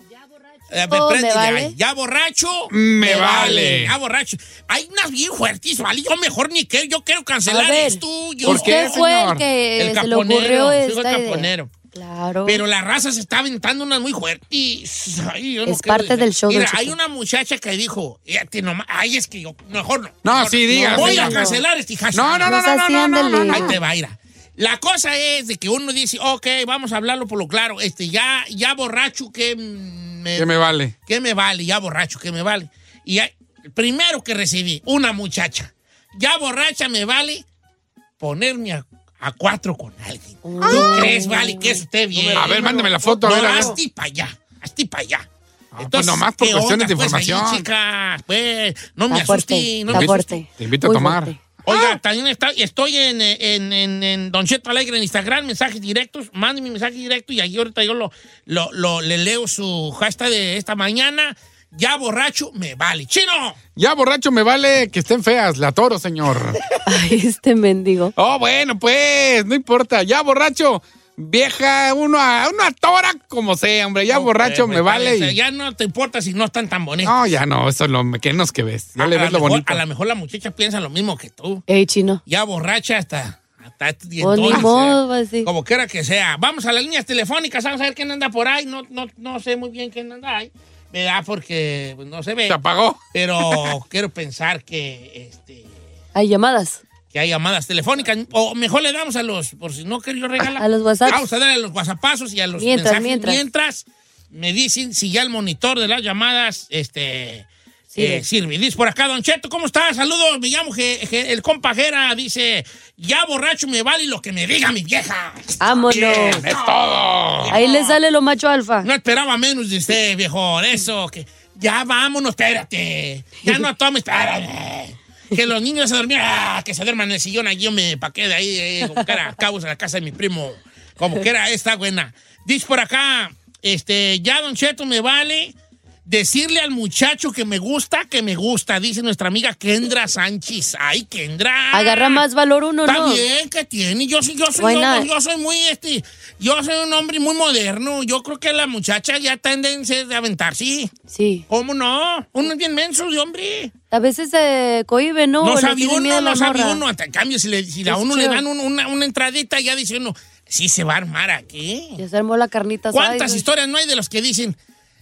Eh, Oh, prende ¿me de vale? ahí. Ya borracho. Me vale. Ya borracho. Hay unas bien fuertes, ¿vale? Yo mejor ni quiero, yo quiero cancelar A ver, esto. Yo. ¿Por qué, usted fue el señor? que se le ocurrió soy esta el idea. caponero. Claro. Pero la raza se está aventando unas muy fuertes. Ay, yo no Es quiero parte decir- del show, Mira, don Cheto. hay una muchacha que dijo, "Fíjate nomás, ay, es que yo mejor no. No, mejor sí, diga, Voy diga. a cancelar este hashtag. No, no, Pues no, no, no, no, no, no, no. Ahí te va, ira. La cosa es de que uno dice, ok, vamos a hablarlo por lo claro. Este, ya, ya borracho que me, ¿Qué me vale? que me vale, ya borracho que me vale. Y hay- primero que recibí, una muchacha. Ya borracha me vale ponerme a, a cuatro con alguien. ¿Tú crees, vale, que eso esté bien? A ver, mándame la foto, a No, ver, a ver. hazte para allá, hazte para allá. pues nomás por ¿qué cuestiones de pues, ahí, información? chicas? Pues, no me Está fuerte, asustes. No está me fuerte. Pues, asustes. Te invito a Muy tomar. fuerte. Oiga, Ah. también está- estoy en, eh, en, en, en Don Cheto Alegre en Instagram, mensajes directos, mande mi mensaje directo y ahí ahorita yo lo, lo, lo- le leo su hashtag de esta mañana Ya borracho, me vale. ¡Chino! Ya, borracho, me vale que estén feas. La toro, señor. <laughs> Ay, este mendigo. Oh, bueno, pues, no importa. Ya, borracho. Vieja, uno a, uno a tora como sea, hombre. Ya, borracho, Pues, me vale. parece, y- Ya no te importa si no están tan bonitos. Ah, No, ya no. Eso es lo que no es que ves. No le a ves lo mejor- bonito. A lo mejor la muchacha piensa lo mismo que tú. Ey, chino. Ya borracha hasta. hasta este y O ni entonces, modo, pues, sí. Como quiera que sea. Vamos a las líneas telefónicas, vamos a ver quién anda por ahí. No, no, no sé muy bien quién anda ahí. ¿Verdad? Porque pues, no se ve. Se apagó. <laughs> Pero quiero pensar que, este, Hay llamadas. que hay llamadas telefónicas. O mejor le damos a los, por si no quiero yo regalar. A los WhatsApps. Vamos a darle a los WhatsAppazos y a los Mientras, mensajes. mientras. Mientras me dicen si ya el monitor de las llamadas este, Sirve. eh, sirve. Dice por acá, Don Cheto, ¿cómo estás? Saludos, me llamo Je- Je- el compajera. Dice, ya borracho me vale lo que me diga mi vieja. Vámonos. Bien, es todo. Ahí le sale lo macho alfa. No esperaba menos de usted, viejo. Eso, que ya vámonos, espérate. Ya no tomes, espérate. Que los niños se dormían, ah, que se duerman en el sillón. Allí yo me paqué de ahí, eh, como que era cabos a la casa de mi primo. Como que era esta buena. Dice por acá, este, ya Don Cheto me vale decirle al muchacho que me gusta, que me gusta, dice nuestra amiga Kendra Sánchez. Ay, Kendra. Agarra más valor uno, Está ¿no? bien que tiene. Yo soy, yo soy, Why yo, not? yo soy muy este. Yo soy un hombre muy moderno. Yo creo que la muchacha ya tendencia de aventar, sí. Sí. ¿Cómo no? Uno es bien menso de hombre. A veces se cohibe, ¿no? No, O le sabe tiene miedo uno, a la no sabe morra. uno. Hasta en cambio, si, le- si a Es uno le chido. dan un- una, una entradita, ya dice uno, sí se va a armar aquí. Ya se armó la carnita, ¿sabes? ¿Cuántas historias no hay de los que dicen?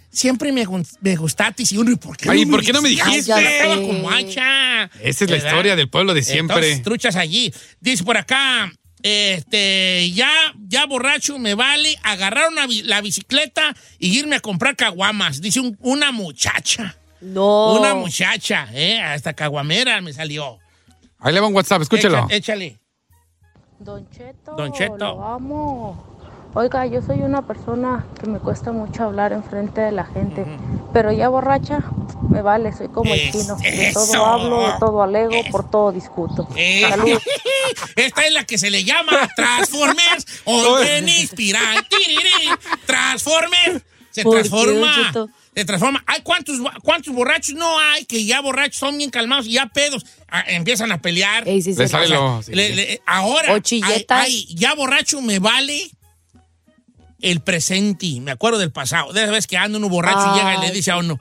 Siempre me, gun- me gustaste y si uno, ¿y por qué Ay, ¿por qué no me dijiste? Ya Estaba como ancha. Esa es la ¿Verdad? historia del pueblo de Entonces, siempre. truchas allí. Dice por acá, este, ya, ya borracho me vale agarrar una bi- la bicicleta y irme a comprar caguamas. Dice un- una muchacha. No. Oh. Una muchacha, ¿eh? Hasta caguamera me salió. Ahí le va un WhatsApp, escúchelo. Echa- Échale. Don Cheto. Don Cheto. Lo amo. Oiga, yo soy una persona que me cuesta mucho hablar enfrente de la gente, pero ya borracha me vale, soy como el chino. De eso. todo hablo, de todo alego, por todo discuto. Eh, Saludos. Esta es la que se le llama Transformers <laughs> Orden Inspiral. Tiriri. Transformers. Se ¿Por qué, Don transforma. Cheto? Se transforma. Hay cuántos, cuántos borrachos no hay que ya borrachos son bien calmados y ya pedos ah, empiezan a pelear. sí, Les cierto. sale lo- sí. le- le- ahora, O hay- chilletas. hay- ya borracho me vale el presente. Me acuerdo del pasado. De esa vez que anda uno borracho y llega y le Ay, dice a uno,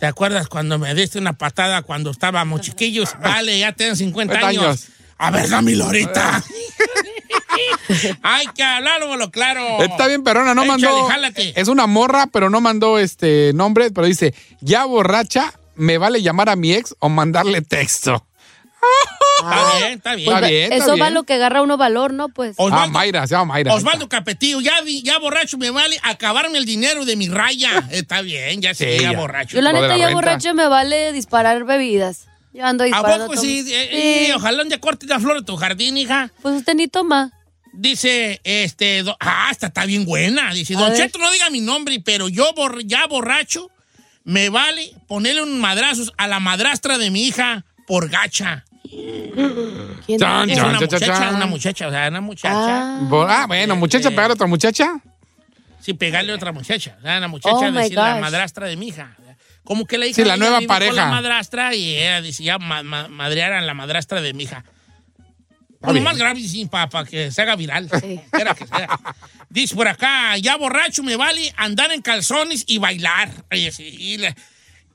¿Te acuerdas cuando me diste una patada cuando estábamos <laughs> chiquillos? Vale, ya tienen 50 años. A ver, dámelo <laughs> ahorita. Hay que hablarlo claro. Eh, Está bien, perrona, no Échale, mandó. jálate. Es una morra, pero no mandó este nombre, pero dice, ya borracha, me vale llamar a mi ex o mandarle texto. Está bien, está bien. Está Ah. Pues, bien, está Eso va bien. lo que agarra uno valor, ¿no? Pues. Ah, Mayra, se llama Mayra. Osvaldo Capetillo, ya, vi- ya borracho me vale acabarme el dinero de mi raya. Está bien, ya se Sí, ya ya. borracho. Yo la Lo de neta la ya renta. borracho me vale disparar bebidas. Yo ando ¿A disparando. poco todo. sí? Eh, eh, Sí. ojalá un día cortes la flor de tu jardín, hija. Pues usted ni toma. Dice, este, do- ah, esta está bien buena. Dice, A Don ver. Cheto, no diga mi nombre, pero yo bor- ya borracho, me vale ponerle un madrazos a la madrastra de mi hija por gacha. ¿Quién Chan, es chan, una chan, muchacha, chan. una muchacha, o sea, una muchacha. Bo- Ah, bueno, muchacha, pegar a otra muchacha. Sí, pegarle a otra muchacha. O sea, una muchacha Oh, my decir la gosh. madrastra de mi hija. Como que la hija Sí, de la ella nueva vive con pareja. la madrastra y ella decía, ma ma- madrear a la madrastra de mi hija. Está Lo bien. más grave, sí, para que se haga viral. <laughs> Quiera que sea. Dice por acá, ya borracho me vale andar en calzones y bailar. Oye, sí, y la-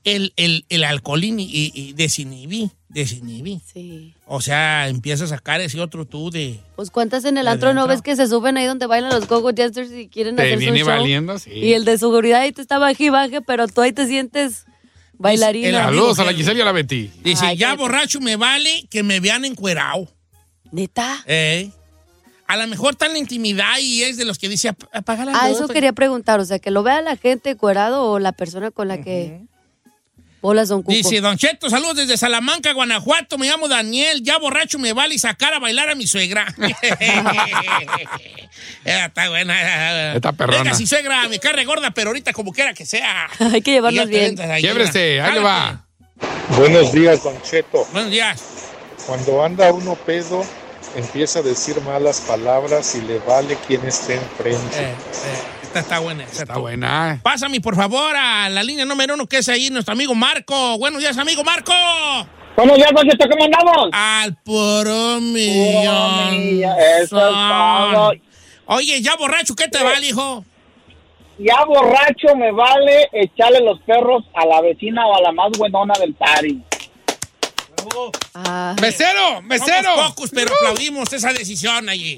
el, el, el alcoholín y, y, y desinhibí, desinhibí. Sí. O sea, empieza a sacar ese otro tú de... Pues cuántas en el antro no ves que se suben ahí donde bailan los go-go dancers y quieren Te hacer su viene show. valiendo, sí. Y el de seguridad ahí te está baje y baje, pero tú ahí te sientes El bailarina. amigo Saludos a la Henry. Giselle y a la Betty. Dice, ya borracho me vale que me vean encuerao. ¿Neta? Eh. A lo mejor está en la intimidad y es de los que dice, "Ap- apaga la Ah, luz, eso apaga-". quería preguntar, o sea, que lo vea la gente cuerado o la persona con la que bolas son cuco. Dice, Don Cheto, saludos desde Salamanca, Guanajuato. Me llamo Daniel. Ya borracho me vale sacar a bailar a mi <laughs> suegra. <laughs> Eh, está buena. Está perrona. Venga, si suegra, me carne gorda, pero ahorita como quiera que sea. Hay que llevarnos bien. llevarnos bien. entras ahí, Quiebrese, ahí le va. Buenos días, Don Cheto. Buenos días. Cuando anda uno pedo, Eh. empieza a decir malas palabras y le vale quien esté enfrente. Esta está buena. esta Está buena. Pásame, por favor, a la línea número uno, que es ahí nuestro amigo Marco. Buenos días, amigo Marco. Buenos días, Panchito, ¿cómo andamos? Al puro millón. eso es son. todo. Oye, ya borracho, ¿qué te vale, hijo? Ya borracho me vale echarle los perros a la vecina o a la más buenona del party. ¡Mesero! ¡Mesero! Somos pocos, pero aplaudimos esa decisión allí.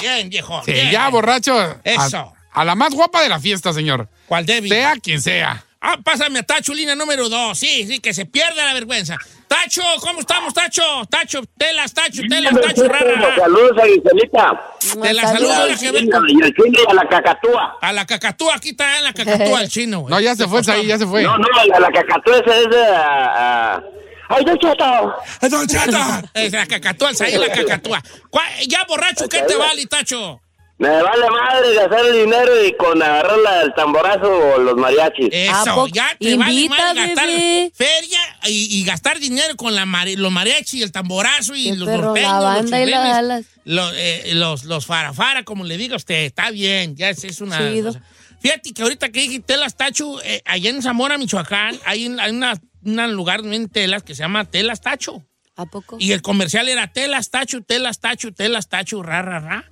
Bien, viejo. Sí, bien. ya, borracho. A- Eso. A, la más guapa de la fiesta, señor. ¿Cuál débil? Sea quien sea. Ah, pásame a Tacho, línea número dos. Sí, sí, que se pierda la vergüenza. Tacho, ¿cómo estamos, Tacho? Tacho, telas, Tacho, telas, Tacho, rara. Saludos a Giselita. Te la saludo, la que ven con- Y al chino y a la cacatúa. A la cacatúa, aquí está en la cacatúa el chino, güey. No, ya se fue, ahí, ya se fue. No, no, a la, a la cacatúa esa es de... ah, ah. ¡Ay, Don Cheto! ¡Don Cheto! Es la cacatúa, el Saí, la cacatúa. ¿Cuál- Ya borracho, ¿qué te vale, Tacho? Me vale madre de hacer el dinero y con agarrarla del tamborazo o los mariachis. Eso, ya te vale Invita, más gastar bebé. feria y, y gastar dinero con la mare- los mariachi, el tamborazo y los perro, norteños, la los banda y las chilenes, alas. Los, eh, los, los farafara, como le diga usted, está bien, ya es, es una... Chido. cosa. Fíjate que ahorita que dije telas Tacho, eh, allá en Zamora, Michoacán, hay un hay una- una lugar en telas que se llama Telas Tacho. ¿A poco? Y el comercial era telas, tacho, telas, tacho, telas, tacho, ra, ra, ra.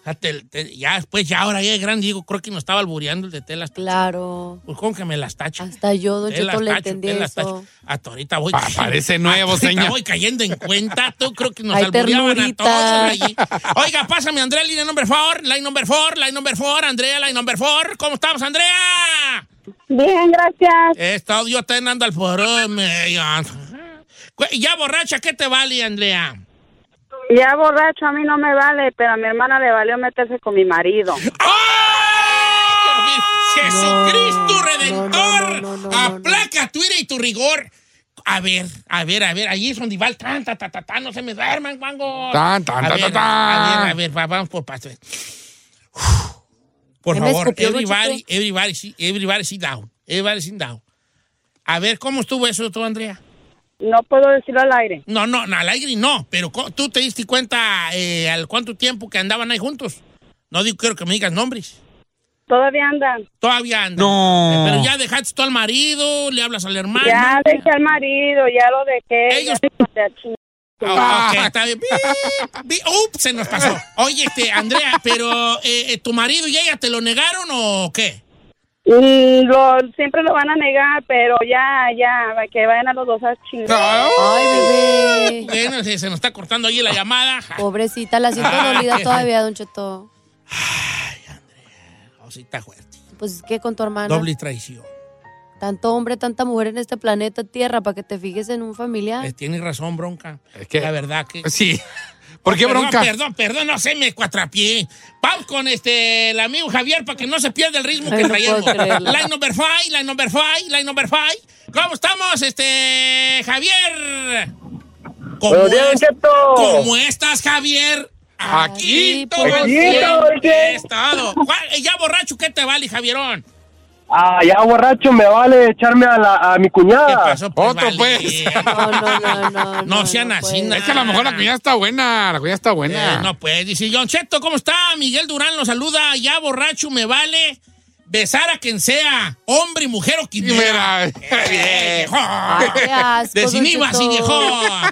O sea, te- te- ya después, ya ahora ya de grande, digo, creo que me estaba albureando el de telas, tacho. Claro. Pues con que me las tacho. Hasta yo, Don Telas, Cheto, le tacho, entendí telas, eso. tacho. Hasta ahorita voy. Pa- parece <laughs> nuevo, Hasta ahorita señor. voy cayendo en cuenta. Tú creo que nos Ay, albureaban a ternurita. todos allí. Oiga, pásame, Andrea, línea number four, line number four, line number four, Andrea, line number four. ¿Cómo estamos, Andrea? Bien, gracias. Esta audio te anda al forum. eh, Ya Ya borracha, ¿qué te vale, Andrea? Ya borracho a mí no me vale, pero a mi hermana le valió meterse con mi marido. Ah, Jesucristo Redentor, aplaca tu ira y tu rigor. A ver, a ver, a ver, ahí es donde va el tan, ta, ta, ta, ta, no se me duerman, mango. Tan, tan, a ta, ver, ta, ta. A ver, a ver, va- vamos por partes. Por Ya me favor, escupió, everybody, Don everybody, sí, everybody sit down, everybody sit down. A ver, ¿cómo estuvo eso tú, Andrea? No puedo decirlo al aire. No, no, no, al aire no, pero co- ¿tú te diste cuenta eh, al cuánto tiempo que andaban ahí juntos? No digo, quiero que me digas nombres. Todavía andan. Todavía andan. No. Eh, Pero ya dejaste tú al marido, le hablas al hermano. Ya dejé al marido, ya lo dejé. Ellos. Ah, ok, está bien. Pi, pi. Ups, se nos pasó. Oye, este, Andrea, pero eh, eh, ¿tu marido y ella te lo negaron o qué? siempre Mm, lo van a negar, pero ya, ya, va- que vayan a los dos a chingar. Ay, bebé. Bueno, se, se nos está cortando ahí la llamada. Pobrecita, la siento Ah, <laughs> dolida qué- todavía, Don Cheto. Cosita Oh, fuerte. Pues es que con tu hermana. Doble traición. Tanto hombre, tanta mujer en este planeta Tierra, para que te fijes en un familiar. Eh, Tienes razón, bronca. Es que- La verdad que... <laughs> Oh, Sí. ¿Por qué Perdón, bronca? Perdón, perdón, no sé, me cuatrapié. Vamos con este, el amigo Javier para que no se pierda el ritmo Ay, que no traemos. puedo creerlo. line number five, line number five, line number five. ¿Cómo estamos, este, Javier? Buenos días, es- Don Cheto. ¿Cómo estás, Javier? Aquí, todo pues, bien. Aquí, todo bien. He estado. ¿Cuál- eh, Ya borracho, ¿qué te vale, Javierón? Ah, ya borracho me vale echarme a, la, a mi cuñada. ¿Qué pasó? Otro, pues. No, no, no. No sean así. nada. Es que a lo mejor la cuñada está buena. La cuñada está Eh, buena. no, pues dice John Cheto, ¿cómo está? Miguel Durán lo saluda, ya borracho me vale besar a quien sea, hombre, mujer o <laughs> quimera. Eh, viejo. qué asco, Don Desinhiba Cheto. así, viejo,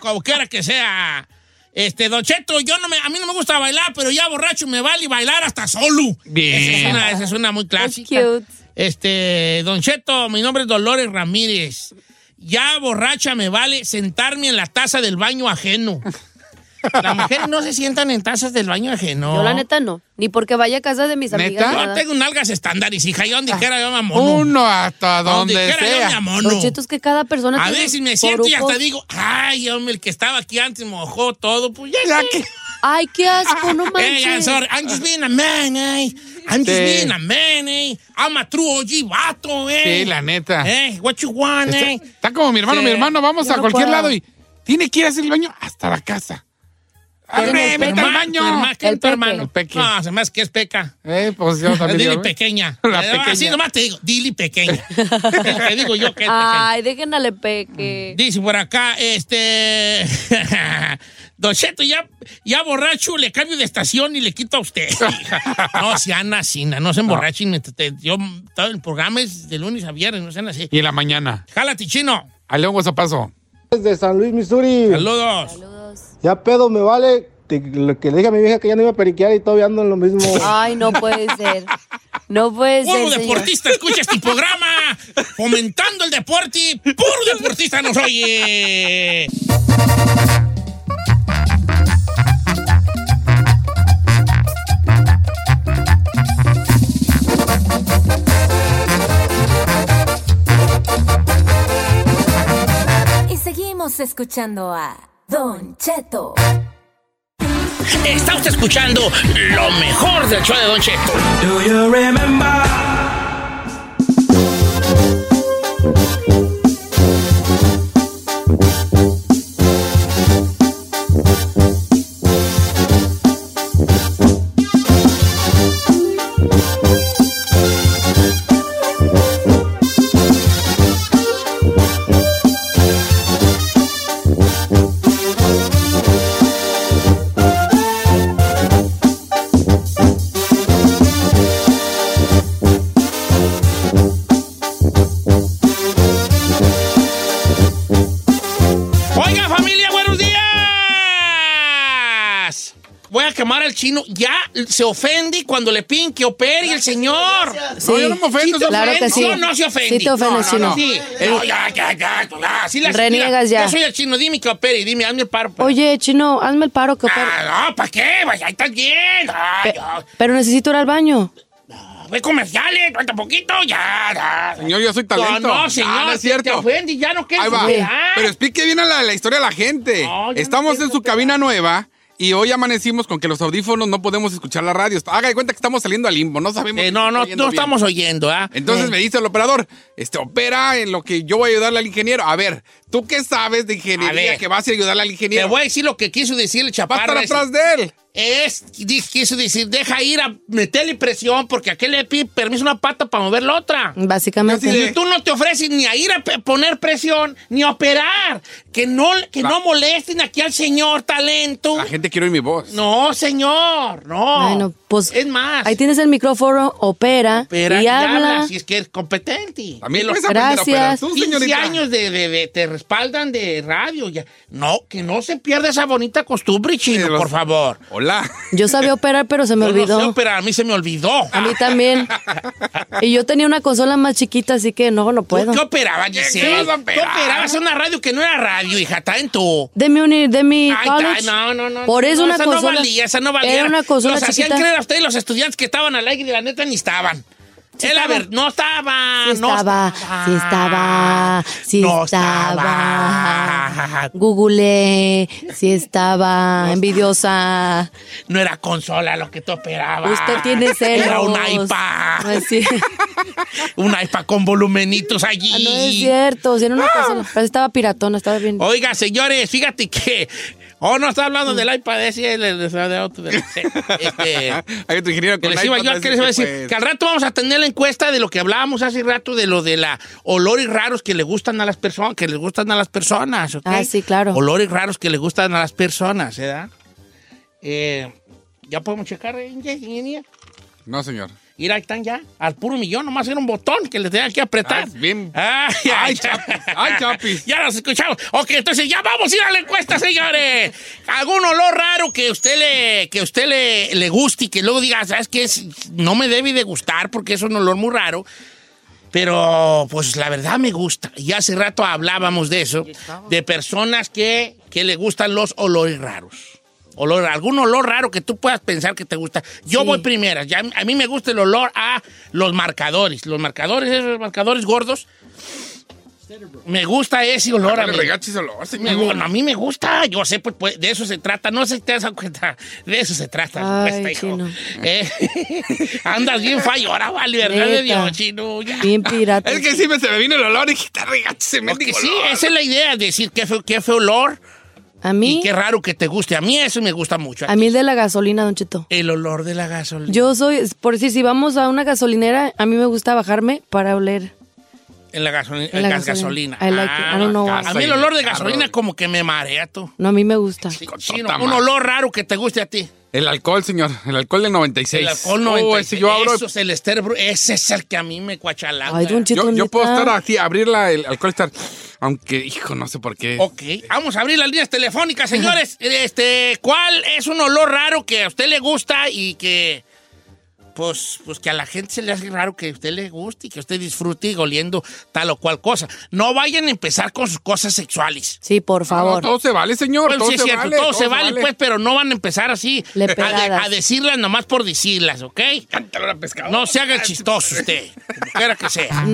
como quiera que sea. Este, Don Cheto, yo no me, a mí no me gusta bailar, pero ya borracho me vale bailar hasta solo. Bien. Esa es una, esa es una muy clásica. Este, Don Cheto, mi nombre es Dolores Ramírez. Ya borracha me vale sentarme en la taza del baño ajeno. Las mujeres no se sientan en tazas del baño ajeno. Yo la neta no. Ni porque vaya a casa de mis amigas. Ah. Yo nada. tengo nalgas estándares, hija. Yo donde quiera yo me amono. Uno hasta Donde donde, quiera yo me sea. amono. Don Cheto, es que cada persona A tiene veces me siento y hasta grupos. digo, "Ah, ay, hombre, el que estaba aquí antes mojó todo. Pues ya, que... Ay, qué <laughs> asco, no manches. Hey, I'm sorry. I'm just being a man, eh. I'm just Sí. being a man, eh. I'm a true OG vato, eh. Sí, la neta. Eh, what you want, Está, eh. está como mi hermano, Sí. mi hermano, vamos Yo a no cualquier puedo. lado y tiene que ir a hacer el baño hasta la casa. Pero ¡Arre, tu vete al hermano, baño! tu hermano, ¿qué El es tu peque. hermano? El peque. No, se me hace que es peca. Eh, <laughs> pues yo también. Dili digo, ¿eh? pequeña. <laughs> La Eh, Así pequeña. Ah. nomás te digo, Dili pequeña. <laughs> te digo yo que es pequeña. Ay, déjenle peque. Dice por acá, este. <laughs> Don Cheto, ya, ya borracho, le cambio de estación y le quito a <laughs> usted. hija. no, si Ana, Sina, no se emborrachen. te- te- Yo, todo el programa es de lunes a viernes, no sean así. Y en la mañana. Jálate, chino. Al León Guasapazo. Oh, Desde San Luis, Missouri. Saludos. Ya pedo me vale. Te- lo que le dije a mi vieja que ya no iba a periquear y todavía ando en lo mismo. <laughs> Ay, no puede ser. No puede ser. Puro señor. deportista, escucha este programa. Fomentando el deporte. Puro deportista nos oye. Y seguimos escuchando a Don Cheto. Está usted escuchando lo mejor del show de Don Cheto. Oiga, familia, buenos días. Voy a quemar al chino. Ya se ofende cuando le piden que opere el señor. Sí. Claro que sí. No, no se ofende. Sí te ofendes, No, no, no. chino. Sí. No, ya, ya, ya, ya. Así las- Reniegas mira, ya. Yo soy el chino, dime que opere y dime, hazme el paro. pues. Oye, chino, hazme el paro que opero. Ah, no, ¿para qué? Pues ahí estás bien. Ah, Ay, ya. Pero necesito ir al baño. Ve comerciales, falta poquito, ya, ya. Señor, yo soy talento. No, no, señor, Ah, no es es cierto. te ofende y ya no quieres Ahí va. operar. Pero explique bien a la, la historia a la gente. Estamos en su cabina nueva. Y hoy amanecimos con que los audífonos no podemos escuchar la radio. Haga de cuenta que estamos saliendo al limbo, no sabemos. Eh, no, no, no estamos oyendo, ¿ah? Entonces Eh. me dice el operador, este, opera en lo que yo voy a ayudarle al ingeniero. A ver, ¿tú qué sabes de A ingeniería ver. que vas a ayudarle al ingeniero? Te voy a decir lo que quiso decir el Va a chaparro. estar ese. atrás de él. Es, di- quiso decir, deja ir a meterle presión porque a qué le pide permiso una pata para mover la otra. Básicamente. Si tú no te ofreces ni a ir a pe- poner presión, ni a operar, que no, que no molesten aquí al señor talento. La gente quiere oír mi voz. No, señor, no. Bueno, pues. Es más. Ahí tienes el micrófono, opera, Espera, y y habla. habla, si es que es competente. También Que los Pues, puedes aprender a operar tú, 15 señorita. años de, de- de- te respaldan de radio. Ya. No, que no se pierda esa bonita costumbre, chino, por favor. Hola. Yo sabía operar, pero se me Yo no olvidó. sé operar, a mí se me olvidó. A mí también. Y yo tenía una consola más chiquita, así que no, no puedo. ¿Tú <laughs> ¿Qué operaba, Giselle? ¿Qué vas a ¿Qué operabas en una radio que no era radio, hija? Tanto. De mi, uni- de mi Ay, college. ta- no, no, no. Por no, eso una esa consola. no valía, esa no valía. Era una consola los chiquita. hacían creer a ustedes los estudiantes que estaban al aire y la neta ni estaban. Él, a ver, no estaban. Sí Ah, no estaba, sí estaba, sí Ah, estaba. Google, sí estaba, envidiosa. No era consola lo que tú operabas. Usted tiene celos. Era un iPad. No <laughs> es <laughs> cierto. un iPad con volumenitos allí. Ah, No es cierto, sí era Ah. una consola, pero estaba piratona, estaba bien. Oiga, señores, fíjate que. Oh, no está hablando Mm. del iPad, ese el, el- el- de otro. del- <laughs> <laughs> este, Hay otro ingeniero que con les iba iPad, yo a así que les iba a que, decir pues, que al rato vamos a tener la encuesta de lo que hablábamos hace rato de lo de la olores raros que le gustan a las personas, que les gustan a las personas, ¿ok? Ah, sí, claro. Olores raros que le gustan a las personas, ¿verdad? Eh, ya podemos checar, eh, ingeniero. No, señor. Mira, ahí están ya. Al puro millón, nomás era un botón que les tenía que apretar. bien. Ay, Ah, ay, chapis. Ay, chapis. <laughs> ya los escuchamos. Ok, entonces ya vamos a ir a la encuesta, señores. ¿Algún olor raro que usted le, que usted le, le guste y que luego diga, ¿sabes qué? Es- No me debe de gustar porque es un olor muy raro. Pero, pues la verdad me gusta. Y hace rato hablábamos de eso, de personas que, que le gustan los olores raros. Olor, algún olor raro que tú puedas pensar que te gusta. Yo voy primera. Ya, a mí me gusta el olor a los marcadores. Los marcadores, esos marcadores gordos. Me gusta ese olor Ah, a le mí. regaches olor, señor. Me gu- no, a mí me gusta. Yo sé, pues, pues, de eso se trata. No sé si te has dado cuenta. De eso se trata. la Ay, encuesta, hijo. chino. Eh, <laughs> andas bien fallo. Ahora vale, ¿verdad? Neta. De Dios, chino. Ya. Bien pirata. Es que sí me se me vino el olor y que está regache, me Porque sí, esa es la idea, decir qué fue, qué fue olor. A mí. Y qué raro que te guste. A mí eso me gusta mucho. A mí el de la gasolina, Don Cheto. El olor de la gasolina. Yo soy, por decir, si vamos a una gasolinera, a mí me gusta bajarme para oler En la, gasolina. En la gas- gasolina. gasolina. I like it. I don't know why. A mí el olor de gasolina como que me marea, tú. No, a mí me gusta. Chino, un olor raro que te guste a ti. El alcohol, señor. El alcohol del 96. El alcohol Oh, 96. ese yo abro. Eso es el ester bru- Ese es el que a mí me cuachalanga. Yo- yo, puedo estar aquí, abrir la- el alcohol, estar. Aunque, hijo, no sé por qué. Ok, vamos a abrir las líneas telefónicas, señores. Este, ¿cuál es un olor raro que a usted le gusta y que pues, pues que a la gente se le hace raro que a usted le guste y que usted disfrute oliendo tal o cual cosa? No vayan a empezar con sus cosas sexuales. Sí, por favor. todo se vale, señor. Pues todo sí, es se cierto, vale, todo, todo se se vale, vale. pues, pero no van a empezar así <laughs> Le a, de- pegadas. a decirlas nomás por decirlas, ¿ok? No se haga el chistoso usted, como quiera que <laughs> sea.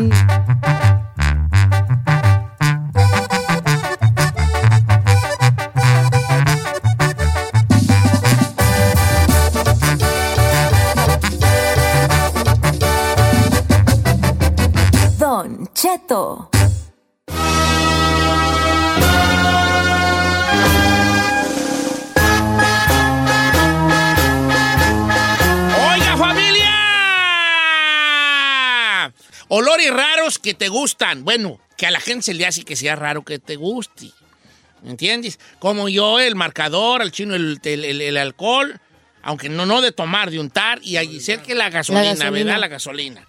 Don Cheto. ¡Oiga, familia! Olores raros que te gustan. Bueno, que a la gente se le hace que sea raro que te guste. ¿Me entiendes? Como yo, el marcador, el chino, el, el- el- el alcohol, aunque no, no de tomar, de untar, y allí cerca que la gasolina, gasolina. ¿verdad? La gasolina.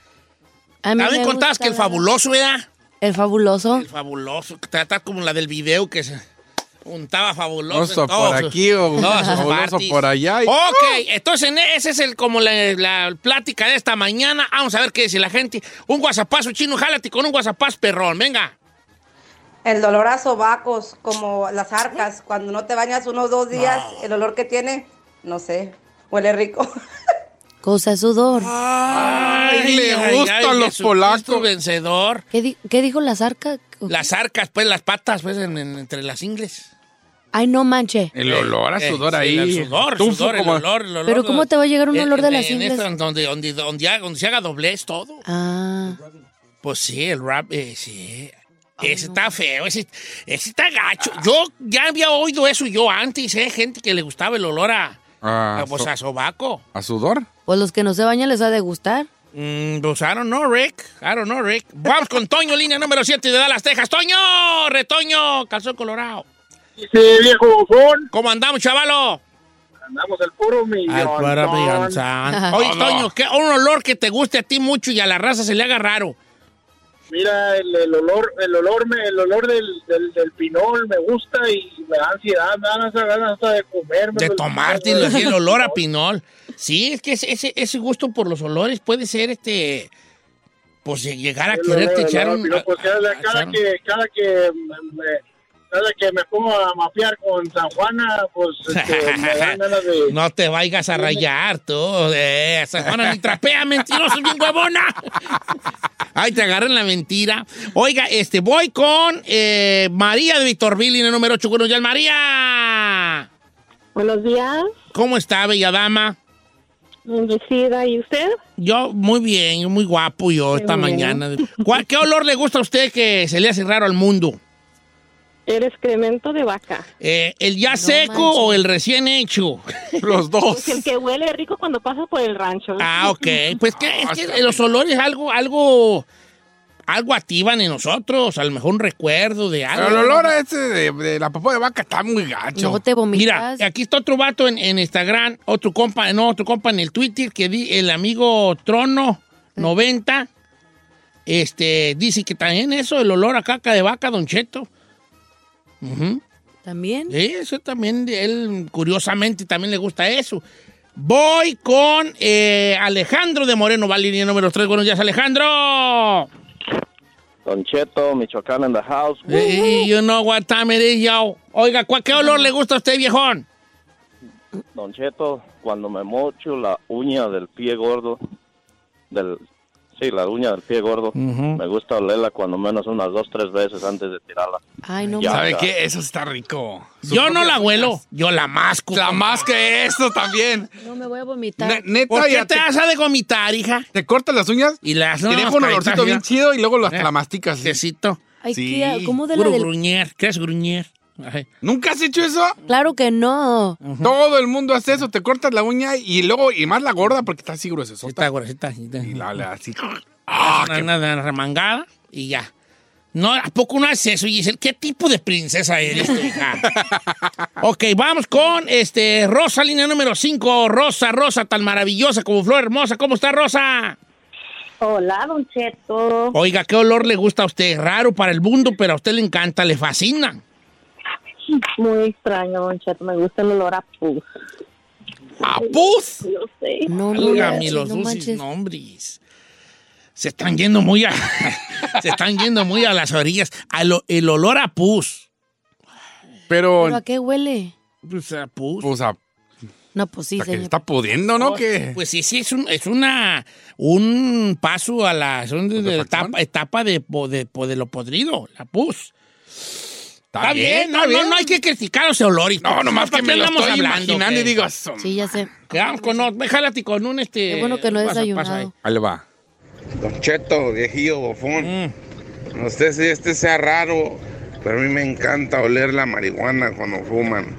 A mí También me contabas gusta que el la- fabuloso, ¿verdad? El fabuloso. Fabuloso, que trata como la del video que se untaba fabuloso. Fabuloso en todos por sus- aquí o todas sus fabuloso parties. por ¡uh! allá. Y- Ok, entonces ne- ese es el como la, la plática de esta mañana. Vamos a ver qué dice la gente. Un guasapazo chino, jálate con un guasapazo perrón, venga. El dolor a sobacos, como las arcas, cuando no te bañas unos dos días, el olor que tiene, no sé, huele rico. Cosa de sudor. Ay, le gustan los Jesucristo polacos. vencedor. ¿Qué, di- qué dijo la zarca? Las arcas, pues, las patas, pues, en- en- entre las ingles. Ay, no manche. El olor a Eh, sudor sí, ahí. El sudor, el Tufo sudor, el como- olor, el olor. Pero ¿cómo te va a llegar un En- olor de en- las en ingles? esta, donde, donde, donde, haga- donde se haga doblez, todo. Ah. Pues sí, el rap, eh, sí. Ese está feo, ese, ese está gacho. Yo ya había oído eso yo antes, ¿eh? Gente que le gustaba el olor a, Ah, a, pues, so- a sobaco. ¿A sudor? Pues los que no se bañan les ha de gustar. Mm, pues I don't know, Rick. I don't know, Rick. Vamos con Toño, <laughs> línea número 7 de Dallas, Texas. ¡Toño! ¡Retoño! Calzón colorado. Sí, viejo bofón. ¿Cómo andamos, chavalo? Andamos al puro millón. Oye, Toño, ¿qué, un olor que te guste a ti mucho y a la raza se le haga raro. Mira, el, el olor, el olor, me, el olor del, del, del pinol me gusta y me da ansiedad, me dan esas ganas hasta de comerme. Pues, De tomarte el, el olor a pinol. Sí, es que ese, ese- ese gusto por los olores puede ser este. Pues lle- llegar a quererte echar un. pues cada, a- cada echar un- que, cada que me, me- cada que me pongo a mapear con San Juana, pues <laughs> este, me dan ganas de No te vayas a rayar, tú. Eh, San Juana ni trapea, mentiroso, bien huevona. Ay, te agarran la mentira. Oiga, este, voy con eh, María de Vitorville, línea número 8. Buenos días, María. Buenos días. ¿Cómo está, bella dama? Bendecida. ¿Y usted? Yo, muy bien, yo muy guapo yo Qué esta bueno. mañana. ¿Cuál- ¿Qué olor le gusta a usted que se le hace raro al mundo? El excremento de vaca. Eh, ¿El ya seco o el recién hecho? Los Pues el que huele rico cuando pasa por el rancho. Ah, ok. Pues que, es que los olores algo, algo, algo activan en nosotros. A lo mejor un recuerdo de algo. Pero el olor a ese de, de la popó de vaca está muy gacho. Mira, aquí está otro vato en, en Instagram, otro compa, no, otro compa en el Twitter que di, el amigo Trono 90 este dice que también eso el olor a caca de vaca Don Cheto. Ujú. ¿También? Sí, eso también, de él curiosamente también le gusta eso. Voy con eh, Alejandro de Moreno, va línea número 3. Buenos días, Alejandro. Don Cheto, Michoacán en the house. Eh, you know what time it is, yo. Oiga, ¿cuál- ¿qué olor le gusta a usted, viejón? Don Cheto, cuando me mocho la uña del pie gordo, del, sí, la uña del pie gordo, Ujú. me gusta olerla cuando menos unas dos, tres veces antes de tirarla. Ay, Ya, ¿Sabe ya. qué? Eso está rico. Yo no la huelo, yo la masco. La masca eso <laughs> también. No me voy a vomitar. Ne- Neta, ¿Por qué ya te vas a de gomitar, hija? Te cortas las uñas y las Te deja un olorcito bien chido y luego las la masticas. Quesito. Ay, qué- ¿cómo de la Puro del- gruñer. ¿Qué es gruñer? ¿Nunca has hecho eso? Claro que no. Todo el mundo hace eso, te cortas la uña y luego, y más la gorda porque está así gruesa. Está gruesita. Y la, la así. una, una remangada y ya. No, ¿a poco no haces eso, Giselle? ¿Qué tipo de princesa eres, tú, <laughs> hija? ok, vamos con este, Rosa, línea número 5. Rosa, Rosa, tan maravillosa como flor hermosa. ¿Cómo está, Rosa? Hola, Don Cheto. Oiga, ¿qué olor le gusta a usted? Raro para el mundo, pero a usted le encanta, le fascina. Muy extraño, Don Cheto. Me gusta el olor a pus. ¿A pus? Yo sé. No, no, Válgame no los dulces manches. nombres. Se están yendo muy a, <laughs> se están yendo muy a las orillas. A lo- el olor a pus. ¿Pero a qué huele? Pues a pus. O sea, No, pues sí, la que señor. está pudiendo, ¿no? Oh, Que Pues sí, sí, es, un- es una, un paso a la son de- de etapa, etapa de, po- de, po- de lo podrido, la pus. Está, bien, no, está No, bien. no hay que criticar los olores. No, nomás Pues, ¿Para que qué me lo andamos estoy imaginando qué? y digo, "Ah, "Asom-". Sí, ya sé. Quedamos con otro. Jálate con un este. Qué bueno que no he pasa- desayunado. pasa ahí. Ahí va. Mm. Don Cheto, viejillo bofón. No sé si este sea raro, pero a mí me encanta oler la marihuana cuando fuman.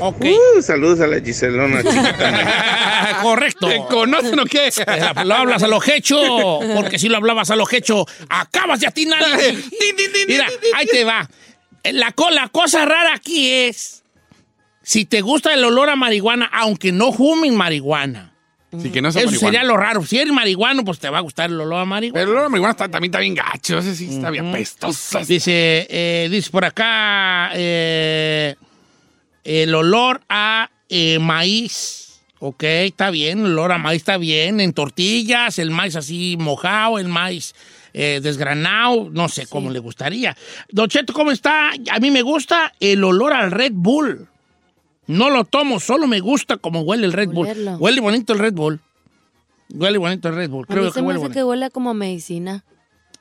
Ok. Uh, saludos a la Giselona, Ah, correcto. ¿Te conocen o qué? Lo hablas a lo hecho, porque si lo hablabas a lo hecho, acabas de atinar. Mira, ahí te va. La, co- la cosa rara aquí es, si te gusta el olor a marihuana, aunque no fumen marihuana. <laughs> Sí, que no sea Eso marihuana. sería lo raro. Si eres marihuano, pues te va a gustar el olor a marihuana. Mm. Pero el olor a marihuana está- también está bien gacho. Ese sí está bien pestoso. Dice, eh, dice por acá eh, el olor a eh, maíz. Ok, está bien, el olor a maíz está bien. En tortillas, el maíz así mojado, el maíz eh, desgranado, no sé cómo le gustaría. Don Cheto, ¿cómo está? A mí me gusta el olor al Red Bull. No lo tomo, solo me gusta como huele el Red Olerlo. Bull. Huele bonito el Red Bull. Huele bonito el Red Bull. A mí Creo se que me huele hace bonito. que huele como a medicina.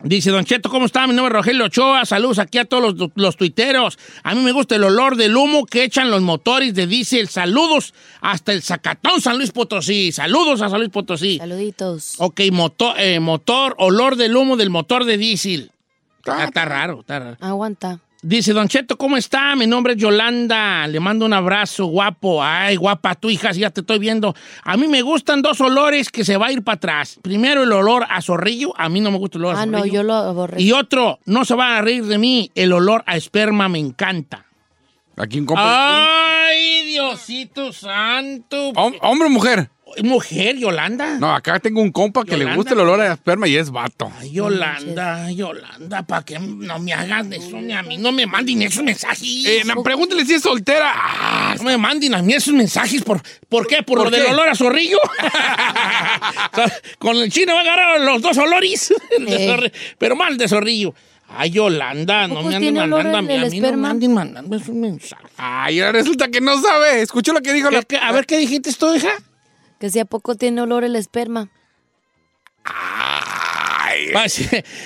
Dice Don Cheto, ¿cómo está? Mi nombre es Rogelio Ochoa. Saludos aquí a todos los, los tuiteros. A mí me gusta el olor del humo que echan los motores de diésel. Saludos hasta el Zacatón San Luis Potosí. Saludos a San Luis Potosí. Saluditos. Ok, motor, motor olor del humo del motor de diésel. Ah, está raro, está raro. Aguanta. Dice Don Cheto, ¿cómo está? Mi nombre es Yolanda. Le mando un abrazo, guapo. Ay, guapa, tu hija, sí, ya te estoy viendo. A mí me gustan dos olores que se va a ir para atrás. Primero, el olor a zorrillo. A mí no me gusta el olor a Ah, zorrillo. no, yo lo aborré. Y otro, no se van a reír de mí, el olor a esperma me encanta. Aquí un compa. Ay, Diosito santo. Hom- ¿Hombre o mujer? Mujer, Yolanda. No, acá tengo un compa que Yolanda. le gusta el olor a esperma y es vato. Yolanda, Yolanda, para que no me hagas de eso ni a mí, no me manden esos mensajes. Eh, no, pregúntele si es soltera. Ah, no me manden a mí esos mensajes. ¿Por, ¿por qué? ¿Por, ¿Por lo del qué? olor a <laughs> zorrillo? O sea, Con el chino va a agarrar los dos olores. El <laughs> de Ey. zorri- pero mal de zorrillo. Ay, Yolanda, no poco me anden tiene olor mandando a el- mí, a el mí no me esperma? anden mandando esos mensajes. Ay, ahora resulta que no sabe. Escuchó lo que dijo la... ¿Qué- qué? a ver, ¿qué dijiste tú, hija? Que si a poco tiene olor el esperma. Va, sí.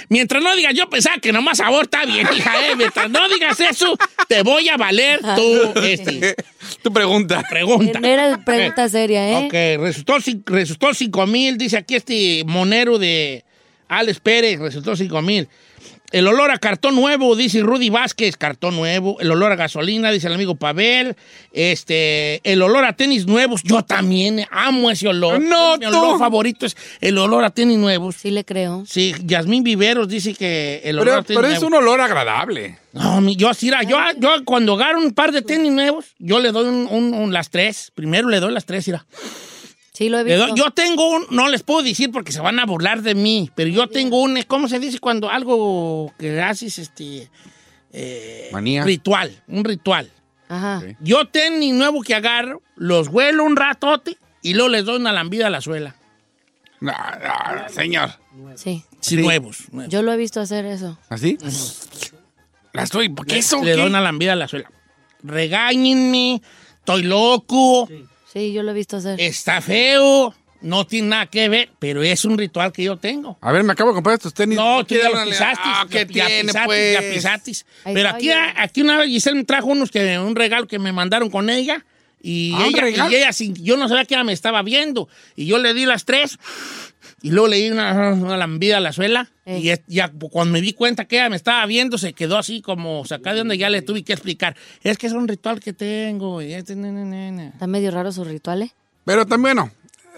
Mientras no digas, yo pensaba que nomás sabor está bien, hija, ¿eh? Mientras no digas eso, te voy a valer tu, este, <laughs> tu pregunta. pregunta. No era pregunta seria, ¿eh? Ok, resultó, cin- resultó 5 mil, dice aquí este monero de Alex Pérez, resultó 5 mil. El olor a cartón nuevo, dice Rudy Vázquez, cartón nuevo. El olor a gasolina, dice el amigo Pavel. Este, el olor a tenis nuevos, yo también amo ese olor. No, Mi tú. olor favorito es el olor a tenis nuevos. Sí le creo. Sí, Yasmín Viveros dice que el olor Pero, a tenis pero es nuevo. un olor agradable. No, mi- yo, sí, mira, yo, yo cuando agarro un par de tenis nuevos, yo le doy un- un- un- las tres. Primero le doy las tres, mira. Sí lo he Le visto. doy- yo tengo un, no les puedo decir porque se van a burlar de mí, pero yo tengo un, ¿cómo se dice cuando algo que haces, este, eh, Manía. ritual, un ritual? Ajá. Yo tenis nuevo que agarro, los huelo un ratote y luego les doy una lambida a la suela. No, no, señor. Sí. Sí, nuevos. nuevos. Yo lo he visto hacer eso. ¿Así? La estoy... ¿Por qué eso? Le ¿Qué? doy una lambida a la suela. Regáñenme, estoy loco, Sí, yo lo he visto hacer. está feo, no tiene nada que ver, pero es un ritual que yo tengo. A ver, me acabo de comprar estos tenis. No, tú ¿Qué ya le- los pisaste. Ah, ¿qué ya tiene, pisaste, pues? ya pisaste. Ahí Pero está, aquí, oye. aquí una vez Giselle me trajo unos que, un regalo que me mandaron con ella. Y Ah, ¿un ella, regalo? y ella sin- yo no sabía que ella me estaba viendo. Y yo le di las tres. Y luego le di una, una lambida a la suela. Ey. Y es- ya cuando me di cuenta que ella me estaba viendo, se quedó así como sacada de donde ya le tuve que explicar. Es que es un ritual que tengo. y este, na, na, na, na". Está medio raro su ritual, ¿eh? Pero también, bueno,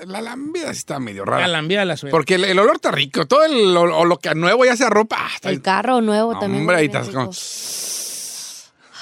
la lambida sí está medio rara. La lambida la suena. Porque el, el olor está rico. Todo el, ol- o lo que nuevo ya sea ropa. ah, está- El carro nuevo también. hombre, ahí huele estás rico. como-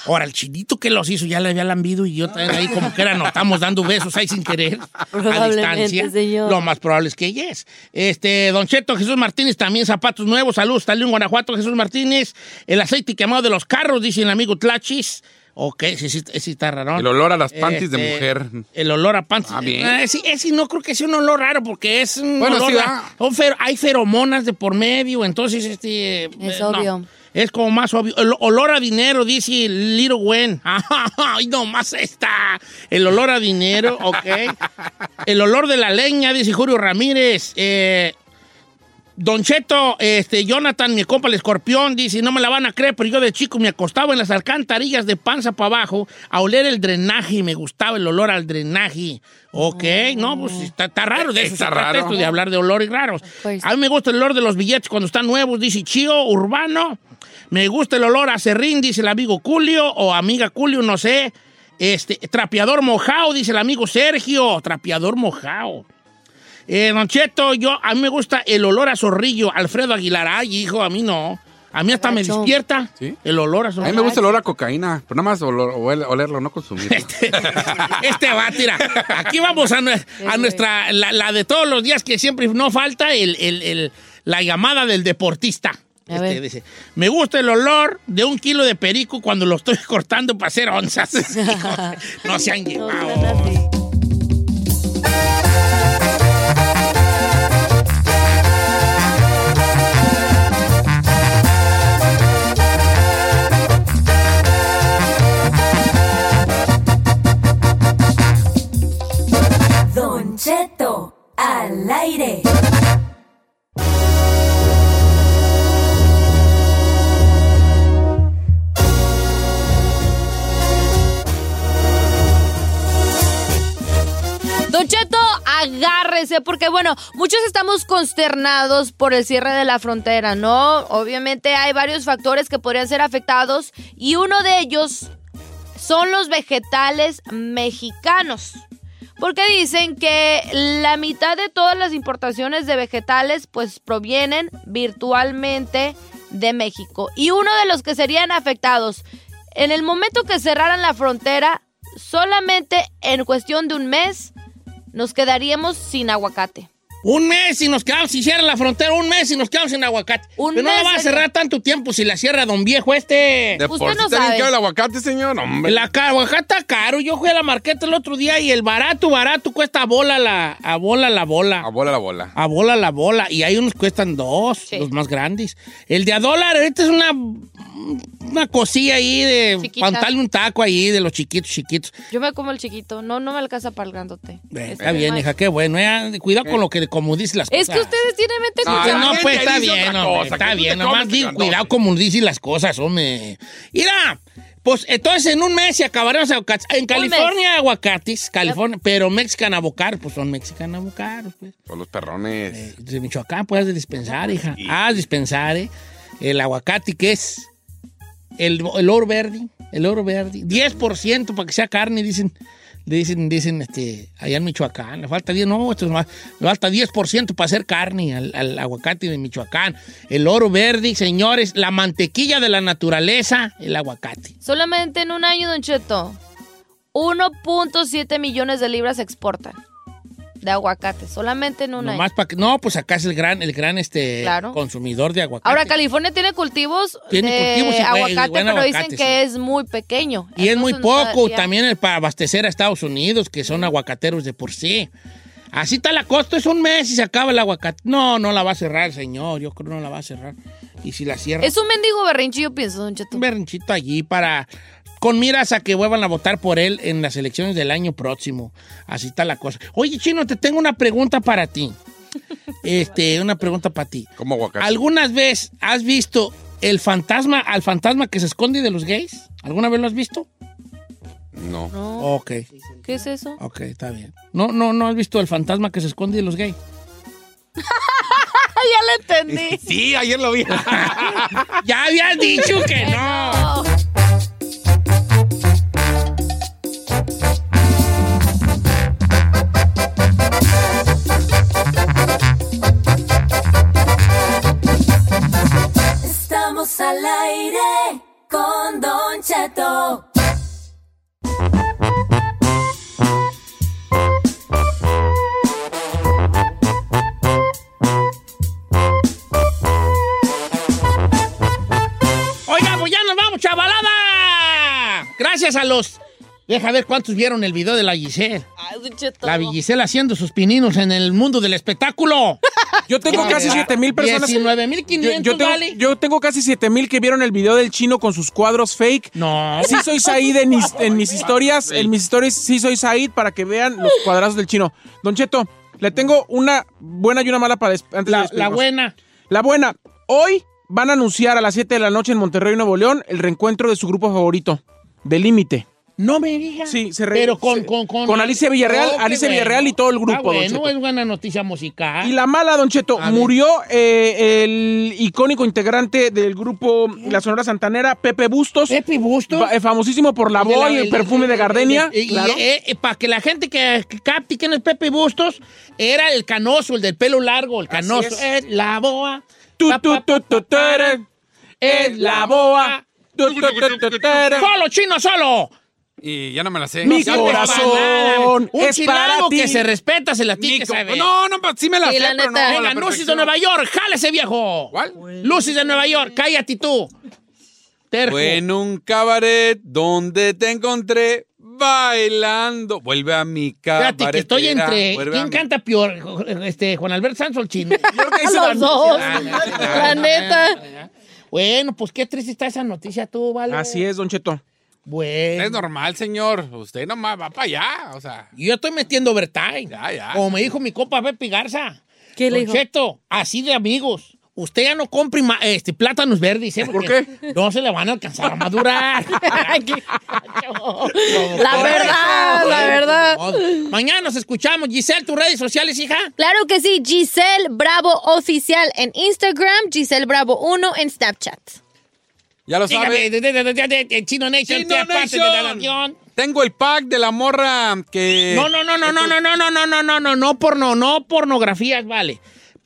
Ahora, el chinito que los hizo ya le había lambido y yo también ahí como que era, nos estamos dando besos ahí sin querer. A Probablemente, distancia. señor. Lo más probable es que ella es. Este, Don Cheto, Jesús Martínez también, zapatos nuevos. Saludos, está en Guanajuato, Jesús Martínez. El aceite quemado de los carros, dice el amigo Tlachis. Ok, sí, sí, sí está raro. El olor a las panties de Este, mujer. El olor a panties. Ah, bien. Ah, ese, ese no creo que sea un olor raro porque es un Bueno, olor sí, a- ah. son fer- hay feromonas de por medio, entonces este eh, Es no. obvio. Es como más obvio. El olor a dinero, dice Little Gwen. <laughs> ¡Ay, no, más esta! El olor a dinero, ok. El olor de la leña, dice Julio Ramírez. Eh, Don Cheto, este, Jonathan, mi compa el escorpión, dice, no me la van a creer, pero yo de chico me acostaba en las alcantarillas de panza para abajo a oler el drenaje y me gustaba el olor al drenaje. Ok, no, pues está, está raro de eso. Oh. Está se trata raro. esto de hablar de olores raros. course. A mí me gusta el olor de los billetes cuando están nuevos, dice Chio, urbano. Me gusta el olor a serrín, dice el amigo Culio, o amiga Culio, no sé. Este, trapeador mojado, dice el amigo Sergio, trapeador mojado. Eh, don Cheto, yo, a mí me gusta el olor a zorrillo, Alfredo Aguilar. Ay, hijo, a mí no. A mí hasta me Gacho. despierta ¿Sí? el olor a A zorrillo. mí me gusta el olor a cocaína, pero nada más olor- oler- olerlo, no <laughs> consumirlo. Este va, tira. Aquí vamos a, nue- a nuestra, la, la de todos los días que siempre no falta, el, el- el- la llamada del deportista. Este, ver. dice, me gusta el olor de un kilo de perico cuando lo estoy <laughs> cortando para hacer onzas. <laughs> Hijo, no se han llevado. Don Cheto al aire. Don Cheto, agárrese, porque bueno, muchos estamos consternados por el cierre de la frontera, ¿no? Obviamente hay varios factores que podrían ser afectados y uno de ellos son los vegetales mexicanos. Porque dicen que la mitad de todas las importaciones de vegetales pues provienen virtualmente de México. Y uno de los que serían afectados, en el momento que cerraran la frontera, solamente en cuestión de un mes, nos quedaríamos sin aguacate. Un mes y nos quedamos, si cierra la frontera, un mes y nos quedamos sin aguacate. Un Pero no la mes, va a señor. cerrar tanto tiempo si la cierra don viejo este. De por Usted sí no está bien sabe. caro el aguacate, señor, hombre. La ca- aguacate está caro. Yo fui a la marqueta el otro día y el barato, barato, cuesta a bola la, a bola la bola. A bola la bola. A bola la bola. Y hay unos que cuestan dos, los más grandes. El de a dólar, ahorita es una, una cosilla ahí de Chiquita. pantalón un taco ahí de los chiquitos, chiquitos. Yo me como el chiquito, no, no me alcanza para el grandote. Eh, Está Está bien, mal. hija, qué bueno. eh. Cuidado con lo que, como dicen las Es cosas. que ustedes tienen mente No, cuchara. no, pues está bien, otra hombre, cosa, que está tú te bien. comes Nomás el digo, grandote. cuidado como dicen las cosas, hombre. Mira, pues entonces en un mes se acabaron los aguacates. En California hay aguacates, California, pero Mexican avocados, pues son Mexican avocados, pues. Son los perrones. Eh, Ah, De Michoacán puedes dispensar, hija. Ah, dispensar, eh. El aguacate que es el, el oro verde, el oro verde. 10% para que sea carne, dicen. Dicen, dicen, este, allá en Michoacán, le falta 10, no, esto es más, le falta 10% para hacer carne al, al aguacate de Michoacán. El oro verde, señores, la mantequilla de la naturaleza, el aguacate. Solamente en un año, Don Cheto, 1.7 millones de libras se exportan de aguacate. Solamente en un Nomás año. para que, no, pues acá es el gran, el gran, este, Claro. consumidor de aguacate. Ahora, California tiene cultivos Tiene de cultivos y buen- y aguacate, buen pero aguacate, dicen que es muy pequeño. Y es muy Entonces, no poco sabría. también el- para abastecer a Estados Unidos, que son aguacateros de por sí. Así está la costa, es un mes y se acaba el aguacate. No, no la va a cerrar, señor. Yo creo que no la va a cerrar. Y si la cierra, Es un mendigo berrinche, yo pienso, Don Cheto. un berrinchito allí para. Con miras a que vuelvan a votar por él en las elecciones del año próximo. Así está la cosa. Oye, Chino, te tengo una pregunta para <laughs> ti. Este, una pregunta para ti. Como aguacate. ¿Algunas vez has visto el fantasma, al fantasma que se esconde de los gays? ¿Alguna vez lo has visto? No. No, Ok. ¿Qué <laughs> es eso? Ok, está bien. No, no, no has visto el fantasma que se esconde de los gays. ya le entendí. Sí, ayer lo vi. <laughs> ya habías dicho que no. pues Gracias a los. Deja ver cuántos vieron el video de la Giselle. La Giselle haciendo sus pininos en el mundo del espectáculo. Yo tengo casi 7000 personas. 19,500, Yo- yo tengo- vale. Yo tengo casi 7000 que vieron el video del chino con sus cuadros fake. No. Sí soy Said en mis, en mis historias. En mis historias sí soy Said para que vean los cuadrazos del chino. Don Cheto, le tengo una buena y una mala para des- antes La- de la despedirnos. buena. La buena. Hoy van a anunciar a las 7 de la noche en Monterrey, Nuevo León, el reencuentro de su grupo favorito, De Límite. No me digas. Sí, se re- Pero con, se- con, con, con Alicia Villarreal, qué Alicia Villarreal y todo el grupo, Ah, don bueno, Cheto. es buena noticia musical. Y la mala, Don Cheto, murió eh, el icónico integrante del grupo La Sonora Santanera, Pepe Bustos. eh, Pepe Bustos. famosísimo por la voz y el perfume de Gardenia. Claro. eh, para que la gente que, que capte quién es Pepe Bustos, era el canoso, el del pelo largo, el canoso. es. Es la boa. Tu, pa, tu, pa, tu, tu, tere. Es la boa. Solo, chino, solo. Y ya no me la sé. Mi corazón Un Un chilango que se respeta. respeta, se la tiene que Nico- saber. No, no, pa- sí me la sé, pero no a la Venga, Lucis de perfección. Nueva York, jálese viejo. ¿Cuál? Lucis de Nueva York, cállate tú. Terco. Fue en un cabaret donde te encontré bailando. Vuelve a mi cabaret. Espérate, que estoy entre. Vuelve a ¿Quién mi- canta peor? Este, Juan Alberto Sanz o <laughs> el Ah, chino. Los dos. La neta. Bueno, pues qué triste está esa noticia tú, ¿vale? Así es, Don Cheto. Bueno. Es normal, señor. Usted nomás va para allá. O sea, Yo estoy metiendo overtime. Ya, ya. Como me dijo mi copa Pepe Garza. ¿Qué le Don dijo? Cheto, así de amigos. Usted ya no compre ma- este, plátanos verdes, ¿eh? Porque No se le van a alcanzar a <laughs> madurar. La verdad, la verdad. Mañana nos escuchamos. Giselle, tus redes sociales, hija. Claro que sí, Giselle Bravo Oficial en Instagram, Giselle Bravo 1 en Snapchat. ya lo Dígame, sabe. de- de- de- de- de- de Chino Nation, Chino ¿qué parte de la Nation. nación? Tengo el pack de la morra que. No, no, no, no, no, no, no, no, no, no, no, no, no, porno, no pornografías, vale.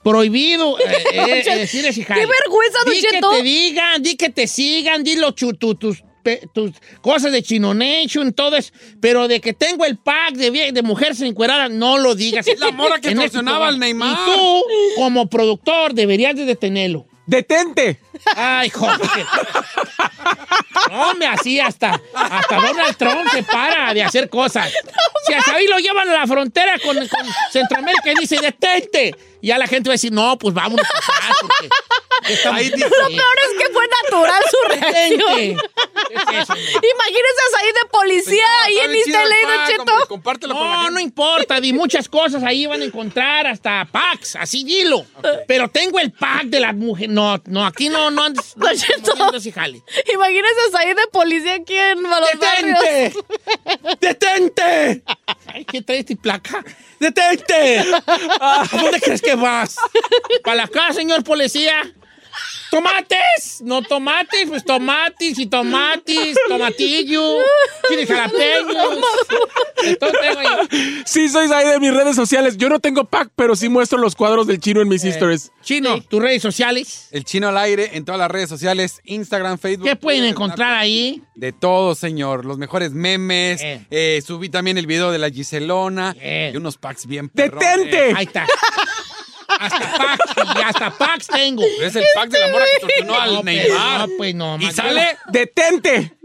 Prohibido eh, <laughs> eh, eh, decir ese jale. ¡Qué vergüenza, Don Di que Cheto! te digan, di que te sigan, di lo chu- tu- tus, pe- tus cosas de Chino Nation, todo eso. Pero de que tengo el pack de, vie- de mujeres encueradas, no lo digas. Es la morra que En este torsionaba al programa. Neymar. Y tú, como productor, deberías de detenerlo. ¡Detente! Ay, joder. No, me así hasta, hasta Donald Trump se para de hacer cosas. Si hasta ahí lo llevan a la frontera con, con Centroamérica y dice, detente. Y ya la gente va a decir, no, pues vámonos a pasar porque estamos- Ahí dice- Lo peor es que fue natural su reacción. Detente. Imagínense ahí de policía ahí en Instagram, Don Cheto. Compártelo con la No, gente. no importa, di muchas cosas ahí van a encontrar, hasta packs, así dilo. Pero tengo el pack de las mujeres. No, no, aquí no, no <laughs> andes. No, andes Cheto. moviendo ese jale. Imagínense ahí de policía aquí en los barrios. ¡Detente! ¡Detente! Ay, ¿qué traes tu placa? <laughs> ¡Detente! Ah, ¿A dónde crees que vas? ¿Para acá, señor policía? ¡Tomates! No tomates, pues tomates y tomates, tomatillo, chile jalapeños. Entonces, güey, Sí, soy Said en mis redes sociales. Yo no tengo pack, pero sí muestro los cuadros del chino en Eh, mis stories. Chino, tus redes sociales, El chino al aire en todas las redes sociales, Instagram, Facebook. ¿qué pueden Twitter, encontrar ahí? De todo, señor. Los mejores memes. Eh. Eh, subí también el video de la Giselona. Bien. Y unos packs bien perrones. ¡Detente! Ahí está. Hasta Pax, y hasta Pax tengo. Pero Es el pack de la morra que torsionó al No, pues, Neymar. no, pues, no, y man. sale... ¡Detente!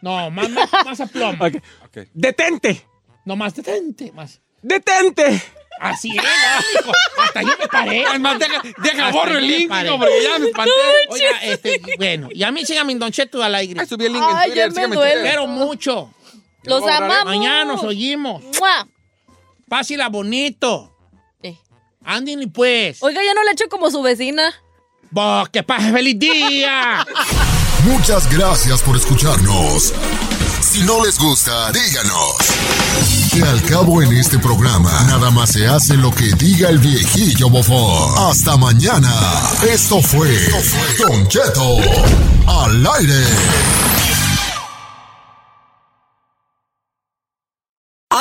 No, más, más, más a plomo. Ok. Ok. ¡Detente! No, más detente, más. ¡Detente! Así es, hijo. Hasta yo me paré. Es más, deja, deja, Hasta borro ahí el me link, paré. no, porque ya me espanté. Oiga, este, bueno, y a mí síganme en Don Cheto al aire. Ay, subí el link en Ay, Twitter. ya me sígueme en duele. Twitter. Pero mucho. Los amamos. Mañana nos oímos. ¡Mua! Pásela bonito. Sí. Anden y pues. Oiga, ya no le echo como su vecina. Vos, que pase feliz día. <laughs> Muchas gracias por escucharnos. Si no les gusta, díganos. Que al cabo en este programa, nada más se hace lo que diga el viejillo bofón. Hasta mañana. Esto fue Don Cheto al aire.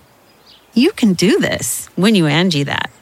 You can do this when you Angie that.